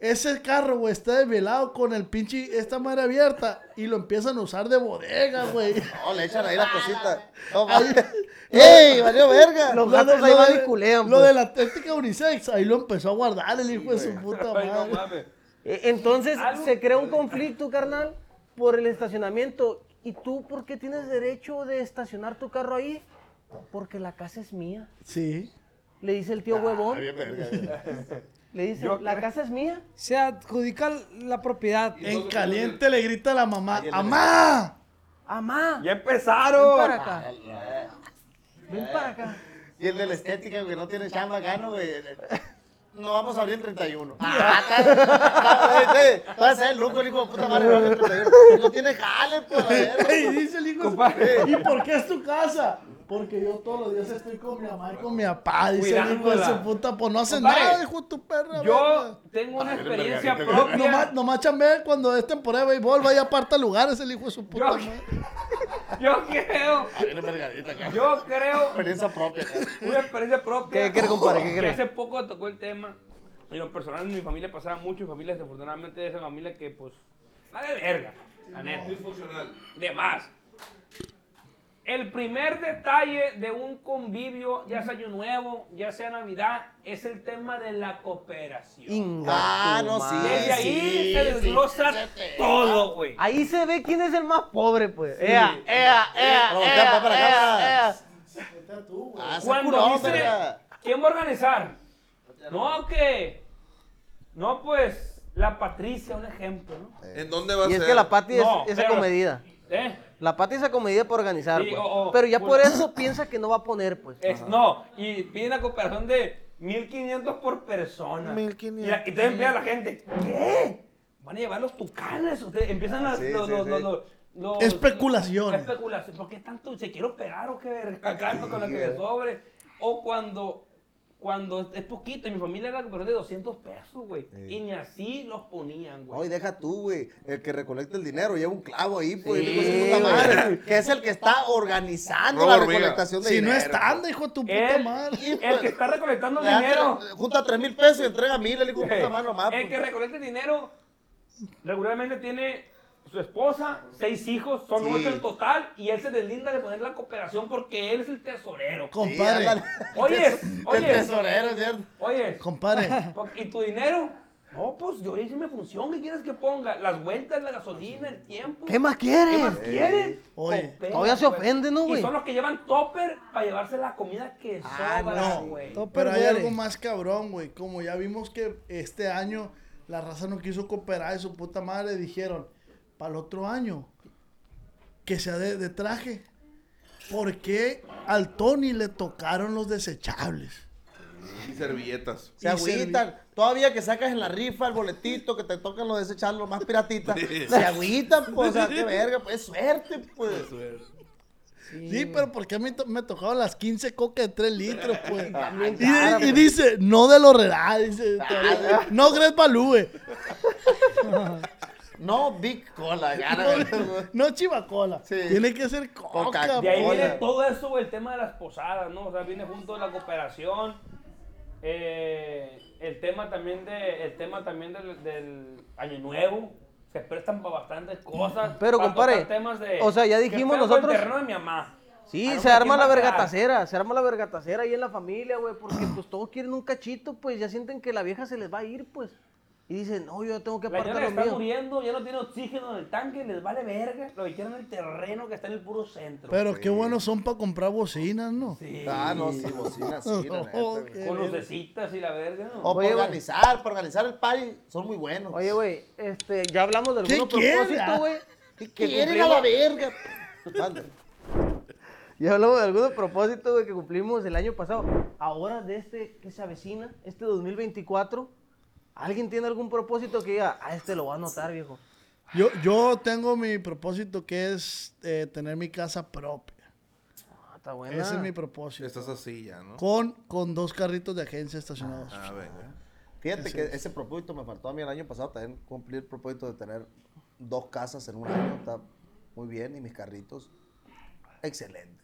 Speaker 2: Ese carro, güey, está desvelado con el pinche, esta madre abierta y lo empiezan a usar de bodega, güey.
Speaker 9: No, le echan ahí la cosita.
Speaker 2: Ah.
Speaker 9: No, vale. ¡Ey, valió verga!
Speaker 8: Los gatos
Speaker 2: Lo
Speaker 8: ahí
Speaker 2: de-
Speaker 8: van y culean.
Speaker 2: Lo
Speaker 8: pues.
Speaker 2: de la técnica unisex, ahí lo empezó a guardar el hijo de su puta
Speaker 7: Ay, no
Speaker 2: madre.
Speaker 7: mames.
Speaker 8: Eh, Entonces
Speaker 7: Algo-
Speaker 8: se crea un conflicto, carnal, por el estacionamiento. ¿Y tú por qué tienes derecho de estacionar tu carro ahí? Porque la casa es mía.
Speaker 2: Sí.
Speaker 8: Le dice el
Speaker 2: Ah,
Speaker 8: tío huevón. Le dice,
Speaker 7: Yo
Speaker 8: la casa es mía.
Speaker 4: Se adjudica la propiedad.
Speaker 2: En caliente le grita a la mamá, ¡Amá!
Speaker 8: Amá,
Speaker 7: Ya
Speaker 8: ven para
Speaker 7: empezaron.
Speaker 8: acá. Ven para acá.
Speaker 9: Y el de la estética, güey, no tiene chamba gano, güey. No vamos a abrir el 31. Eh, Va a ser el loco, el hijo de puta madre. no abre el 31. No tiene jale, pues. a ver.
Speaker 2: Y dice el hijo,
Speaker 7: Compadre.
Speaker 2: ¿y por qué es tu casa? Porque yo todos los días estoy con mi mamá y con mi papá, dice el hijo de
Speaker 7: Cuidándola.
Speaker 2: su puta, pues no hace
Speaker 7: Compadre,
Speaker 2: nada, hijo de tu perra. verga.
Speaker 7: Yo tengo
Speaker 9: Ah,
Speaker 7: una experiencia propia.
Speaker 2: Nomás, nomás chambea cuando es temporada de béisbol, vaya aparta lugares el hijo de su puta
Speaker 7: Yo-
Speaker 2: madre.
Speaker 7: Yo creo,
Speaker 9: Abre la vergadita acá.
Speaker 7: yo creo
Speaker 9: Experiencia propia. güey.
Speaker 7: una experiencia propia.
Speaker 8: ¿Qué quiere, compadre? ¿Qué
Speaker 7: Que
Speaker 8: quiere?
Speaker 7: hace poco tocó el tema. Y lo personal en mi familia pasaba mucho. Mi familia, desafortunadamente, es esa familia que, pues, vale verga. La neta. Muy funcional. De más. El primer detalle de un convivio, ya sea Año Nuevo, ya sea Navidad, es el tema de la cooperación.
Speaker 8: Inga
Speaker 9: Ah,
Speaker 8: tu
Speaker 9: no, sí.
Speaker 8: madre.
Speaker 7: Desde ahí
Speaker 9: sí,
Speaker 7: se
Speaker 9: sí.
Speaker 7: desglosa todo, güey.
Speaker 8: Ahí se ve quién es el más pobre, pues. Ea, ea, ea,
Speaker 9: Vamos,
Speaker 8: ea,
Speaker 9: acá, para acá,
Speaker 8: ea,
Speaker 9: para.
Speaker 8: ea.
Speaker 9: Ah, se
Speaker 7: Cuando
Speaker 9: curó,
Speaker 7: dice,
Speaker 9: verga.
Speaker 7: ¿quién va a organizar? No, que. No, pues, la Patricia, un ejemplo, ¿no?
Speaker 3: ¿En dónde va a
Speaker 8: Y
Speaker 3: ser?
Speaker 8: es que la Pati es,
Speaker 7: No,
Speaker 8: es
Speaker 7: pero-
Speaker 8: acomedida.
Speaker 7: ¿Eh?
Speaker 8: La Pati es acomedida por organizar,
Speaker 7: Sí, oh,
Speaker 8: pues.
Speaker 7: o- o-
Speaker 8: Pero ya por
Speaker 7: una-
Speaker 8: eso piensa que no va a poner, pues.
Speaker 7: Es- no, y piden la cooperación de 1500 por persona. 1500. Y, la- y entonces empieza la gente, ¿qué? Van a llevar los tucanes. Ustedes empiezan las-
Speaker 9: Ah, sí,
Speaker 7: los,
Speaker 9: sí,
Speaker 7: los-
Speaker 9: sí.
Speaker 7: los- los- los-
Speaker 2: Especulaciones.
Speaker 7: especulaciones. ¿Por qué tanto? ¿Se quiere operar o qué verga? Acá con la que me sobre. O cuando, cuando es poquito, en mi familia era la cooperación de 200 pesos, güey. Y ni así los ponían, güey.
Speaker 9: No, y deja tú, güey. El que recolecta el dinero lleva un clavo ahí, pues.
Speaker 8: Sí,
Speaker 9: el hijo de su puta
Speaker 8: güey.
Speaker 9: madre, que es el que está organizando
Speaker 3: Robo
Speaker 9: la
Speaker 3: hormiga.
Speaker 9: recolectación de
Speaker 2: Si no
Speaker 9: dinero.
Speaker 2: es tanda, hijo de tu puta
Speaker 7: El,
Speaker 2: madre.
Speaker 7: el que está recolectando
Speaker 9: Le da
Speaker 7: dinero.
Speaker 9: tre- Junta 3 mil pesos y entrega mil, el hijo de puta madre nomás. pues.
Speaker 7: El que recolecta el dinero regularmente tiene su esposa, seis hijos, son
Speaker 9: Sí.
Speaker 7: ocho en total, y él se deslinda de poner la cooperación porque él es el tesorero.
Speaker 2: Compadre,
Speaker 7: Oye,
Speaker 9: El
Speaker 7: oye,
Speaker 9: tesorero, ¿cierto?
Speaker 7: oye,
Speaker 2: compadre.
Speaker 7: po- ¿y tu dinero? No, pues yo hice mi función, ¿qué quieres que ponga? Las vueltas, la gasolina, el tiempo.
Speaker 8: ¿Qué más
Speaker 7: ¿Qué más
Speaker 8: quieres?
Speaker 7: quieres?
Speaker 2: Oye.
Speaker 7: Coopera,
Speaker 8: Todavía se
Speaker 7: pues.
Speaker 8: ofende, ¿no,
Speaker 7: Y
Speaker 8: güey?
Speaker 7: son los que llevan topper para llevarse la comida que
Speaker 2: Ah,
Speaker 7: sobra,
Speaker 2: no.
Speaker 7: güey.
Speaker 4: Todo
Speaker 2: Pero hay
Speaker 4: perduele.
Speaker 2: algo más cabrón, güey. Como ya vimos que este año la raza no quiso cooperar de su puta madre, dijeron, para el otro año, que sea de, de traje. ¿Por qué al Tony le tocaron los desechables?
Speaker 3: Y servilletas.
Speaker 9: Se
Speaker 2: Y
Speaker 9: agüitan. Todavía que sacas en la rifa el boletito, que te tocan los desechables, los más piratitas. se agüitan, pues, o sea, qué verga, pues, es suerte, pues.
Speaker 2: Sí, pero ¿por qué me, to- me tocaban las 15 cocas de 3 litros, pues?
Speaker 8: También
Speaker 2: y,
Speaker 8: cara,
Speaker 2: y
Speaker 8: pues.
Speaker 2: dice, no de lo real, dice. no, Gres Balúe.
Speaker 9: No, Big Cola, gana.
Speaker 2: No, no chivacola.
Speaker 9: Sí.
Speaker 2: Tiene que ser coca,
Speaker 9: Coca-Cola.
Speaker 7: De ahí
Speaker 2: pues.
Speaker 7: viene
Speaker 9: Hola.
Speaker 7: todo eso, güey, el tema de las posadas, ¿no? O sea, viene junto la cooperación, eh, el tema también de, el tema también del, del año nuevo, se prestan para bastantes cosas.
Speaker 8: Pero,
Speaker 7: para
Speaker 8: compadre,
Speaker 7: tocar temas de-
Speaker 8: o sea, ya
Speaker 7: ¿qué
Speaker 8: dijimos
Speaker 7: pedo con
Speaker 8: nosotros-
Speaker 7: El terreno de mi mamá.
Speaker 8: Sí,
Speaker 7: Ah, no,
Speaker 8: se
Speaker 7: ¿quién
Speaker 8: arma
Speaker 7: va
Speaker 8: la
Speaker 7: a quedar?
Speaker 8: vergatacera, se arma la vergatacera ahí en la familia, güey, porque pues todos quieren un cachito, pues ya sienten que la vieja se les va a ir, pues. Y dicen, no, yo tengo que
Speaker 7: La
Speaker 8: apartar
Speaker 7: señora
Speaker 8: los
Speaker 7: está
Speaker 8: míos.
Speaker 7: muriendo, ya no tiene oxígeno en el tanque, les vale verga. Lo que quieren es el terreno que está en el puro centro.
Speaker 2: Pero qué buenos son para comprar bocinas, ¿no?
Speaker 7: Sí,
Speaker 9: Ah, no, sí, bocina, sí, la neta,
Speaker 2: Oh,
Speaker 9: güey.
Speaker 2: qué
Speaker 7: con
Speaker 2: bien.
Speaker 7: lucecitas y la verga, ¿no?
Speaker 9: O para
Speaker 8: Oye, güey.
Speaker 9: organizar, para organizar el party, son muy buenos.
Speaker 8: Oye, güey, este, ya hablamos de
Speaker 2: ¿Qué
Speaker 8: algunos
Speaker 2: quiere?
Speaker 8: propósitos, güey.
Speaker 9: ¿qué
Speaker 8: que
Speaker 9: quieren a
Speaker 8: cumplimos-
Speaker 9: la verga? Mande.
Speaker 8: Ya hablamos de algunos propósitos, güey, que cumplimos el año pasado. Ahora de este que se avecina, este 2024, ¿Alguien tiene algún propósito que diga, ah, este lo va a anotar, viejo?
Speaker 2: Yo, yo tengo mi propósito que es eh, tener mi casa propia.
Speaker 8: Ah, está buena.
Speaker 2: Ese es mi propósito.
Speaker 3: Estás así ya, ¿no?
Speaker 2: Con, con dos carritos de agencia estacionados.
Speaker 3: Ah, venga.
Speaker 6: Fíjate
Speaker 2: Así
Speaker 6: que
Speaker 2: es.
Speaker 6: ese propósito me faltó a mí el año pasado también cumplir el propósito de tener dos casas en un año. Está muy bien. Y mis carritos, excelente.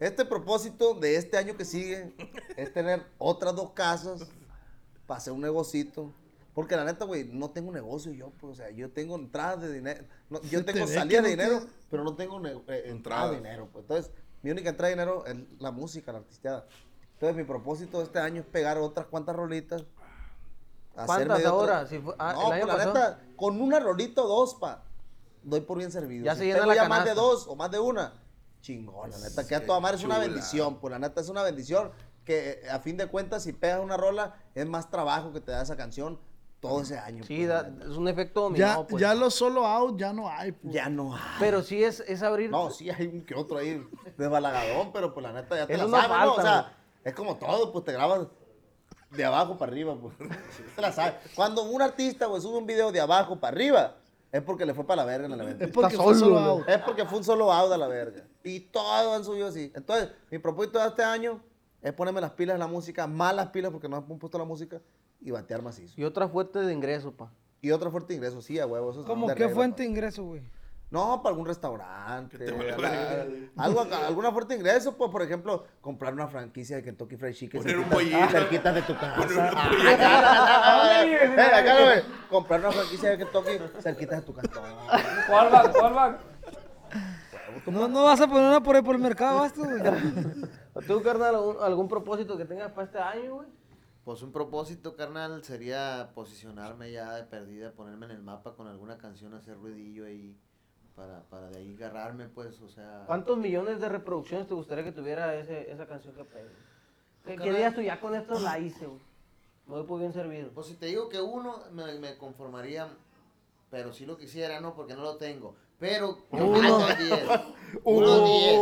Speaker 6: Este propósito de este año que sigue es tener otras dos casas para hacer un negocito. Porque la neta, güey, no tengo negocio yo. Pues, o sea, yo tengo entradas de dinero. no, yo
Speaker 2: Se te
Speaker 6: tengo
Speaker 2: ve
Speaker 6: salida
Speaker 2: que
Speaker 6: de
Speaker 2: no
Speaker 6: dinero,
Speaker 2: tienes-
Speaker 6: pero no tengo ne- eh, entrada de
Speaker 3: Entradas.
Speaker 6: dinero. pues. Entonces, mi única entrada de dinero es la música, la artisteada. Entonces, mi propósito de este año es pegar otras cuantas rolitas
Speaker 8: ¿Cuántas
Speaker 6: hacerme de otra-
Speaker 8: ahora? Si fue- ah,
Speaker 6: no,
Speaker 8: el año
Speaker 6: pues, la
Speaker 8: pasado.
Speaker 6: neta, con una rolita o dos, pa, doy por bien servido.
Speaker 8: Ya
Speaker 6: si
Speaker 8: se llena
Speaker 6: tengo
Speaker 8: la
Speaker 6: ya más de
Speaker 8: canasta.
Speaker 6: dos o más de una, chingón, la neta, que a
Speaker 3: Qué
Speaker 6: toda madre es una
Speaker 3: chula.
Speaker 6: bendición, pues la neta es una bendición que eh, a fin de cuentas si pegas una rola es más trabajo que te da esa canción todo ese año.
Speaker 8: Sí,
Speaker 6: pues, la
Speaker 8: da-
Speaker 6: neta.
Speaker 8: es un efecto
Speaker 2: Ya,
Speaker 8: dominó, pues.
Speaker 2: ya los solo out ya no hay. pues.
Speaker 6: Ya no hay.
Speaker 8: Pero sí es, es abrir...
Speaker 6: No, sí hay un que otro ahí desbalagadón, pero pues la neta ya te
Speaker 8: Eso
Speaker 6: la
Speaker 8: no
Speaker 6: sabes, ¿no? O
Speaker 8: falta,
Speaker 6: sea, es como todo, pues te grabas de abajo para arriba, pues. Te la sabes. Cuando un artista, güey, sube un video de abajo para arriba, es porque le fue para la verga en el evento.
Speaker 2: Es porque fue solo out.
Speaker 6: Es porque fue un solo out a la verga. Y todos han subido así. Entonces, mi propósito de este año es ponerme las pilas en la música, más las pilas porque no han puesto la música, y batear macizo.
Speaker 8: Y otra fuente de ingreso, pa.
Speaker 6: Y otra fuerte ingreso, sí, a huevo. Eso es
Speaker 4: ¿Cómo
Speaker 6: de
Speaker 4: Pues, qué
Speaker 6: regla,
Speaker 4: fuente
Speaker 6: pa.
Speaker 4: de ingreso, güey?
Speaker 6: No, para algún restaurante.
Speaker 3: te valga
Speaker 6: para- algo, acá, alguna fuerte ingreso, pues, por ejemplo, comprar una franquicia de Kentucky Fried Chicken.
Speaker 3: Poner un
Speaker 6: cerquita-
Speaker 3: pollito.
Speaker 6: cerquita de tu casa.
Speaker 3: Poner un
Speaker 6: Ah,
Speaker 3: pollito.
Speaker 6: acá, acá, acá, eh, acá, güey. Comprar una franquicia de Kentucky cerquita de tu cantón.
Speaker 7: ¿Cuál va? ¿Cuál va?
Speaker 4: No, no vas a poner una por ahí por el mercado, vas tú, güey.
Speaker 8: ¿Tú, carnal, algún, algún propósito que tengas para este año, güey?
Speaker 9: Pues un propósito, carnal, sería posicionarme ya de perdida, ponerme en el mapa con alguna canción, hacer ruidillo ahí, para, para de ahí agarrarme, pues, o sea...
Speaker 8: ¿Cuántos millones de reproducciones te gustaría que tuviera ese- esa canción que pegué? ¿Qué, qué
Speaker 9: Carnal.
Speaker 8: dirías tú? Ya con esto la hice, güey. Me voy por bien servido.
Speaker 9: Pues si te digo que uno, me, me conformaría, pero si lo quisiera, no, porque no lo tengo. Pero unos 10. Unos 10.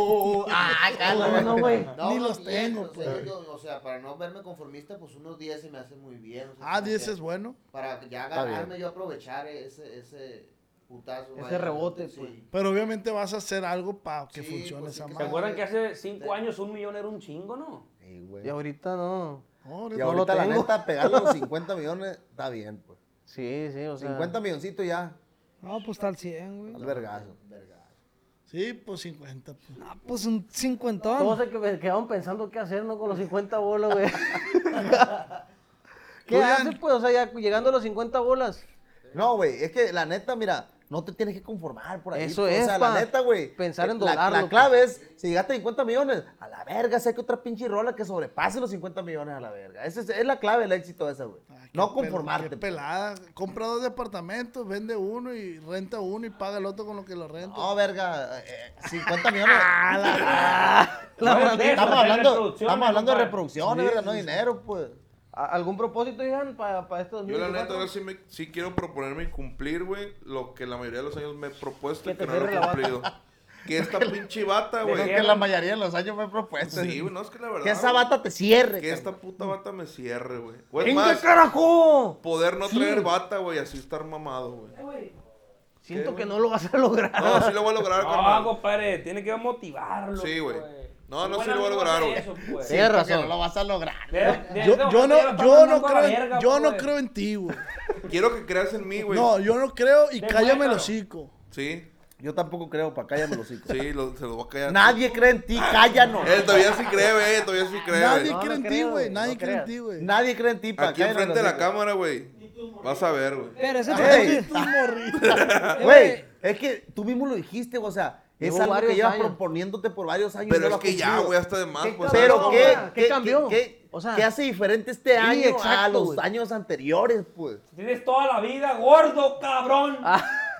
Speaker 6: ah,
Speaker 8: Uno, güey.
Speaker 2: Ni los
Speaker 9: unos
Speaker 2: tengo,
Speaker 9: o sea,
Speaker 2: pues.
Speaker 9: yo- o sea, para no verme conformista, pues unos 10 se me hacen muy bien. o sea,
Speaker 2: Ah,
Speaker 9: como
Speaker 2: 10
Speaker 9: que
Speaker 2: es bueno.
Speaker 9: Para ya
Speaker 6: Está bien.
Speaker 9: ganarme yo aprovechar ese, ese putazo.
Speaker 8: Ese rebote, pues.
Speaker 2: Pero obviamente vas a hacer algo para que
Speaker 9: Sí,
Speaker 2: funcione
Speaker 9: pues sí
Speaker 2: esa
Speaker 9: que se
Speaker 7: ¿Se
Speaker 2: madre.
Speaker 7: acuerdan que hace cinco años un millón era un chingo, no?
Speaker 6: Sí, güey.
Speaker 8: Y ahorita no.
Speaker 2: Ahora,
Speaker 6: Y
Speaker 2: no
Speaker 6: ahorita, la
Speaker 8: tengo.
Speaker 6: neta, pegarle los 50 millones está bien, pues.
Speaker 8: Sí, sí, o sea.
Speaker 6: 50 milloncitos ya,
Speaker 4: No, pues está al 100, güey.
Speaker 6: al vergazo.
Speaker 2: Sí, pues 50. pues.
Speaker 4: Ah, pues un cincuentón.
Speaker 8: Todos se que- quedaron pensando qué hacer, ¿no? Con los 50 bolas, güey. ¿Qué
Speaker 2: Oigan.
Speaker 8: haces, pues? O sea, ya llegando a los 50 bolas.
Speaker 6: No, güey, es que la neta, mira, no te tienes que conformar por ahí.
Speaker 8: Eso
Speaker 6: pues,
Speaker 8: es,
Speaker 6: O sea,
Speaker 8: pa,
Speaker 6: la neta, güey. eh,
Speaker 8: pensar en
Speaker 6: la-
Speaker 8: doblarlo,
Speaker 6: La,
Speaker 8: pues.
Speaker 6: clave es, si llegaste a 50 millones, a la verga, sé que otra pinche rola que sobrepase los 50 millones a la verga. Esa es, es la clave del éxito esa, güey.
Speaker 2: Ah, qué
Speaker 6: no
Speaker 2: pel-
Speaker 6: conformarte.
Speaker 2: qué
Speaker 6: pues.
Speaker 2: pelada. Compra dos departamentos, vende uno y renta uno y paga el otro con lo que lo renta.
Speaker 6: pues. No, verga, eh, 50 millones.
Speaker 7: La
Speaker 6: estamos hablando, estamos hablando de reproducciones, verga, no dinero, pues.
Speaker 8: ¿A- ¿Algún propósito, Ian, para estos
Speaker 3: Yo la
Speaker 8: 2024?
Speaker 3: neta ahora sí, me, sí quiero proponerme y cumplir, güey, lo que la mayoría de los años me he propuesto y
Speaker 8: Que te
Speaker 3: que no lo
Speaker 8: cierre
Speaker 3: he
Speaker 8: la
Speaker 3: cumplido. que esta pinche bata,
Speaker 6: Lo
Speaker 3: güey.
Speaker 6: que la mayoría de los años me he propuesto.
Speaker 3: Sí, güey, no es que la verdad.
Speaker 6: que esa
Speaker 3: güey,
Speaker 6: bata te cierre.
Speaker 3: Que esta
Speaker 6: carnal.
Speaker 3: puta bata me cierre, güey. O es
Speaker 6: ¡Venga,
Speaker 3: más,
Speaker 6: Mm. carajo!
Speaker 3: poder no traer bata, güey, así estar mamado, güey.
Speaker 8: Siento
Speaker 3: ¿Qué,
Speaker 8: que
Speaker 3: güey?
Speaker 8: no lo vas a lograr.
Speaker 3: No, sí lo voy a lograr,
Speaker 7: No,
Speaker 3: carnal.
Speaker 7: compadre, tiene que motivarlo. pues.
Speaker 3: Sí, güey. No, no,
Speaker 7: Igual
Speaker 3: sí lo voy a
Speaker 7: no
Speaker 3: lograr,
Speaker 7: hace
Speaker 3: güey.
Speaker 7: eso, pues.
Speaker 8: Tienes
Speaker 6: Siento que
Speaker 8: razón.
Speaker 6: No lo vas a lograr.
Speaker 7: De- de-
Speaker 2: Yo,
Speaker 7: de-
Speaker 2: yo no, yo
Speaker 7: de- de-
Speaker 2: no
Speaker 7: mandando a la
Speaker 2: creo,
Speaker 7: verga, pues.
Speaker 2: yo no
Speaker 7: güey.
Speaker 2: creo en ti, güey.
Speaker 3: Quiero que creas en mí, güey.
Speaker 2: No, yo no creo y cállame el
Speaker 7: Demuéstralo.
Speaker 2: hocico.
Speaker 3: Sí,
Speaker 6: Yo tampoco creo, para cállame los hijos.
Speaker 3: sí, lo- se lo voy a callar.
Speaker 6: Nadie cree en ti, cállanos.
Speaker 3: Él todavía sí cree, güey, eh, todavía sí cree, güey.
Speaker 2: Nadie
Speaker 8: No,
Speaker 2: cree
Speaker 8: no
Speaker 2: en ti,
Speaker 8: creo,
Speaker 2: güey.
Speaker 8: no
Speaker 2: Nadie cree en
Speaker 8: creas.
Speaker 2: ti, güey.
Speaker 6: Nadie cree en ti, para
Speaker 3: Aquí enfrente de la cámara, güey. Vas a ver, güey.
Speaker 4: Pero ese
Speaker 6: Ey.
Speaker 4: propósito- Eh,
Speaker 6: Güey, es que tú mismo lo dijiste, o sea, es
Speaker 8: Llevo
Speaker 6: algo que
Speaker 8: varios
Speaker 6: llevas
Speaker 8: años.
Speaker 6: proponiéntos proponiéndote por varios años. y no
Speaker 3: Pero
Speaker 6: lo
Speaker 3: es
Speaker 6: has
Speaker 3: que ya,
Speaker 6: cumplido.
Speaker 3: güey, hasta de más,
Speaker 8: ¿Qué
Speaker 3: pues.
Speaker 8: cabrón,
Speaker 6: Pero
Speaker 8: No,
Speaker 6: ¿qué,
Speaker 8: güey, ¿qué cambió?
Speaker 6: ¿Qué,
Speaker 8: O sea,
Speaker 6: qué hace diferente este año a
Speaker 8: exacto,
Speaker 6: los
Speaker 8: güey.
Speaker 6: años anteriores, pues?
Speaker 7: Tienes toda la vida, gordo, cabrón.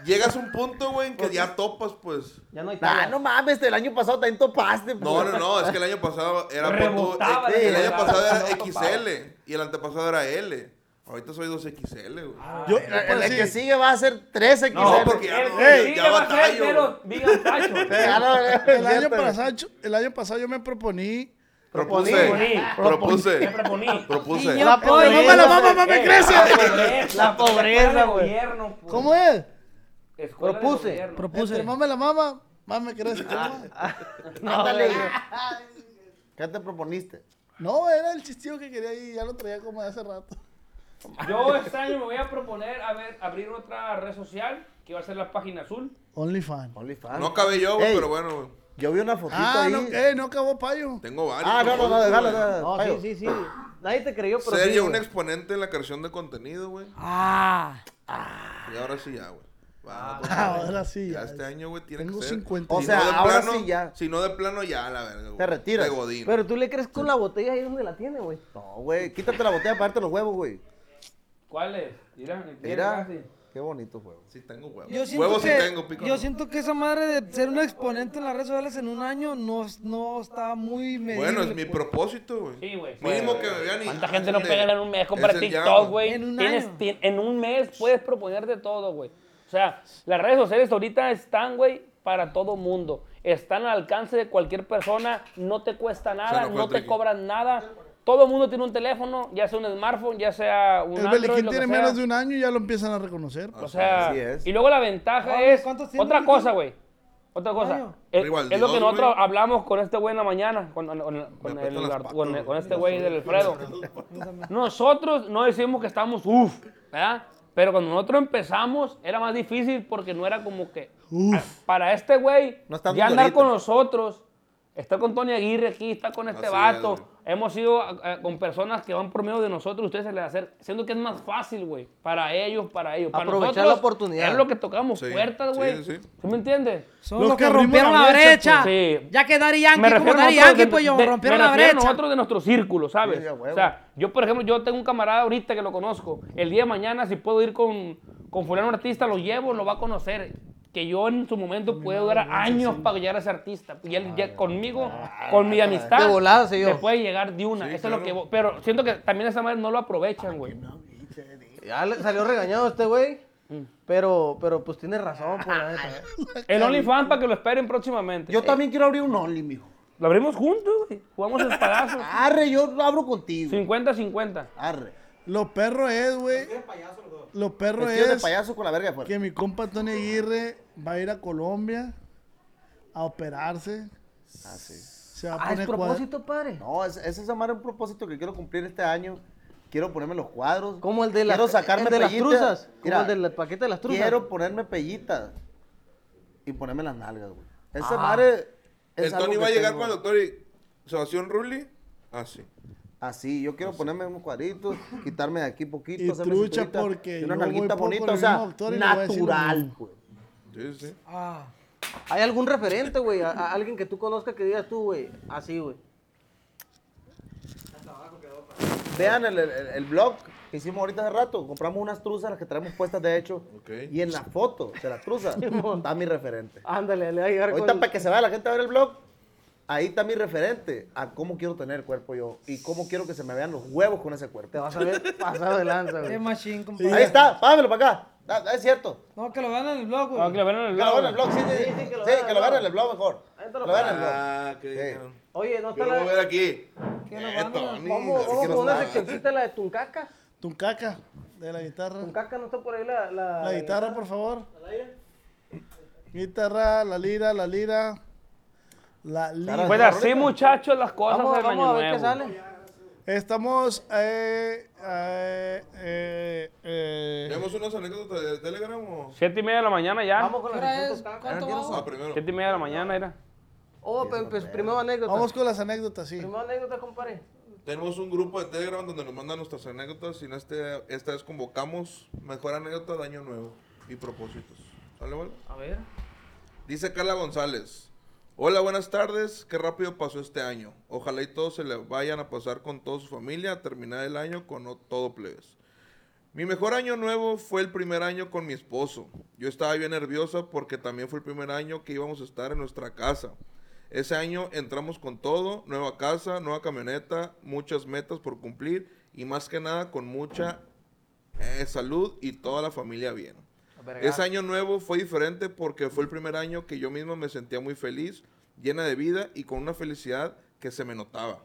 Speaker 3: Llegas a un punto, güey, en que ya topas, pues.
Speaker 8: Ya no hay
Speaker 6: Nah,
Speaker 8: tablas.
Speaker 6: no mames, el año pasado también topaste, pues.
Speaker 3: No, no, no, es que el año pasado era
Speaker 7: Rebotaba,
Speaker 3: pon tú, eh, El
Speaker 7: rebotaba,
Speaker 3: año pasado era
Speaker 7: no topaba.
Speaker 3: XL y el antepasado era L. Ahorita soy 2XL, güey.
Speaker 7: Ah,
Speaker 2: Yo,
Speaker 6: El, el
Speaker 2: pues, sí.
Speaker 6: eh, que sigue va a ser 13
Speaker 3: No,
Speaker 6: quizás.
Speaker 3: porque ya no, ya
Speaker 7: El que va a ser,
Speaker 3: batallo,
Speaker 7: pero digan Pacho.
Speaker 6: Ya no,
Speaker 2: El año,
Speaker 6: ya te-
Speaker 2: pasado, el año pasado yo me proponí
Speaker 3: Propuse, propuse,
Speaker 7: ¿Qué proponí?
Speaker 3: propuse.
Speaker 7: Y
Speaker 3: La
Speaker 7: pues,
Speaker 3: pobreza,
Speaker 7: mamá, mamá, mamá,
Speaker 3: ¿qué?
Speaker 7: me crece.
Speaker 3: La pobreza,
Speaker 7: La pobreza, güey.
Speaker 2: gobierno, pues.
Speaker 7: ¿Cómo es?
Speaker 2: Escuela de
Speaker 7: propuse,
Speaker 2: gobierno.
Speaker 7: propuse.
Speaker 2: Entre mame la mama, mame crece. ¿cómo es?
Speaker 9: Ándale, güey. ¿Qué te proponiste?
Speaker 2: No, era el chistillo que quería y ya lo traía como de hace rato.
Speaker 11: Yo este año me voy a proponer a ver, abrir otra red social que va a ser la página azul.
Speaker 2: OnlyFans.
Speaker 3: No acabé yo, güey, pero bueno. güey.
Speaker 9: Yo vi una fotito
Speaker 2: Ah,
Speaker 9: ahí.
Speaker 2: no, eh, no acabó Payo.
Speaker 3: Tengo varios.
Speaker 9: Ah, no, no, no,
Speaker 3: propósitos,
Speaker 9: déjalo, déjalo.
Speaker 3: güey.
Speaker 8: No, sí, sí, sí. Nadie te creyó, pero.
Speaker 3: Ser
Speaker 8: sí,
Speaker 3: yo un
Speaker 8: güey.
Speaker 3: exponente en la creación de contenido, güey.
Speaker 8: Ah.
Speaker 3: Y ahora sí ya, güey. Va, pues,
Speaker 2: Ah,
Speaker 9: Ah,
Speaker 2: Ahora sí.
Speaker 3: ya este año, güey, tiene
Speaker 2: Tengo
Speaker 3: que ser.
Speaker 2: 50.
Speaker 8: O sea,
Speaker 3: de
Speaker 8: ahora
Speaker 3: plano,
Speaker 8: sí ya.
Speaker 3: Si no de plano, ya, la verga, güey.
Speaker 9: Te retiras.
Speaker 3: De Godín.
Speaker 8: Pero tú le crees con la botella ahí donde la tiene, güey.
Speaker 9: No, güey, quítate la botella para darte los huevos, güey.
Speaker 11: ¿Cuál es? Mira, ni tiene
Speaker 9: Mira,
Speaker 11: casi.
Speaker 9: qué bonito huevos.
Speaker 3: Sí, tengo
Speaker 4: Yo siento,
Speaker 3: Huevos sí
Speaker 4: que,
Speaker 3: tengo, pico.
Speaker 4: yo siento que esa madre de ser un exponente en las redes sociales en un año no, no está muy medible,
Speaker 3: Bueno, es mi
Speaker 4: pues.
Speaker 3: propósito, güey.
Speaker 11: Sí, güey.
Speaker 3: Mínimo que me vean y.
Speaker 7: ¿Cuánta gente no
Speaker 3: de-
Speaker 7: pega en un mes? Comprar
Speaker 3: es el ya,
Speaker 7: TikTok, güey.
Speaker 4: En un
Speaker 7: Tienes-
Speaker 4: año.
Speaker 7: ti- En un mes puedes proponerte todo, güey. O sea, las redes sociales ahorita están, güey, para todo mundo. Están al alcance de cualquier persona. No te cuesta nada,
Speaker 3: no fue
Speaker 7: no te
Speaker 3: tricky.
Speaker 7: cobran nada. Todo mundo tiene un teléfono, ya sea un smartphone, ya sea un
Speaker 2: El
Speaker 7: Android,
Speaker 2: Beliquín
Speaker 7: lo que
Speaker 2: tiene
Speaker 7: sea.
Speaker 2: menos de un año y ya lo empiezan a
Speaker 9: Ah.
Speaker 2: reconocer.
Speaker 7: O sea, y luego la ventaja
Speaker 4: Ah,
Speaker 7: es
Speaker 4: ¿cuántos tiene,
Speaker 7: otra
Speaker 4: Ricky?
Speaker 7: cosa, güey. Otra cosa.
Speaker 4: Año.
Speaker 7: Es,
Speaker 3: Rivaldi
Speaker 7: es lo que
Speaker 3: dos,
Speaker 7: nosotros
Speaker 3: güey.
Speaker 7: hablamos con este güey en la mañana, con, con- con
Speaker 3: Me
Speaker 7: el-
Speaker 3: aprietan las
Speaker 7: con-
Speaker 3: patas,
Speaker 7: con-
Speaker 3: güey.
Speaker 7: con este güey del Alfredo. Nosotros no decimos que estamos uff, ¿verdad? Pero cuando nosotros empezamos era más difícil porque no era como que ah, para este güey
Speaker 9: No estamos
Speaker 7: ya andar
Speaker 9: ahorita.
Speaker 7: con nosotros, estar con Tony Aguirre aquí, estar con este
Speaker 3: Así es,
Speaker 7: vato.
Speaker 3: güey.
Speaker 7: Hemos ido ah, con personas que van por medio de nosotros, ustedes se les hacer, siendo que es más fácil, güey, para ellos, para ellos, para
Speaker 8: Aprovechar la
Speaker 7: nosotros,
Speaker 8: oportunidad.
Speaker 7: Es lo que tocamos
Speaker 3: Sí,
Speaker 7: puertas,
Speaker 3: sí,
Speaker 7: güey.
Speaker 3: sí.
Speaker 7: ¿Tú me entiendes?
Speaker 4: Son
Speaker 2: Los
Speaker 4: los,
Speaker 2: que
Speaker 4: que,
Speaker 2: abrimos
Speaker 4: rompieron
Speaker 2: la
Speaker 4: la
Speaker 2: brecha,
Speaker 4: brecha.
Speaker 7: pues. Sí.
Speaker 4: Ya que Daddy
Speaker 7: me
Speaker 4: Yankee,
Speaker 7: refiero
Speaker 4: como
Speaker 7: a
Speaker 4: Daddy
Speaker 7: nosotros
Speaker 4: Yankee,
Speaker 7: de-
Speaker 4: pues yo
Speaker 7: de-
Speaker 4: rompieron
Speaker 7: me
Speaker 4: la
Speaker 7: refiero a
Speaker 4: brecha.
Speaker 7: nosotros de nuestro círculo, ¿sabes?
Speaker 9: Sí, a huevo.
Speaker 7: o sea, yo, por ejemplo, yo tengo un camarada ahorita que lo conozco. El día de mañana, si puedo ir con, con fulano artista, lo llevo, lo va a conocer. Que yo en su momento puedo durar años para llegar a ese artista. Y él ya conmigo, con mi amistad,
Speaker 8: De volada se dio.
Speaker 7: me puede llegar de una.
Speaker 3: Sí,
Speaker 7: Eso es
Speaker 3: claro.
Speaker 7: lo que... vo- Pero siento que también esa madre no lo aprovechan, güey.
Speaker 8: Ya le- salió regañado este güey. Pero, pero pues tiene razón, pues la neta.
Speaker 7: El OnlyFans para que lo esperen próximamente.
Speaker 8: Eh,
Speaker 6: Yo también quiero abrir un Only, mijo.
Speaker 7: Lo abrimos juntos, güey. Jugamos espadazos.
Speaker 6: Arre, yo lo abro contigo.
Speaker 7: 50-50.
Speaker 6: Arre.
Speaker 2: Los perros es, güey. Los perros
Speaker 9: Vestido de
Speaker 2: es
Speaker 9: payaso con la verga pues. afuera.
Speaker 2: que mi compa Tony Aguirre va a ir a Colombia a operarse.
Speaker 9: Ah, sí.
Speaker 2: Se va a
Speaker 8: Ah, es
Speaker 2: poner cuad-
Speaker 8: propósito, padre.
Speaker 9: No, es, es esa madre un propósito que quiero cumplir este año. Quiero ponerme los cuadros.
Speaker 8: Como el de, las-
Speaker 9: Quiero sacarme
Speaker 8: el de las
Speaker 9: pellitas.
Speaker 8: truzas.
Speaker 9: Mira,
Speaker 8: Como el del paquete de las truzas.
Speaker 9: Quiero ponerme pellitas y ponerme las nalgas, güey. Esa
Speaker 8: Ah.
Speaker 9: madre. es
Speaker 3: El
Speaker 9: algo
Speaker 3: Tony
Speaker 9: que
Speaker 3: va a llegar
Speaker 9: tengo.
Speaker 3: con el doctor y. Sebastián Rulli. Ah, sí.
Speaker 9: Así, yo quiero ponerme unos cuadritos, quitarme de aquí poquito.
Speaker 2: Ah, Y
Speaker 9: hacerme
Speaker 2: trucha
Speaker 9: cinturita,
Speaker 2: porque
Speaker 9: y Una
Speaker 2: yo voy
Speaker 9: nalguita
Speaker 2: poco
Speaker 9: bonita,
Speaker 2: al
Speaker 9: o sea,
Speaker 2: mismo doctor y le voy a decir lo
Speaker 9: natural, pues.
Speaker 2: mismo.
Speaker 9: güey.
Speaker 3: Sí, sí.
Speaker 4: Ah,
Speaker 8: ¿Hay algún referente, güey? A- a alguien que tú conozcas que digas tú, güey. Así, güey.
Speaker 9: Vean el, el- el blog que hicimos ahorita hace rato. Compramos unas truzas, las que traemos puestas, de hecho.
Speaker 3: Ok.
Speaker 9: Y en la foto de las truzas está mi referente.
Speaker 8: Ándale, le va a llegar
Speaker 9: Ahorita para que se vaya la gente a ver el blog, ahí está mi referente a cómo quiero tener el cuerpo yo y cómo quiero que se me vean los huevos con ese
Speaker 8: Te
Speaker 9: cuerpo.
Speaker 8: vas a ver pasado de lanza,
Speaker 4: qué
Speaker 8: güey.
Speaker 4: machín, compadre.
Speaker 9: Ahí está, págamelo para acá. Ah, ah, Es cierto.
Speaker 4: No, que lo vean en el blog, güey.
Speaker 7: No, que lo verán en el
Speaker 9: Que lo
Speaker 7: blog,
Speaker 9: vean en el blog, sí, sí, sí.
Speaker 8: que lo
Speaker 9: Sí,
Speaker 8: vean en
Speaker 9: que lo
Speaker 8: el
Speaker 9: vean
Speaker 8: blog.
Speaker 9: en el blog mejor.
Speaker 8: Ahí te
Speaker 9: Que
Speaker 8: lo
Speaker 9: lo vean en el blog.
Speaker 3: Ah, qué
Speaker 9: Sí.
Speaker 3: dijeron.
Speaker 8: Oye, no
Speaker 3: Yo
Speaker 8: está
Speaker 3: lo voy a ver
Speaker 8: la...
Speaker 3: aquí.
Speaker 4: Que lo
Speaker 3: Eh,
Speaker 4: vean en el-
Speaker 3: Tony,
Speaker 8: Vamos,
Speaker 3: así
Speaker 8: vamos
Speaker 3: que
Speaker 8: con
Speaker 3: no
Speaker 8: una
Speaker 3: sabe.
Speaker 8: seccioncita, la de Tuncaca.
Speaker 2: Tuncaca de la guitarra.
Speaker 8: Tuncaca, ¿no está por ahí la... La,
Speaker 2: La guitarra, por favor. Guitarra, la lira, la lira. La lira.
Speaker 7: Pues así, muchachos, las cosas
Speaker 8: Vamos,
Speaker 7: del
Speaker 8: vamos
Speaker 7: año
Speaker 8: a ver qué
Speaker 7: nuevo.
Speaker 8: sale.
Speaker 2: Estamos. Eh, eh, eh, eh.
Speaker 3: ¿Tenemos unas anécdotas de Telegram o.?
Speaker 7: Siete y media de la mañana ya.
Speaker 8: Vamos con
Speaker 4: ¿Qué
Speaker 8: la
Speaker 4: hora
Speaker 8: sección
Speaker 4: es?
Speaker 8: Tuncaca.
Speaker 4: ¿Cuánto
Speaker 3: Ah,
Speaker 4: vamos?
Speaker 3: primero.
Speaker 7: Siete y media de la mañana era.
Speaker 8: Oh, pues, pues, primero anécdota.
Speaker 2: Vamos con las anécdotas, sí.
Speaker 8: Primero anécdota, compadre.
Speaker 3: Tenemos un grupo de Telegram donde nos mandan nuestras anécdotas y en este, esta vez convocamos mejor anécdota de Año Nuevo y propósitos. ¿Sale, vale?
Speaker 11: A ver.
Speaker 3: Dice Carla González. Hola, buenas tardes. Qué rápido pasó este año. Ojalá y todos se le vayan a pasar con toda su familia, a terminar el año con o- todo plebes. Mi mejor año nuevo fue el primer año con mi esposo. Yo estaba bien nerviosa porque también fue el primer año que íbamos a estar en nuestra casa. Ese año entramos con todo, nueva casa, nueva camioneta, muchas metas por cumplir y más que nada con mucha eh, salud y toda la familia bien. Ese año nuevo fue diferente porque fue el primer año que yo mismo me sentía muy feliz, llena de vida y con una felicidad que se me notaba.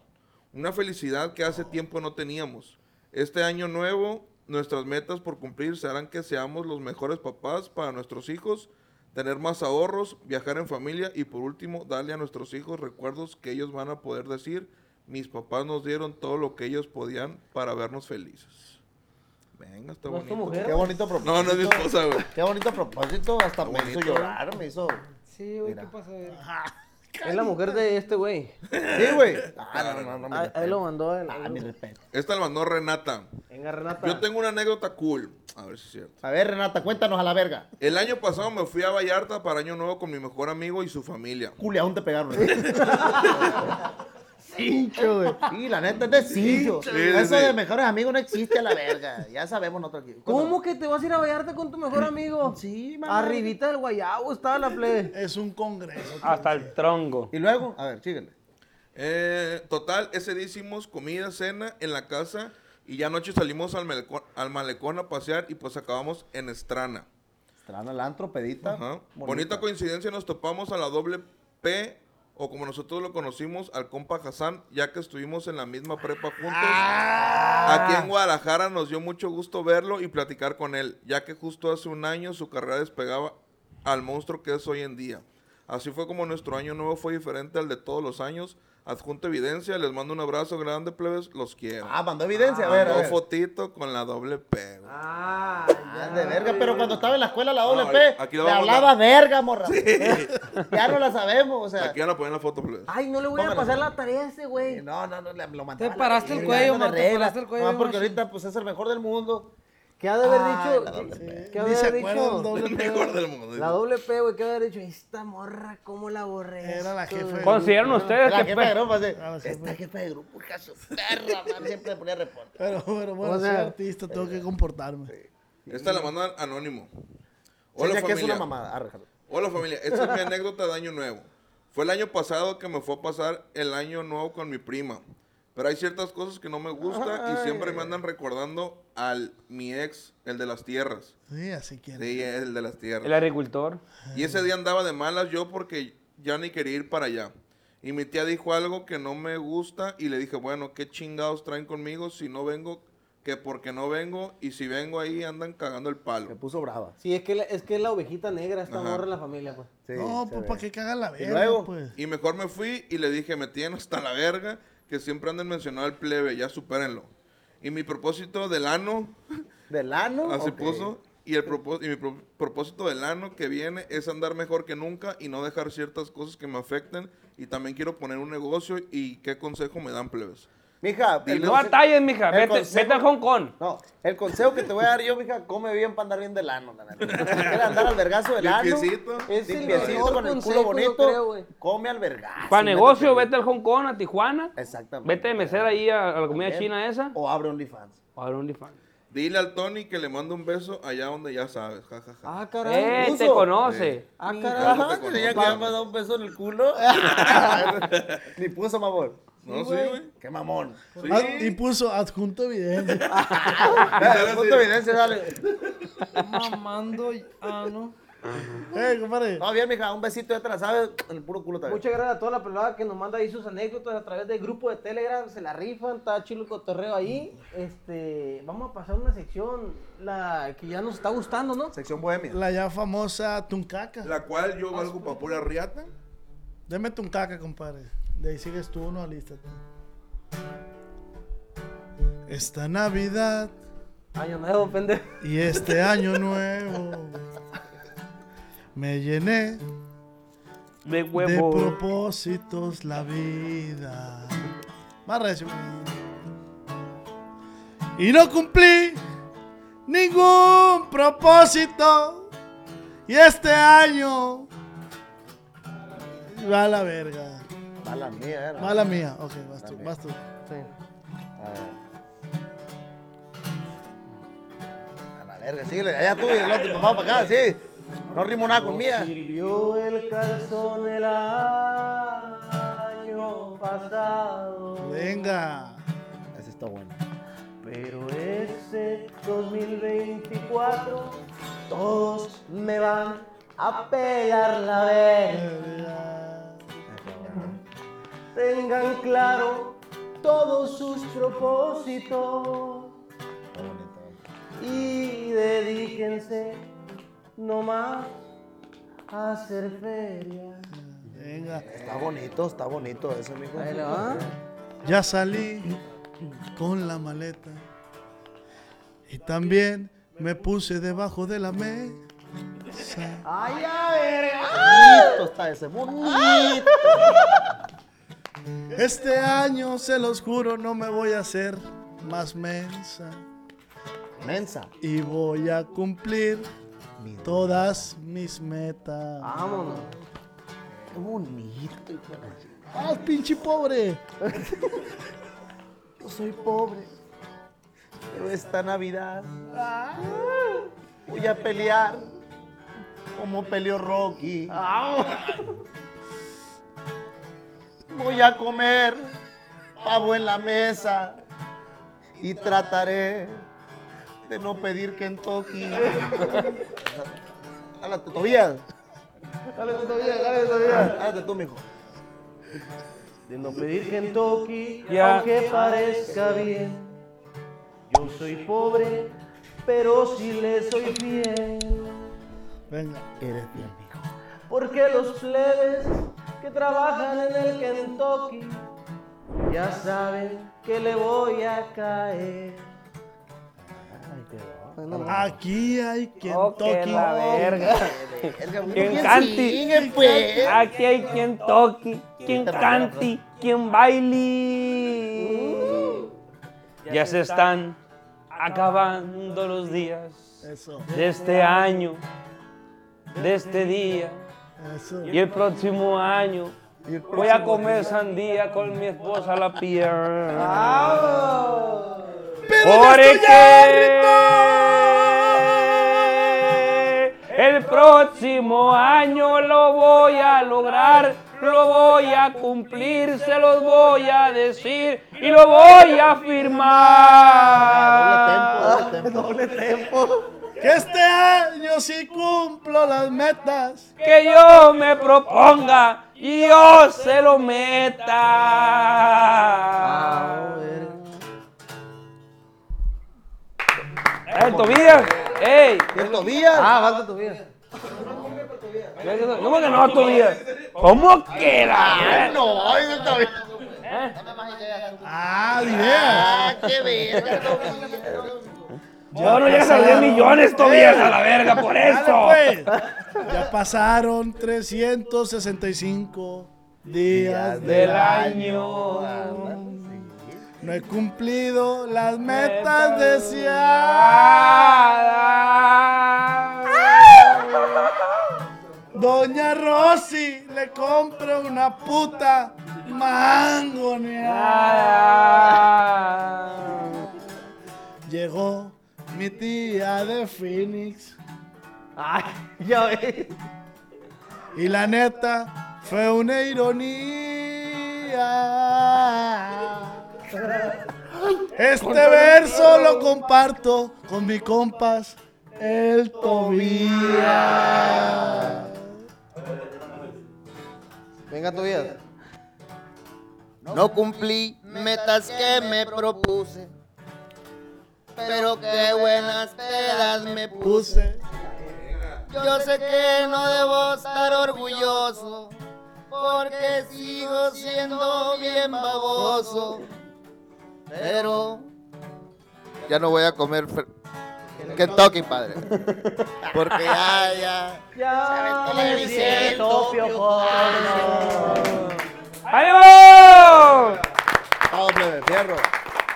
Speaker 3: Una felicidad que hace tiempo no teníamos. Este año nuevo, nuestras metas por cumplir serán que seamos los mejores papás para nuestros hijos, tener más ahorros, viajar en familia y por último, darle a nuestros hijos recuerdos que ellos van a poder decir, mis papás nos dieron todo lo que ellos podían para vernos felices. Venga, está
Speaker 6: ¿No es tu
Speaker 3: bonito.
Speaker 6: mujer? Qué bonito propósito.
Speaker 3: No, no es mi esposa, güey.
Speaker 6: Qué bonito propósito, hasta me hizo
Speaker 3: bonito,
Speaker 6: llorar, me hizo...
Speaker 4: Sí, güey, ¿qué pasa?
Speaker 8: Es la mujer de este güey.
Speaker 6: Sí, güey. Ah, no, no, no, mi
Speaker 8: Ah,
Speaker 6: respeto.
Speaker 8: Ahí lo mandó. él.
Speaker 6: Ah, mi respeto.
Speaker 3: Esta la mandó Renata.
Speaker 8: Venga, Renata.
Speaker 3: Yo tengo una anécdota cool. A ver si es cierto.
Speaker 6: A ver, Renata, cuéntanos a la verga.
Speaker 3: El año pasado me fui a Vallarta para Año Nuevo con mi mejor amigo y su familia.
Speaker 6: Julia, ¿dónde te pegaron? Cincho, güey. Sí, la neta es de cincho.
Speaker 3: Sí, sí,
Speaker 6: Eso
Speaker 3: sí.
Speaker 6: de mejores amigos no existe a la verga. Ya sabemos nosotros aquí.
Speaker 8: ¿Cómo que te vas a ir a Vallarta con tu mejor amigo?
Speaker 6: Sí,
Speaker 8: mamá. Arribita del guayabo está la plebe.
Speaker 2: Es un congreso.
Speaker 7: Hasta el tronco.
Speaker 6: Y luego, a ver, síguele.
Speaker 3: Eh, total, ese día hicimos comida, cena en la casa y ya anoche salimos al malecón, al malecón a pasear y pues acabamos en Estrana.
Speaker 6: Estrana, la antropedita.
Speaker 3: Ajá. Bonita coincidencia, nos topamos a la doble P o como nosotros lo conocimos, al compa Hassan, ya que estuvimos en la misma prepa juntos. Aquí en Guadalajara nos dio mucho gusto verlo y platicar con él, ya que justo hace un año su carrera despegaba al monstruo que es hoy en día. Así fue como nuestro año nuevo fue diferente al de todos los años. Adjunto evidencia, les mando un abrazo grande, plebes, los quiero.
Speaker 6: Ah, mandó evidencia, a ver, a
Speaker 3: Mandó
Speaker 6: ver.
Speaker 3: fotito con la doble P. güey.
Speaker 6: Ah, de verga, pero cuando estaba en la escuela la doble
Speaker 3: No,
Speaker 6: P,
Speaker 3: aquí
Speaker 6: le
Speaker 3: la vamos a
Speaker 6: hablaba
Speaker 3: mandar.
Speaker 6: verga, morra. ya no la sabemos, o sea.
Speaker 3: Aquí van a poner la foto,
Speaker 10: Ah,
Speaker 3: plebes.
Speaker 8: Ay, no le voy
Speaker 6: Póngale,
Speaker 8: a pasar
Speaker 6: póngale.
Speaker 8: la tarea a ese güey.
Speaker 6: No, no, no, le- lo mandaba.
Speaker 4: Te paraste el cuello, ma, te paraste el cuello,
Speaker 6: No, porque
Speaker 4: macho.
Speaker 6: ahorita pues es el mejor del mundo.
Speaker 8: ¿Qué ha de haber
Speaker 6: Ah,
Speaker 8: dicho?
Speaker 6: la doble P.
Speaker 8: ¿Qué ha
Speaker 2: Ni
Speaker 8: de
Speaker 2: se
Speaker 8: haber
Speaker 2: acuerda del
Speaker 8: dicho?
Speaker 2: doble
Speaker 3: El mejor del mundo.
Speaker 8: La doble P, güey, ¿qué ha de haber dicho? Esta morra, ¿cómo la borré?
Speaker 2: Era la
Speaker 8: esto,
Speaker 2: jefa
Speaker 8: güey?
Speaker 2: de
Speaker 7: ¿Consideran ustedes
Speaker 6: La
Speaker 7: que
Speaker 6: jefa de
Speaker 7: pe-
Speaker 6: grupo, así.
Speaker 2: la jefa.
Speaker 6: Esta jefa de grupo, hija de su perra, man, siempre le ponía reporte.
Speaker 2: Pero, pero bueno,
Speaker 8: O sea,
Speaker 2: soy artista, tengo que comportarme.
Speaker 3: Esta la mandan anónimo. Hola,
Speaker 6: Hola, que es
Speaker 3: familia.
Speaker 6: una mamada. Arre, jalo.
Speaker 3: Hola familia, esta es mi anécdota de año nuevo. Fue el año pasado que me fue a pasar el año nuevo con mi prima. Pero hay ciertas cosas que no me gustan y siempre me andan recordando al mi ex, el de las tierras.
Speaker 2: Sí, así quiere.
Speaker 3: Sí, el de las
Speaker 7: El
Speaker 3: tierras.
Speaker 7: agricultor.
Speaker 3: Y ese día andaba de malas yo porque ya ni quería ir para allá. Y mi tía dijo algo que no me gusta y le dije, bueno, ¿qué chingados traen conmigo si no vengo? Que porque no vengo y si vengo ahí andan cagando el palo.
Speaker 6: Me puso brava.
Speaker 8: Sí, es que, la, es que es la ovejita negra esta
Speaker 3: Ajá.
Speaker 8: morra en la familia, pues.
Speaker 6: Sí,
Speaker 2: no,
Speaker 6: se
Speaker 2: pues
Speaker 6: ve.
Speaker 2: para que cagan la verga,
Speaker 6: luego?
Speaker 2: pues.
Speaker 3: Y mejor me fui y le dije, me tienen hasta la verga, que siempre andan mencionando al plebe, ya supérenlo. Y mi propósito del ano,
Speaker 6: ¿Del ano?
Speaker 3: así
Speaker 6: Ok.
Speaker 3: puso, y, el propó- y mi pro- propósito del ano que viene es andar mejor que nunca y no dejar ciertas cosas que me afecten. Y también quiero poner un negocio y qué consejo me dan plebes.
Speaker 6: Mija, el
Speaker 3: Dile-
Speaker 7: No
Speaker 6: conse-
Speaker 7: batalles, mija.
Speaker 6: el
Speaker 7: Vete,
Speaker 6: consejo-
Speaker 7: vete al Hong Kong.
Speaker 6: No, el consejo que te voy a dar yo, mija, come bien para andar bien del ano, la neta. Si quieres andar al vergazo del ano,
Speaker 3: Limpiecito.
Speaker 8: Es el
Speaker 6: limpiecito,
Speaker 8: mejor
Speaker 6: con el
Speaker 8: consejo,
Speaker 6: culo
Speaker 8: yo
Speaker 6: bonito,
Speaker 8: creo, güey.
Speaker 6: come al vergazo.
Speaker 7: Para
Speaker 6: y
Speaker 7: negocio,
Speaker 6: métete
Speaker 7: vete al Hong Kong, a Tijuana.
Speaker 6: bien. Exactamente.
Speaker 7: Vete de mesera ahí a, a la comida
Speaker 6: También.
Speaker 7: china esa.
Speaker 6: O abre OnlyFans.
Speaker 7: O a ver OnlyFans.
Speaker 3: Dile al Tony que le mando un beso allá donde ya sabes, jajaja.
Speaker 8: Ah, caray.
Speaker 7: Eh, te
Speaker 6: uso.
Speaker 7: conoce.
Speaker 8: Ah,
Speaker 3: Claro,
Speaker 8: caray.
Speaker 3: te
Speaker 6: Ajá, ya que
Speaker 3: conozco.
Speaker 6: ya me da un beso en el culo. Ni puso mamón.
Speaker 3: No, sí, güey.
Speaker 6: Qué mamón.
Speaker 3: Sí.
Speaker 2: Ah, y puso adjunto evidencia.
Speaker 6: Dale, punto de evidencia, dale.
Speaker 4: Mamando y- Ah, no.
Speaker 2: eh, compadre.
Speaker 6: No, bien, mija, un besito ya te la sabes, en el puro culo también.
Speaker 8: Muchas gracias a toda la pelada que nos manda ahí sus anécdotas a través del grupo de Telegram, se la rifan, está chilo el cotorreo ahí. Este, vamos a pasar una sección la que ya nos está gustando, ¿no?
Speaker 6: Sección bohemia.
Speaker 2: La ya famosa Tuncaca.
Speaker 3: La cual yo valgo para pura riata.
Speaker 2: Deme Tuncaca, compadre. De ahí sigues tú, no, alístate. Esta Navidad
Speaker 8: Año nuevo, pendejo.
Speaker 2: y este año nuevo me llené de
Speaker 7: De huevo.
Speaker 2: propósitos la vida. Más recio. Y no cumplí ningún propósito. Y este año va a la verga.
Speaker 6: Mala mía, era.
Speaker 2: Mala mía. Ok, vas tú, vas tú.
Speaker 6: A ver. A la verga, síguele, allá tú y el otro, papá, para acá, sí. No rimo nada con mía.
Speaker 8: Sirvió el calzón el año pasado.
Speaker 2: Venga.
Speaker 6: Ese está bueno.
Speaker 8: Pero ese 2024 todos me van a pegar la verga. Tengan claro
Speaker 5: todos sus propósitos y dedíquense nomás a hacer feria.
Speaker 6: Venga. Está bonito, está bonito eso, mijo.
Speaker 5: Ahí le va.
Speaker 2: Ya salí con la maleta y también me puse debajo de la mesa.
Speaker 5: ¡Ay, a ver!
Speaker 6: Bonito está ese, bonito.
Speaker 2: Este año, se los juro, no me voy a hacer más mensa.
Speaker 6: Mensa.
Speaker 2: Y voy a cumplir todas mis metas.
Speaker 6: Vámonos. Qué bonito, hijo de la chica.
Speaker 2: ¡Ah, pinche pobre!
Speaker 6: Yo Pues soy pobre. Pero esta Navidad voy a pelear como peleó Rocky. Voy a comer pavo en la mesa y trataré de no pedir Kentucky. Háblate tú, Tobías.
Speaker 5: Dale tú todavía, dale tú todavía.
Speaker 6: Háblate tú, mijo.
Speaker 5: De no pedir Kentucky,
Speaker 6: Ya.
Speaker 5: aunque parezca bien. Yo soy pobre, pero si le soy fiel.
Speaker 2: Venga.
Speaker 6: Eres bien, mijo.
Speaker 5: Porque los plebes que trabajan en el Kentucky ya saben que le voy a caer.
Speaker 2: Aquí hay quien
Speaker 5: Oh, que
Speaker 2: toque.
Speaker 5: la verga.
Speaker 7: Quien canti.
Speaker 6: pues.
Speaker 7: Aquí hay quien toque, quien canti, quien baile. Ya se están acabando los días
Speaker 2: Eso.
Speaker 7: de este año, de este día
Speaker 2: Eso.
Speaker 7: y el próximo año. Voy a comer sandía con mi esposa la pierna. Porque el próximo año lo voy a lograr, lo voy a cumplir, se los voy a decir y lo voy a firmar.
Speaker 2: Doble tempo. Que este año sí cumplo las metas.
Speaker 7: Que yo me proponga y yo se lo meta.
Speaker 2: Ah,
Speaker 7: ¡Eh, Tobías! ¡Ey!
Speaker 6: ¿Es Tobías?
Speaker 7: Ah,
Speaker 6: falta Tobías.
Speaker 7: ¿Cómo que no, Tobías? ¿Cómo que la?
Speaker 6: No, ay, no Tobías.
Speaker 2: Ah, idea.
Speaker 6: Ah, qué verga,
Speaker 7: No, no llegas a los 10 millones, Tobías, a la verga, por eso.
Speaker 2: Dale, pues. Ya pasaron 365 días
Speaker 7: del
Speaker 2: año. No he cumplido las metas deseadas. Doña Rosy le compra una puta mangoneada. Llegó mi tía de Phoenix. Ay, ya ves. Y la neta fue una ironía. Este verso lo comparto con mi compas, el Tobías.
Speaker 9: Venga, Tobías. No cumplí metas que me propuse, pero qué buenas pedas me
Speaker 2: Puse.
Speaker 9: Yo sé que no debo estar orgulloso, porque sigo siendo bien baboso. Pero ya no voy a comer fre- Kentucky, padre. Porque ya, ya.
Speaker 5: Ya
Speaker 9: me
Speaker 5: me siento piojón.
Speaker 7: ¡Ánimo!
Speaker 9: Todo plebe, fierro.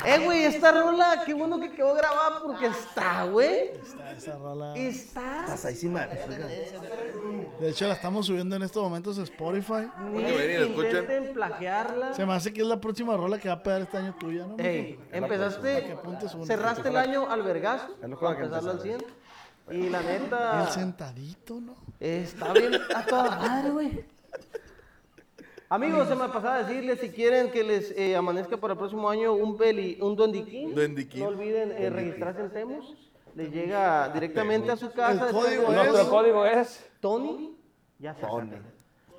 Speaker 8: Eh, güey, esta rola, qué bueno que quedó grabada porque está, güey.
Speaker 2: Esa rola.
Speaker 8: Está.
Speaker 6: Pasadísima.
Speaker 2: De hecho, la estamos subiendo en estos momentos a Spotify.
Speaker 8: Ni Intenten plagiarla.
Speaker 2: Se me hace que es la próxima rola que va a pegar este año tuya, ¿no?
Speaker 8: Ey,
Speaker 2: mijo? Para que
Speaker 8: empezaste,
Speaker 2: apuntes una.
Speaker 8: cerraste el año al vergazo,
Speaker 2: Es lo que va
Speaker 8: para
Speaker 2: a
Speaker 8: empezarlo al 100.
Speaker 2: empezar.
Speaker 8: Y la
Speaker 2: Bien
Speaker 8: neta,
Speaker 2: sentadito, ¿no?
Speaker 8: está bien a toda madre, güey. Amigos, se me pasaba a decirles si quieren que les eh, amanezca para el próximo año un beli, un dondiquín.
Speaker 3: Duendiquín.
Speaker 8: No olviden eh, registrarse en Temos. Les llega directamente a su casa.
Speaker 2: El código
Speaker 8: Nuestro
Speaker 2: es-
Speaker 8: código es Tony. Ya Tony.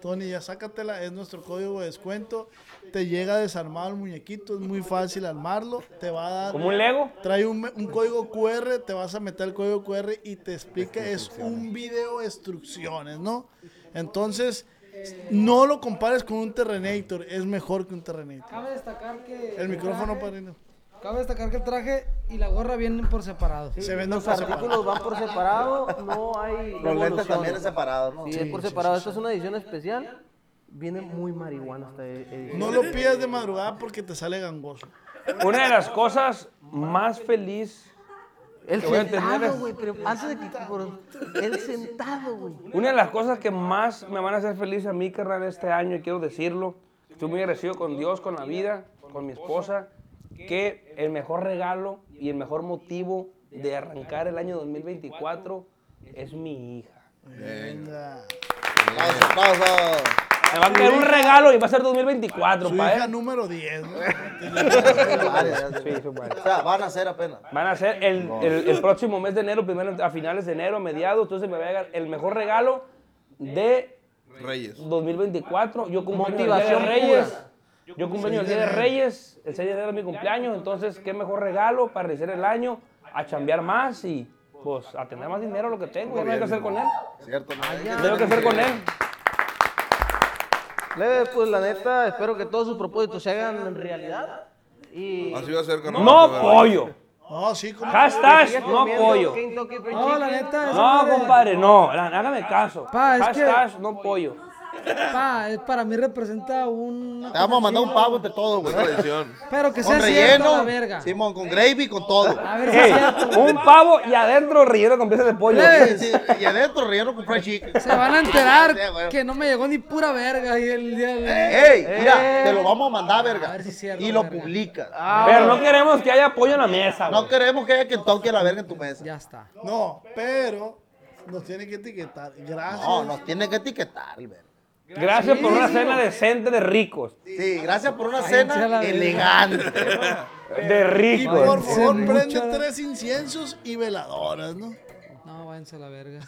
Speaker 2: Tony, ya sácatela, es nuestro código de descuento. Te llega desarmado el muñequito, es muy fácil armarlo. Te va a dar.
Speaker 7: ¿Como un Lego?
Speaker 2: Trae un, un código QR, te vas a meter el código QR y te explica, es un video de instrucciones, ¿no? Entonces, no lo compares con un Terrenator, es mejor que un Terrenator.
Speaker 4: Cabe destacar que.
Speaker 2: El micrófono,
Speaker 4: traje-
Speaker 2: padrino.
Speaker 4: Cabe destacar que el traje y la gorra vienen por separado.
Speaker 2: Se venden
Speaker 4: los
Speaker 2: por separado.
Speaker 4: artículos
Speaker 8: van por separado, no hay.
Speaker 4: Los
Speaker 8: evolución.
Speaker 6: lentes también es separado, ¿no?
Speaker 8: Sí,
Speaker 6: Sí,
Speaker 8: es por
Speaker 6: sí,
Speaker 8: separado.
Speaker 6: sí,
Speaker 8: Esta es una edición especial. Viene muy marihuana esta e- edición.
Speaker 2: No lo pidas de madrugada porque te sale gangoso.
Speaker 7: Una de las cosas más feliz
Speaker 8: El
Speaker 7: que voy a tener
Speaker 8: sentado,
Speaker 7: es-
Speaker 8: güey. pero Antes de que. por- El sentado, güey.
Speaker 7: Una de las cosas que más me van a hacer feliz a mí, carnal, este año, y quiero decirlo, estoy muy agradecido con Dios, con la vida, con mi esposa, que el mejor regalo y el mejor motivo de arrancar el año 2024 es mi hija.
Speaker 2: Venga.
Speaker 7: Aplausos, aplausos. Me va a caer un regalo y va a ser 2024,
Speaker 2: Su
Speaker 7: pa,
Speaker 2: hija
Speaker 7: ¿eh?
Speaker 2: número 10. ¿no?
Speaker 7: Sí, son varias.
Speaker 6: O sea, van a ser apenas.
Speaker 7: Van a ser el, el- el próximo mes de enero, primero a finales de enero, a mediados. Entonces me va a llegar el mejor regalo de
Speaker 3: Reyes.
Speaker 7: 2024. Yo cumplo el día de
Speaker 8: Motivación
Speaker 7: Reyes.
Speaker 8: pura.
Speaker 7: Yo cumplo el
Speaker 8: Seis
Speaker 7: día
Speaker 8: de
Speaker 7: de
Speaker 8: enero.
Speaker 7: Reyes. El 6 de enero es mi cumpleaños. Entonces, qué mejor regalo para iniciar el año, a chambear más y pues a tener más dinero lo que tengo. Ya no hay que hacer con él.
Speaker 6: Cierto, no hay
Speaker 7: ¿Qué tengo que hacer con él?
Speaker 8: Leve, pues la neta, espero que todos sus propósitos se hagan en realidad. Y...
Speaker 3: Así va a ser, carnal.
Speaker 7: No pollo.
Speaker 2: No, sí, como.
Speaker 7: Hashtag no pollo.
Speaker 4: No, Ah, la neta, esa
Speaker 7: No,
Speaker 4: madre-
Speaker 7: compadre, no. Hágame caso.
Speaker 4: Pa, es que-
Speaker 7: Hashtag no pollo.
Speaker 4: Pa, es- para mí representa un.
Speaker 6: Te vamos a mandar un pavo entre todo, güey.
Speaker 4: Pero que sea
Speaker 6: Con
Speaker 4: cierto, la verga.
Speaker 6: Simón, con gravy, con todo.
Speaker 4: A ver,
Speaker 7: Ey, un pavo y adentro relleno con piezas de pollo.
Speaker 6: Sí, sí, y adentro relleno con fried chicken.
Speaker 4: Se van a enterar
Speaker 6: Ah, Sí, güey.
Speaker 4: que no me llegó ni pura verga y el día del-
Speaker 6: Ey,
Speaker 4: Eh.
Speaker 6: mira, te lo vamos a mandar, verga. y lo publicas.
Speaker 7: Pero no queremos que haya pollo en la mesa.
Speaker 6: No queremos que haya quien toque la verga en tu mesa.
Speaker 4: Ya está.
Speaker 2: No, pero nos tiene que etiquetar. Gracias.
Speaker 6: No, nos tiene que etiquetar, el verga.
Speaker 7: Gracias por una cena decente de ricos.
Speaker 6: Sí, gracias por una
Speaker 7: Ay,
Speaker 2: sea la
Speaker 6: cena
Speaker 2: verga.
Speaker 6: elegante.
Speaker 7: De
Speaker 2: Y por
Speaker 7: ricos.
Speaker 2: favor,
Speaker 4: Sí,
Speaker 2: prende
Speaker 4: muchas-
Speaker 2: tres inciensos y veladoras, ¿no?
Speaker 4: No, váyanse a la verga.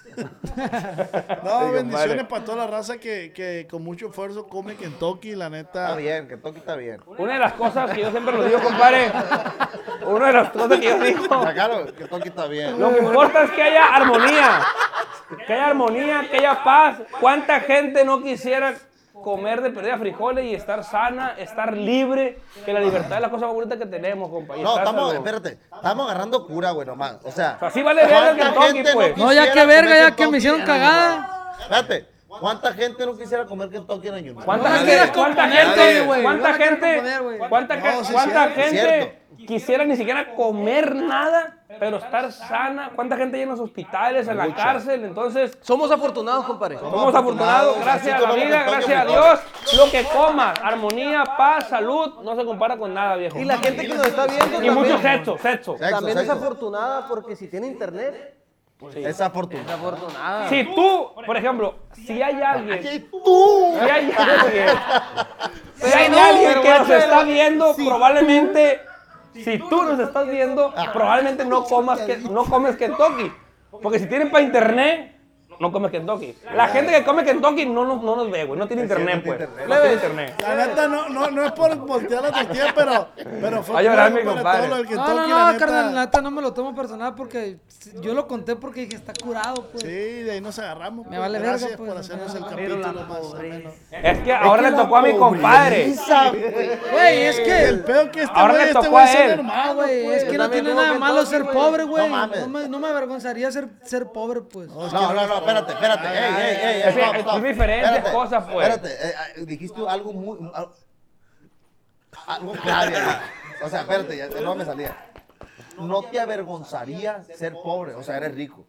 Speaker 2: No,
Speaker 6: Sí,
Speaker 2: bendiciones
Speaker 6: compadre.
Speaker 2: para toda la raza que, que con mucho esfuerzo come Kentucky, la neta.
Speaker 6: Está bien, que toque está bien.
Speaker 7: Una de las cosas que yo siempre lo digo, compadre. Una de las cosas que yo digo.
Speaker 6: Claro, que toque está bien.
Speaker 7: Lo que importa es que haya armonía. Que haya armonía, que haya paz. ¿Cuánta gente no quisiera comer de perdida frijoles y estar sana, estar libre? Que la libertad es la cosa más bonita que tenemos, compañero.
Speaker 6: No, estamos, espérate, estamos agarrando cura, güey, nomás. O sea,
Speaker 7: sea, sí vale verga el
Speaker 6: ¿cuánta
Speaker 7: Kentucky,
Speaker 6: gente
Speaker 7: pues?
Speaker 4: No, ya
Speaker 6: quisiera
Speaker 4: que verga,
Speaker 6: comer
Speaker 4: ya que me
Speaker 6: Kentucky?
Speaker 4: hicieron cagada.
Speaker 6: Espérate, ¿cuánta gente no quisiera comer Kentucky en ayuno?
Speaker 7: ¿Cuánta
Speaker 4: No la
Speaker 7: gente,
Speaker 4: quieras
Speaker 7: cuánta
Speaker 4: componer,
Speaker 7: gente,
Speaker 4: Tony, güey.
Speaker 7: cuánta
Speaker 4: No la quieras
Speaker 7: gente,
Speaker 4: componer, güey.
Speaker 7: cuánta,
Speaker 4: No,
Speaker 7: gen-
Speaker 4: sí es
Speaker 7: cuánta
Speaker 4: cierto,
Speaker 7: gente
Speaker 6: cierto.
Speaker 7: quisiera ni siquiera comer nada, pero estar sana? ¿Cuánta gente hay en los hospitales, en la cárcel? Entonces,
Speaker 8: Somos afortunados, compadre.
Speaker 7: somos afortunados, gracias a la vida, gracias a Dios. Lo que comas, armonía, paz, salud, no se compara con nada, viejo.
Speaker 8: Y la gente que nos está viendo
Speaker 7: Y
Speaker 8: también,
Speaker 7: mucho sexo, sexo.
Speaker 8: también es
Speaker 6: sexo.
Speaker 8: afortunada porque si tiene internet,
Speaker 6: Es afortunado.
Speaker 8: afortunada.
Speaker 7: Si tú, por ejemplo, si hay alguien
Speaker 6: ¡Tú!
Speaker 7: Si hay alguien, si hay
Speaker 8: no,
Speaker 7: alguien
Speaker 8: pero
Speaker 7: que nos
Speaker 8: guacha,
Speaker 7: está viendo, probablemente, si tú nos estás viendo, probablemente no comas que, no comes Kentucky. Porque si tienen para internet, no comes Kentucky. La gente que come Kentucky no nos, no nos ve, güey. No tiene internet, pues. No tiene internet.
Speaker 2: La neta, no, no, no es por voltear la tortilla, pero, pero fue
Speaker 7: Va a llorar
Speaker 2: claro
Speaker 7: mi
Speaker 2: para todo
Speaker 7: compadre.
Speaker 2: lo del
Speaker 4: No, no,
Speaker 2: Kentucky, la
Speaker 4: no,
Speaker 2: neta.
Speaker 4: carnal, la neta no me lo tomo personal porque si- yo lo conté porque dije, está curado, pues.
Speaker 2: Sí, de ahí nos agarramos.
Speaker 4: Me vale
Speaker 2: Gracias
Speaker 4: verga, pues,
Speaker 2: por
Speaker 4: no
Speaker 2: hacernos
Speaker 4: sé.
Speaker 2: el
Speaker 4: Pero la
Speaker 2: capítulo más ameno.
Speaker 7: Es que ahora le tocó a mi compadre.
Speaker 4: Güey, es que
Speaker 2: El pedo que este
Speaker 7: Ahora
Speaker 2: güey,
Speaker 7: le
Speaker 2: este
Speaker 7: tocó
Speaker 2: güey
Speaker 7: a
Speaker 2: es el
Speaker 7: él.
Speaker 2: hermano,
Speaker 4: güey,
Speaker 2: güey.
Speaker 4: es que no
Speaker 8: también
Speaker 4: tiene
Speaker 8: como
Speaker 4: nada de malo
Speaker 8: Kentucky,
Speaker 4: ser
Speaker 8: güey.
Speaker 4: pobre, güey. No,
Speaker 6: mames.
Speaker 4: me, no me avergonzaría ser, ser pobre, pues.
Speaker 6: No, no, no, espérate, espérate. Ey, ey, ey,
Speaker 7: Es que
Speaker 6: stop,
Speaker 7: es
Speaker 6: stop.
Speaker 7: diferentes
Speaker 6: Espérate,
Speaker 7: cosas, pues.
Speaker 6: Espérate, eh, eh, dijiste algo muy. al- Algo clave. güey. O sea, espérate, ya no me salía. No te avergonzaría ser pobre, o sea, eres rico.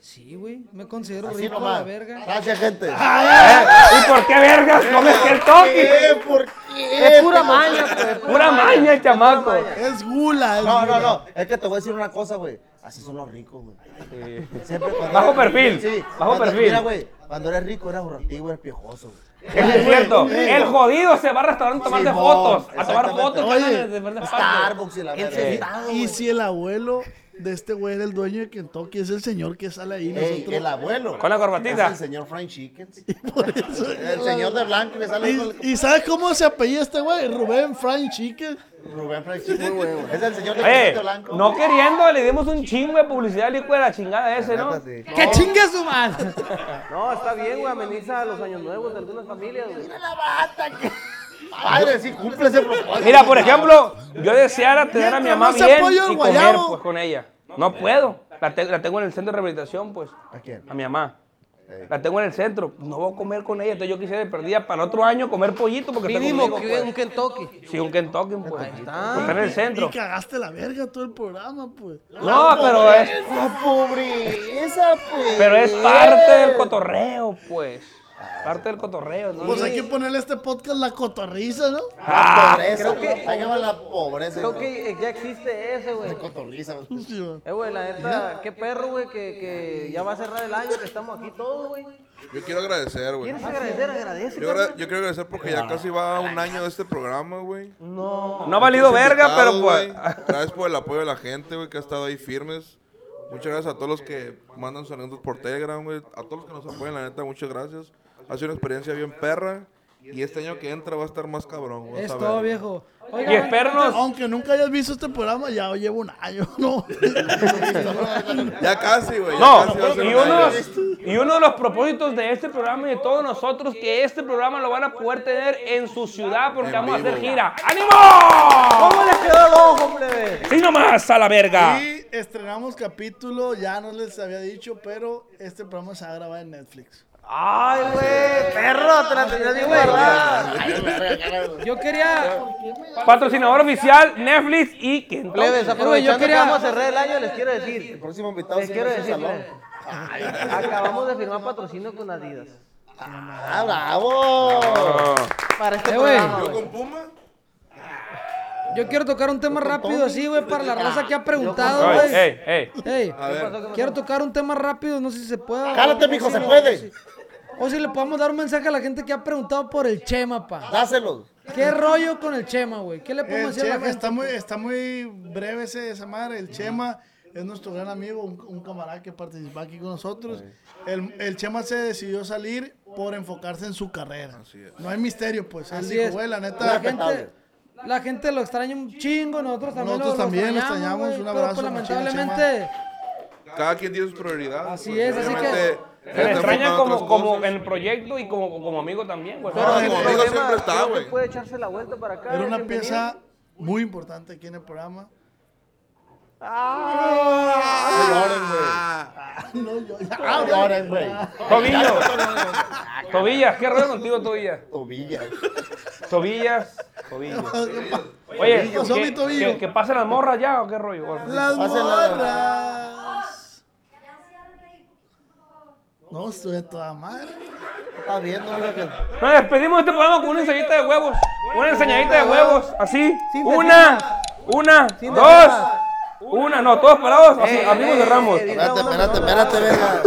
Speaker 4: Sí, güey, me considero
Speaker 6: Así
Speaker 4: rico a la
Speaker 6: nomás.
Speaker 4: verga.
Speaker 6: Gracias, gente.
Speaker 7: ¿Eh? ¿Y por qué vergas comes Kentucky?
Speaker 6: ¿Por qué?
Speaker 8: Es pura maña, pues.
Speaker 7: Pura maña el chamaco.
Speaker 2: Es gula. es
Speaker 6: No, no,
Speaker 2: gula.
Speaker 6: no. Es que te voy a decir una cosa, güey. Así son los ricos, güey. Siempre cuando-
Speaker 7: Bajo perfil, bajo
Speaker 6: cuando-
Speaker 7: perfil.
Speaker 6: Mira, güey, cuando eres rico, eres borrativo, eres piojoso, güey.
Speaker 7: Eso es cierto. El jodido se va al restaurante a tomarse
Speaker 6: Simón,
Speaker 7: fotos. A tomar
Speaker 6: exactamente.
Speaker 7: fotos.
Speaker 6: Oye,
Speaker 7: carnal, de- de- de- de-
Speaker 6: Starbucks y la
Speaker 8: El
Speaker 6: verga.
Speaker 8: sentado,
Speaker 2: Y
Speaker 8: güey.
Speaker 2: si el abuelo de este güey era el dueño de Kentucky, es el señor que sale ahí.
Speaker 6: Ey,
Speaker 2: nosotros-
Speaker 6: el abuelo. Es el señor Frank Chickens. el señor de blanco que sale ahí con el-
Speaker 2: ¿Y, y sabes cómo se apellía este güey? Rubén Frank Chicken.
Speaker 6: Rubén Frank Chickens. Es el señor de
Speaker 7: Oye,
Speaker 6: Cristo blanco.
Speaker 7: no queriendo, le dimos un chingo de publicidad al hijo de la chingada ese, ¿no?
Speaker 4: ¡Que chingue su madre!
Speaker 8: No, está bien, güey, ameniza los años nuevos de algunas familias, güey.
Speaker 6: Mira la bata que... Padre, sí, cumple ese propósito.
Speaker 7: Mira, por ejemplo, yo deseara tener a mi
Speaker 6: Mientras
Speaker 7: mamá
Speaker 6: no se
Speaker 7: bien
Speaker 6: apoye el
Speaker 7: y comer
Speaker 6: guayabo.
Speaker 7: pues, con ella. No puedo. La, te- la tengo en el centro de rehabilitación, pues.
Speaker 6: ¿A quién?
Speaker 7: A mi mamá. La tengo en el centro. No voy a comer con ella. Entonces yo quisiera de perdida para otro año comer pollito porque está
Speaker 8: Mínimo
Speaker 7: conmigo.
Speaker 8: que
Speaker 7: pues.
Speaker 8: un Kentucky.
Speaker 7: Sí, un Kentucky, pues. Pues, está en el centro.
Speaker 2: Y cagaste la verga todo el programa, pues.
Speaker 7: No, pero es-
Speaker 6: La pobreza, pues.
Speaker 7: Pero es parte del cotorreo, pues. Parte del cotorreo, ¿no?
Speaker 2: Pues hay que ponerle a este podcast la cotorriza, ¿no?
Speaker 7: Ah,
Speaker 6: Pobreza,
Speaker 8: creo que-
Speaker 6: ahí va la pobreza.
Speaker 8: Creo que ya existe ese, güey.
Speaker 6: cotorriza.
Speaker 8: Eh, güey, la neta, qué perro, güey, que, que ya va a cerrar el año, que estamos aquí todos, güey.
Speaker 3: Yo quiero agradecer, güey.
Speaker 8: ¿Quieres agradecer? Agradece.
Speaker 3: Yo, agra- yo quiero agradecer porque ya casi va un año de este programa, güey.
Speaker 8: No.
Speaker 7: No ha valido
Speaker 3: Muchos
Speaker 7: verga, pero
Speaker 3: invitados,
Speaker 7: pues.
Speaker 3: güey. Gracias por el apoyo de la gente, güey, que ha estado ahí firmes. Muchas gracias a todos los que mandan sus anécdotas por Telegram, güey. A todos los que nos apoyan, la neta, muchas gracias. Ha sido una experiencia bien perra. Y este año que entra va a estar más cabrón. vas a
Speaker 2: Es
Speaker 3: ver.
Speaker 2: todo, viejo.
Speaker 7: Oigan, Y espernos.
Speaker 2: Aunque nunca hayas visto este programa, ya llevo un año, ¿no?
Speaker 3: Ya casi, güey. ya
Speaker 7: No,
Speaker 3: casi va a ser
Speaker 7: y
Speaker 3: un año.
Speaker 7: uno, y uno de los propósitos de este programa y de todos nosotros que este programa lo van a poder tener en su ciudad porque vamos a hacer gira. ¡Ánimo!
Speaker 8: ¿Cómo les quedó el ojo, plebe?
Speaker 7: ¡Sí nomás a la verga!
Speaker 2: Y estrenamos capítulo, ya no les había dicho, pero este programa se va a grabar en Netflix.
Speaker 8: Ay, güey, perro, te la tenías bien guardada.
Speaker 4: Yo quería.
Speaker 7: Patrocinador oficial, Netflix y Kentucky.
Speaker 4: güey,
Speaker 8: Plebes,
Speaker 4: yo
Speaker 8: aprovechando que
Speaker 4: quería-
Speaker 8: vamos a cerrar el año, les quiero decir.
Speaker 6: Próximo invitado.
Speaker 8: Les Eh, quiero decir, plebe, acabamos de firmar patrocinio con Adidas.
Speaker 6: ¡Ah, bravo!
Speaker 8: Para este
Speaker 4: Eh, güey.
Speaker 8: programa,
Speaker 3: Yo
Speaker 8: güey.
Speaker 3: con Puma.
Speaker 4: Yo quiero tocar un tema rápido así, güey, para la raza que
Speaker 2: Ah,
Speaker 4: ha preguntado,
Speaker 7: Ey,
Speaker 4: güey.
Speaker 7: ey, ey.
Speaker 4: Ey,
Speaker 3: A ver.
Speaker 4: quiero tocar un tema rápido, no sé si se puede.
Speaker 6: Cálate, mijo, se puede.
Speaker 4: O si le podemos dar un mensaje a la gente que ha preguntado por el Chema, pa.
Speaker 6: Dáselo.
Speaker 4: ¿Qué rollo con el Chema, güey? ¿Qué le podemos
Speaker 2: El
Speaker 4: decir a la
Speaker 2: Chema,
Speaker 4: gente?
Speaker 2: está muy, está muy breve ese, esa madre. El Chema es nuestro gran amigo, un, un camarada que participa aquí con nosotros. El, el Chema se decidió salir por enfocarse en su carrera. No hay misterio, pues. Él
Speaker 4: Así
Speaker 2: dijo,
Speaker 4: es.
Speaker 2: güey, la
Speaker 4: La
Speaker 2: neta.
Speaker 4: gente, la gente lo extraña un chingo, nosotros también
Speaker 2: Nosotros
Speaker 4: lo, lo
Speaker 2: también lo extrañamos,
Speaker 4: güey,
Speaker 2: un
Speaker 4: pero,
Speaker 2: abrazo,
Speaker 4: pues,
Speaker 2: machín,
Speaker 4: lamentablemente,
Speaker 3: Cada quien tiene sus prioridades.
Speaker 4: Así
Speaker 3: pues,
Speaker 4: es, así que-
Speaker 3: obviamente,
Speaker 7: Se le
Speaker 3: está
Speaker 7: extraña
Speaker 3: enfocado en
Speaker 7: como,
Speaker 3: otras
Speaker 7: como
Speaker 3: Este, cosas.
Speaker 7: en el proyecto y como, como amigo también, güey.
Speaker 3: Pero-
Speaker 8: El
Speaker 3: Como digo,
Speaker 8: problema,
Speaker 3: siempre está,
Speaker 8: creo que
Speaker 3: güey.
Speaker 8: Puede echarse la vuelta para acá.
Speaker 2: Era una
Speaker 8: bienvenido.
Speaker 2: pieza muy importante aquí en el programa.
Speaker 6: ¡Ah, lloren, güey!
Speaker 7: Tobillo. Tobillas, ¿qué rollo contigo, Tobillas?
Speaker 6: Tobilla.
Speaker 7: Tobillas, Tobillas. Oye,
Speaker 2: Oye, pasó
Speaker 7: ¿qué-
Speaker 2: mi tobillo?
Speaker 7: ¿que, que pasen las morras ya o qué rollo? O-
Speaker 2: Las
Speaker 6: Pásenla.
Speaker 2: morras. No, estoy a toda madre.
Speaker 6: Está bien, no Mira que-
Speaker 7: Nos despedimos de este programa con una enseñadita de huevos. Una enseñadita de huevos. Así. Una, una, dos, una. No, todos parados. Así,
Speaker 3: Eh,
Speaker 7: amigos de Ramos.
Speaker 6: Espérate, espérate, espérate, venga.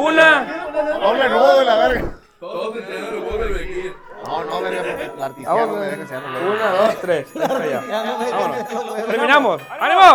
Speaker 7: Una.
Speaker 6: Doble nudo de la verga.
Speaker 3: Todos entrenan el huevo del Bequín.
Speaker 6: No, no, verga, porque la artista no me deja que sea
Speaker 3: eh,
Speaker 7: Una, dos, tres. Ya. Vámonos. Terminamos. ¡Ánimo!